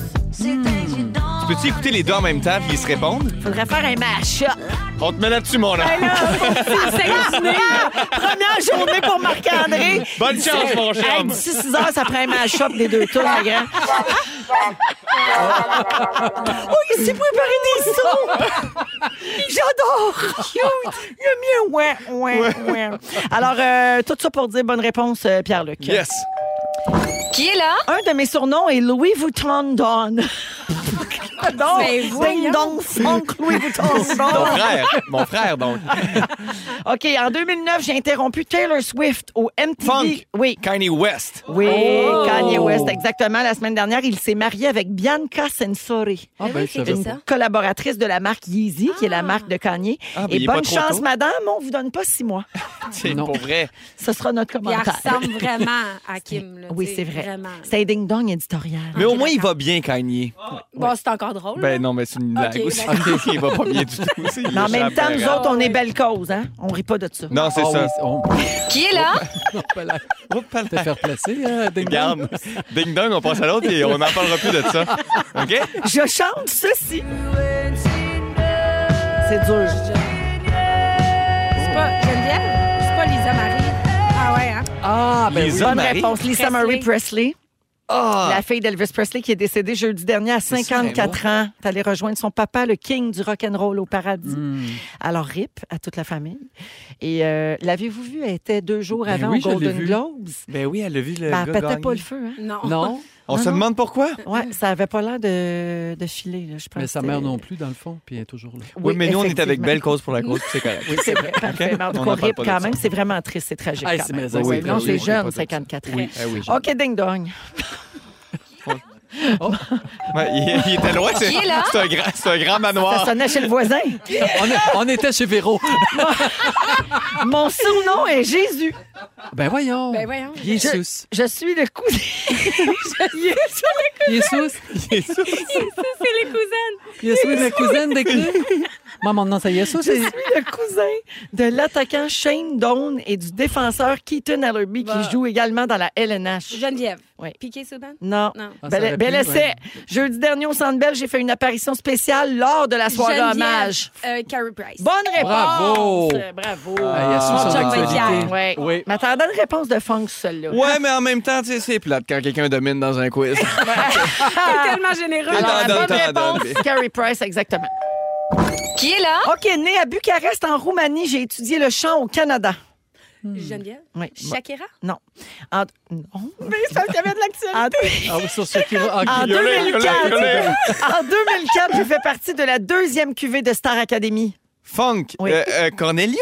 D: Peux-tu écouter les deux en même temps puis ils se répondent?
A: Faudrait faire un match.
D: On te met là-dessus, mon homme.
A: Première journée pour Marc-André.
D: Bonne chance, mon
A: Hey,
D: chum.
A: D'ici 6 heures, ça prend un mash-up des deux tours, la grand. oh, il s'est préparé des sons! J'adore! Cute! Il a mis un ouin, ouin, ouin. Alors, euh, tout ça pour dire bonne réponse, euh, Pierre-Luc.
D: Yes.
F: Qui est là?
A: Un de mes surnoms est Louis Vuitton Don. Donc,
C: Ben, voyons.
A: Ding Dong Funk Louis Vuitton
D: Mon
A: Don.
D: frère. Mon frère, donc.
A: OK, en 2009, j'ai interrompu Taylor Swift au MTV.
D: Funk.
A: Oui.
D: Kanye West.
A: Oui, Kanye West, exactement. La semaine dernière, il s'est marié avec Bianca Sensori.
B: Ah, ben, je savais
A: une
B: pas.
A: collaboratrice de la marque Yeezy, qui est la marque de Kanye.
D: Ah, ben,
A: Et
D: il est pas
A: bonne
D: trop
A: chance,
D: tôt.
A: madame, on vous donne pas six mois.
D: C'est
B: Non.
D: pour vrai.
A: Ce sera notre
C: Puis elle
A: commentaire.
C: ressemble vraiment à Kim. là,
A: oui,
C: tu sais,
A: c'est vrai.
C: Vraiment.
A: C'est un ding-dong éditorial.
D: Mais au moins, il va bien, Kanye.
A: Oh.
C: Bon, c'est encore drôle. là.
D: Ben non, mais c'est une blague
C: Ok,
D: aussi.
C: d'accord.
D: il va pas bien du tout. aussi. Il
A: Mais en même
D: échappe
A: temps,
D: à-
A: nous autres, on est belle cause, hein? On rit pas de ça.
D: Non, c'est
B: Ah
D: ça.
B: oui, on
F: Qui est là?
B: peut la-
D: Oups, pas
B: te
D: là.
B: faire placer, euh, Ding Dong.
D: Regarde, ding dong, on passe à l'autre et on n'en parlera plus de ça. OK?
A: Je chante ceci. C'est dur.
C: C'est pas Geneviève? C'est pas Lisa Marie? Ah ouais, hein?
B: Ah, ben oui.
D: Lisa
A: Bonne
D: Marie.
A: réponse, Lisa
C: Presley.
A: Marie Presley,
D: Ah!
A: la fille d'Elvis Presley qui est décédée jeudi dernier à
D: C'est Ben sûr,
A: 54 ans. Elle allée rejoindre son papa, le king du rock'n'roll au paradis.
D: Hmm.
A: Alors, rip à toute la famille. Et euh, l'avez-vous vu? Elle était deux jours
B: Ben
A: avant
B: oui, je
A: aux
B: l'ai
A: Golden
B: vu.
A: Globes.
D: Ben oui, elle a vu le
A: Ben,
D: gars
A: elle pétait
D: gagner.
A: pas le feu, hein?
C: Non.
B: Non,
D: On
A: Non,
D: se
A: non.
D: demande pourquoi?
A: Ouais, ça avait pas l'air de, de filer, là, je pense.
B: mais sa mère
A: que-
B: non plus, dans le fond, puis elle est toujours là.
D: Oui, mais nous, on est avec
A: effectivement.
D: Belle Cause pour la cause, puis c'est correct.
A: Oui, c'est vrai, parfait. Mais en tout
D: On
A: cas,
D: en parle
A: rip
D: pas de
A: quand
D: ça.
A: même, c'est vraiment triste, c'est tragique.
B: Ah,
A: quand
B: c'est
A: même.
B: mais-
D: oui,
A: Oui, non,
D: oui,
A: c'est
D: oui, on
A: jeune,
D: peut pas dire
A: 54 ans.
D: Eh oui, je-
A: OK, ding-dong.
D: Ouais, il, il était loin, c'est
F: Qui est là?
D: c'est un, grand- c'est un grand
A: Ça
D: manoir.
A: sonnait chez le voisin.
B: On, est- on était chez Véro.
A: Mon surnom est Jésus.
B: Ben voyons.
C: Ben voyons.
B: Jésus.
A: Je suis le coup.
B: Jésus.
C: C'est les cousines.
B: Jésus, la cousine de qui? Moi, mon nom, c'est Jésus.
A: Je suis le cousin de l'attaquant Shane Doan et du défenseur Keaton Allerby
C: Bah.
A: qui joue également dans la LNH.
C: Geneviève.
A: Ouais.
C: Piqué Soudan?
A: Non.
C: Non.
B: Ah, ça
A: Bel,
B: aurait
A: bel
B: pu,
A: essai.
B: ouais.
A: Jeudi dernier au Centre Bell, j'ai fait une apparition spéciale lors de la soirée
C: Geneviève,
A: hommage.
C: euh, Carrie Price.
A: Bonne
B: Bravo.
A: réponse. Euh, Bravo.
B: Ah, il a su
C: Mon
B: son
C: chum
B: actualité.
C: Jean-Pierre.
A: Ouais.
B: Oui.
A: M'attendais une réponse de funk, celle-là.
D: Ouais, mais en même temps, tu sais, c'est plate quand quelqu'un domine dans un quiz.
C: T'es tellement généreux.
D: T'en
A: Alors, la
D: donnes,
A: bonne
D: t'en donnes.
A: réponse, Carrie Price, exactement.
F: Qui est là?
A: OK, né à Bucarest, en Roumanie, j'ai étudié le chant au Canada.
C: Hmm. Geneviève?
A: Oui.
C: Shakira?
A: Non. En... Non. Mais ça, qu'il y avait de l'actualité.
B: Ah oui, sur ce qui va.
A: En,
B: Ah,
D: Yolé, yolé,
A: 2004,
D: yolé.
A: en
D: Ah,
A: 2004, j'ai fait partie de la deuxième cuvée de Star Academy.
D: Funk,
A: Oui.
D: euh, euh, Cornelio?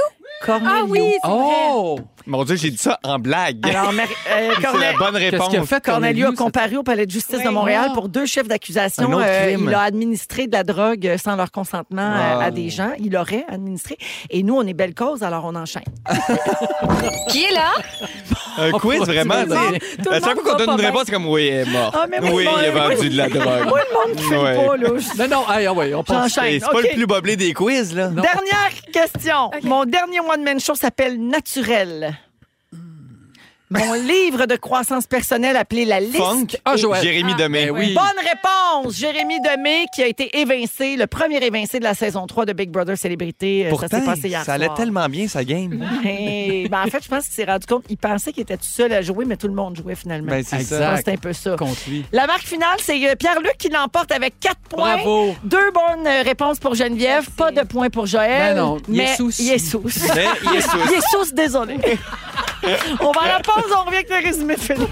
A: Cornelio.
C: Ah oui, c'est vrai.
B: Oh!
D: Mon Dieu, j'ai dit ça en blague.
A: Alors, Mar- euh,
D: c'est
A: Corne-
D: la bonne
B: Qu'est-ce
D: réponse.
B: qu'il a fait?
A: Cornelio a
B: Cornelius?
A: comparé au palais de justice de
C: Oui.
A: Montréal
B: Ah.
A: pour deux chefs
D: Un
A: d'accusation.
D: autre
A: Euh,
D: crime. Ah.
A: il a administré de la drogue euh, sans leur consentement euh,
D: Wow.
A: à des gens. Il aurait administré. Et nous, on est belle cause, alors on enchaîne.
F: Qui est là?
D: Un quiz,
B: Oh,
D: vraiment.
B: tout le monde-
D: tu sais.
C: tout le
D: À chaque fois
C: monde
D: qu'on
C: va
D: donne
C: pas
D: une
C: bien.
D: réponse, c'est comme oui, il est mort.
A: Ah, mais moi,
D: oui,
A: moi,
D: il a
A: moi,
D: vendu de la drogue.
A: Moi, le monde qui filme
D: Ouais.
A: pas, là. je-
B: Non, non, ah, ah ouais, on pense.
D: Et
A: J'enchaîne.
D: C'est pas
A: OK.
D: le plus boblé des quiz, là.
B: Non.
A: Dernière question. Mon dernier one-man show s'appelle Naturel.
D: Hmm.
A: Mon livre de croissance personnelle appelé La liste.
D: Funk,
B: Ah, Joël.
D: Jérémy Demé.
B: Ben oui.
A: Bonne réponse, Jérémy Demé, qui a été évincé, le premier évincé de la saison 3 de Big Brother Célébrité. Euh, ça
D: Pourtant,
A: s'est passé hier
D: ça allait
A: soir.
D: tellement bien, sa game.
A: Hey, ben, en fait, je pense qu'il s'est rendu compte, il pensait qu'il était tout seul à jouer, mais tout le monde jouait finalement.
D: Ben, c'est
A: Je pense
D: ça.
A: que
B: Exact.
A: c'est un peu ça.
B: Contre lui.
A: La marque finale, c'est euh, Pierre-Luc qui l'emporte avec 4 points.
B: Bravo.
A: Deux bonnes euh, réponses pour Geneviève, pas de points pour Joël.
B: Ben non,
A: mais
B: Yessous.
A: Yessous.
D: Mais il est sous.
A: Yessous, désolé. on va à la pause, on revient avec le résumé de Félix.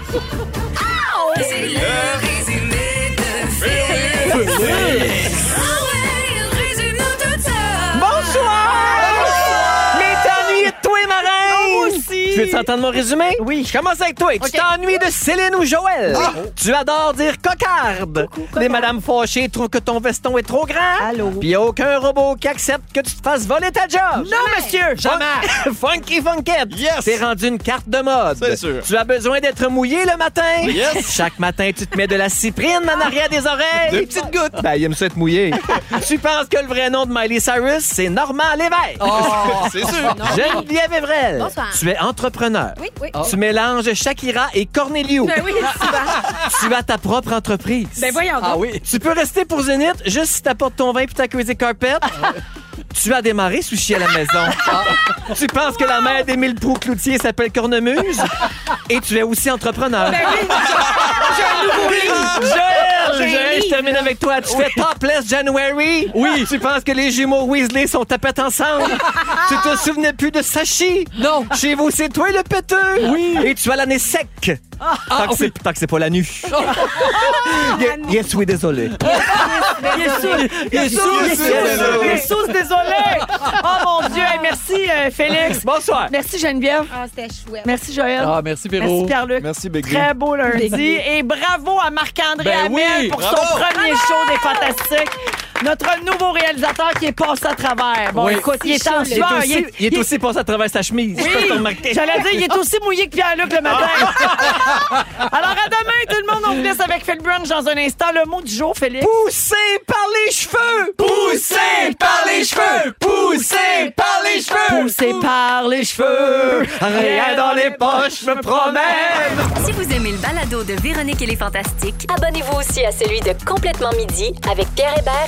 A: Bonsoir! Mais t'ennuies de toi, marin! Oh, Moi aussi!
I: Tu veux t'entendre mon résumé?
A: Oui.
I: Je commence avec toi.
A: Ok.
I: Tu t'ennuies de Céline ou Joël.
D: Ah!
I: Tu adores dire cocarde. Les madames fâchées trouvent que ton veston est trop grand.
A: Allô?
I: Puis y a aucun robot qui accepte que tu te fasses voler ta job.
A: Non, monsieur! Jamais!
I: Fun- Funky Funkette!
D: Yes!
I: T'es rendu une carte de mode.
D: C'est sûr.
I: Tu as besoin d'être mouillé le matin.
D: Yes!
I: Chaque matin, tu te mets de la cyprine en arrière des oreilles.
D: Des petites
I: gouttes. Ben, il aime ça être mouillé. tu penses que le vrai nom de Miley Cyrus, c'est Normand Lévesque.
A: Oh.
D: C'est sûr.
I: Geneviève Evrel.
C: Bonsoir.
I: Tu es entrepreneur.
C: Oui, oui.
I: Tu mélanges Shakira et Cornelio.
C: Ben oui, souvent.
I: Tu as ta propre entreprise.
C: Ben voyons donc.
B: Ah oui.
I: Tu peux rester pour Zénith juste si t'apportes ton vin puis ta crazy carpet. tu as démarré sushi à la maison.
C: Ah.
I: tu penses que la mère d'Émile Proux-Cloutier s'appelle Cornemuse. Et tu es aussi entrepreneur.
C: Ben oui,
I: Joël,
C: J'ai un
I: Joël, je
C: livre.
I: termine avec toi. Tu fais Topless January. Oui. Tu penses que les jumeaux Weasley sont tapettes ensemble. tu te souvenais plus de Sachi.
B: Non.
I: Chez vous, c'est toi le péteux. Oui. Ah. Et tu as l'année sec. tant, que c'est, tant que c'est pas la nuit. Ye- Oh. yes, oui, désolé.
C: ben
A: est saoul. Il est saoul. Il est saoul. Il est saoul, désolé. Oh mon Dieu. Hey, merci, euh, Félix.
I: Bonsoir.
A: Merci, Geneviève.
C: Ah, c'était chouette.
A: Merci, Joël.
B: Ah, merci,
A: Merci,
B: Véro.
A: Pierre-Luc.
D: Merci, Big
A: Très beau lundi. Et bravo à Marc-André
B: Ben oui,
A: Hamel pour son
D: bravo.
A: premier show des Fantastiques. Notre nouveau réalisateur qui est passé à travers. Bon,
B: Oui.
A: écoute, il est en
I: Il est
A: sueur.
I: aussi, il est aussi passé à travers sa chemise. Je peux te remarquer.
A: J'allais dire, il est aussi mouillé que Pierre-Luc le matin.
I: Ah.
A: Alors, à demain, tout le monde, on vous laisse avec Phil Brunch dans un instant. Le mot du jour, Félix.
I: Poussé par les cheveux! Poussé par les cheveux! Poussé par les cheveux!
A: Poussé par les cheveux.
I: Rien dans les poches, je me promène!
E: Si vous aimez le balado de Véronique et les Fantastiques,
J: Abonnez-vous aussi à celui de Complètement Midi avec Pierre Hébert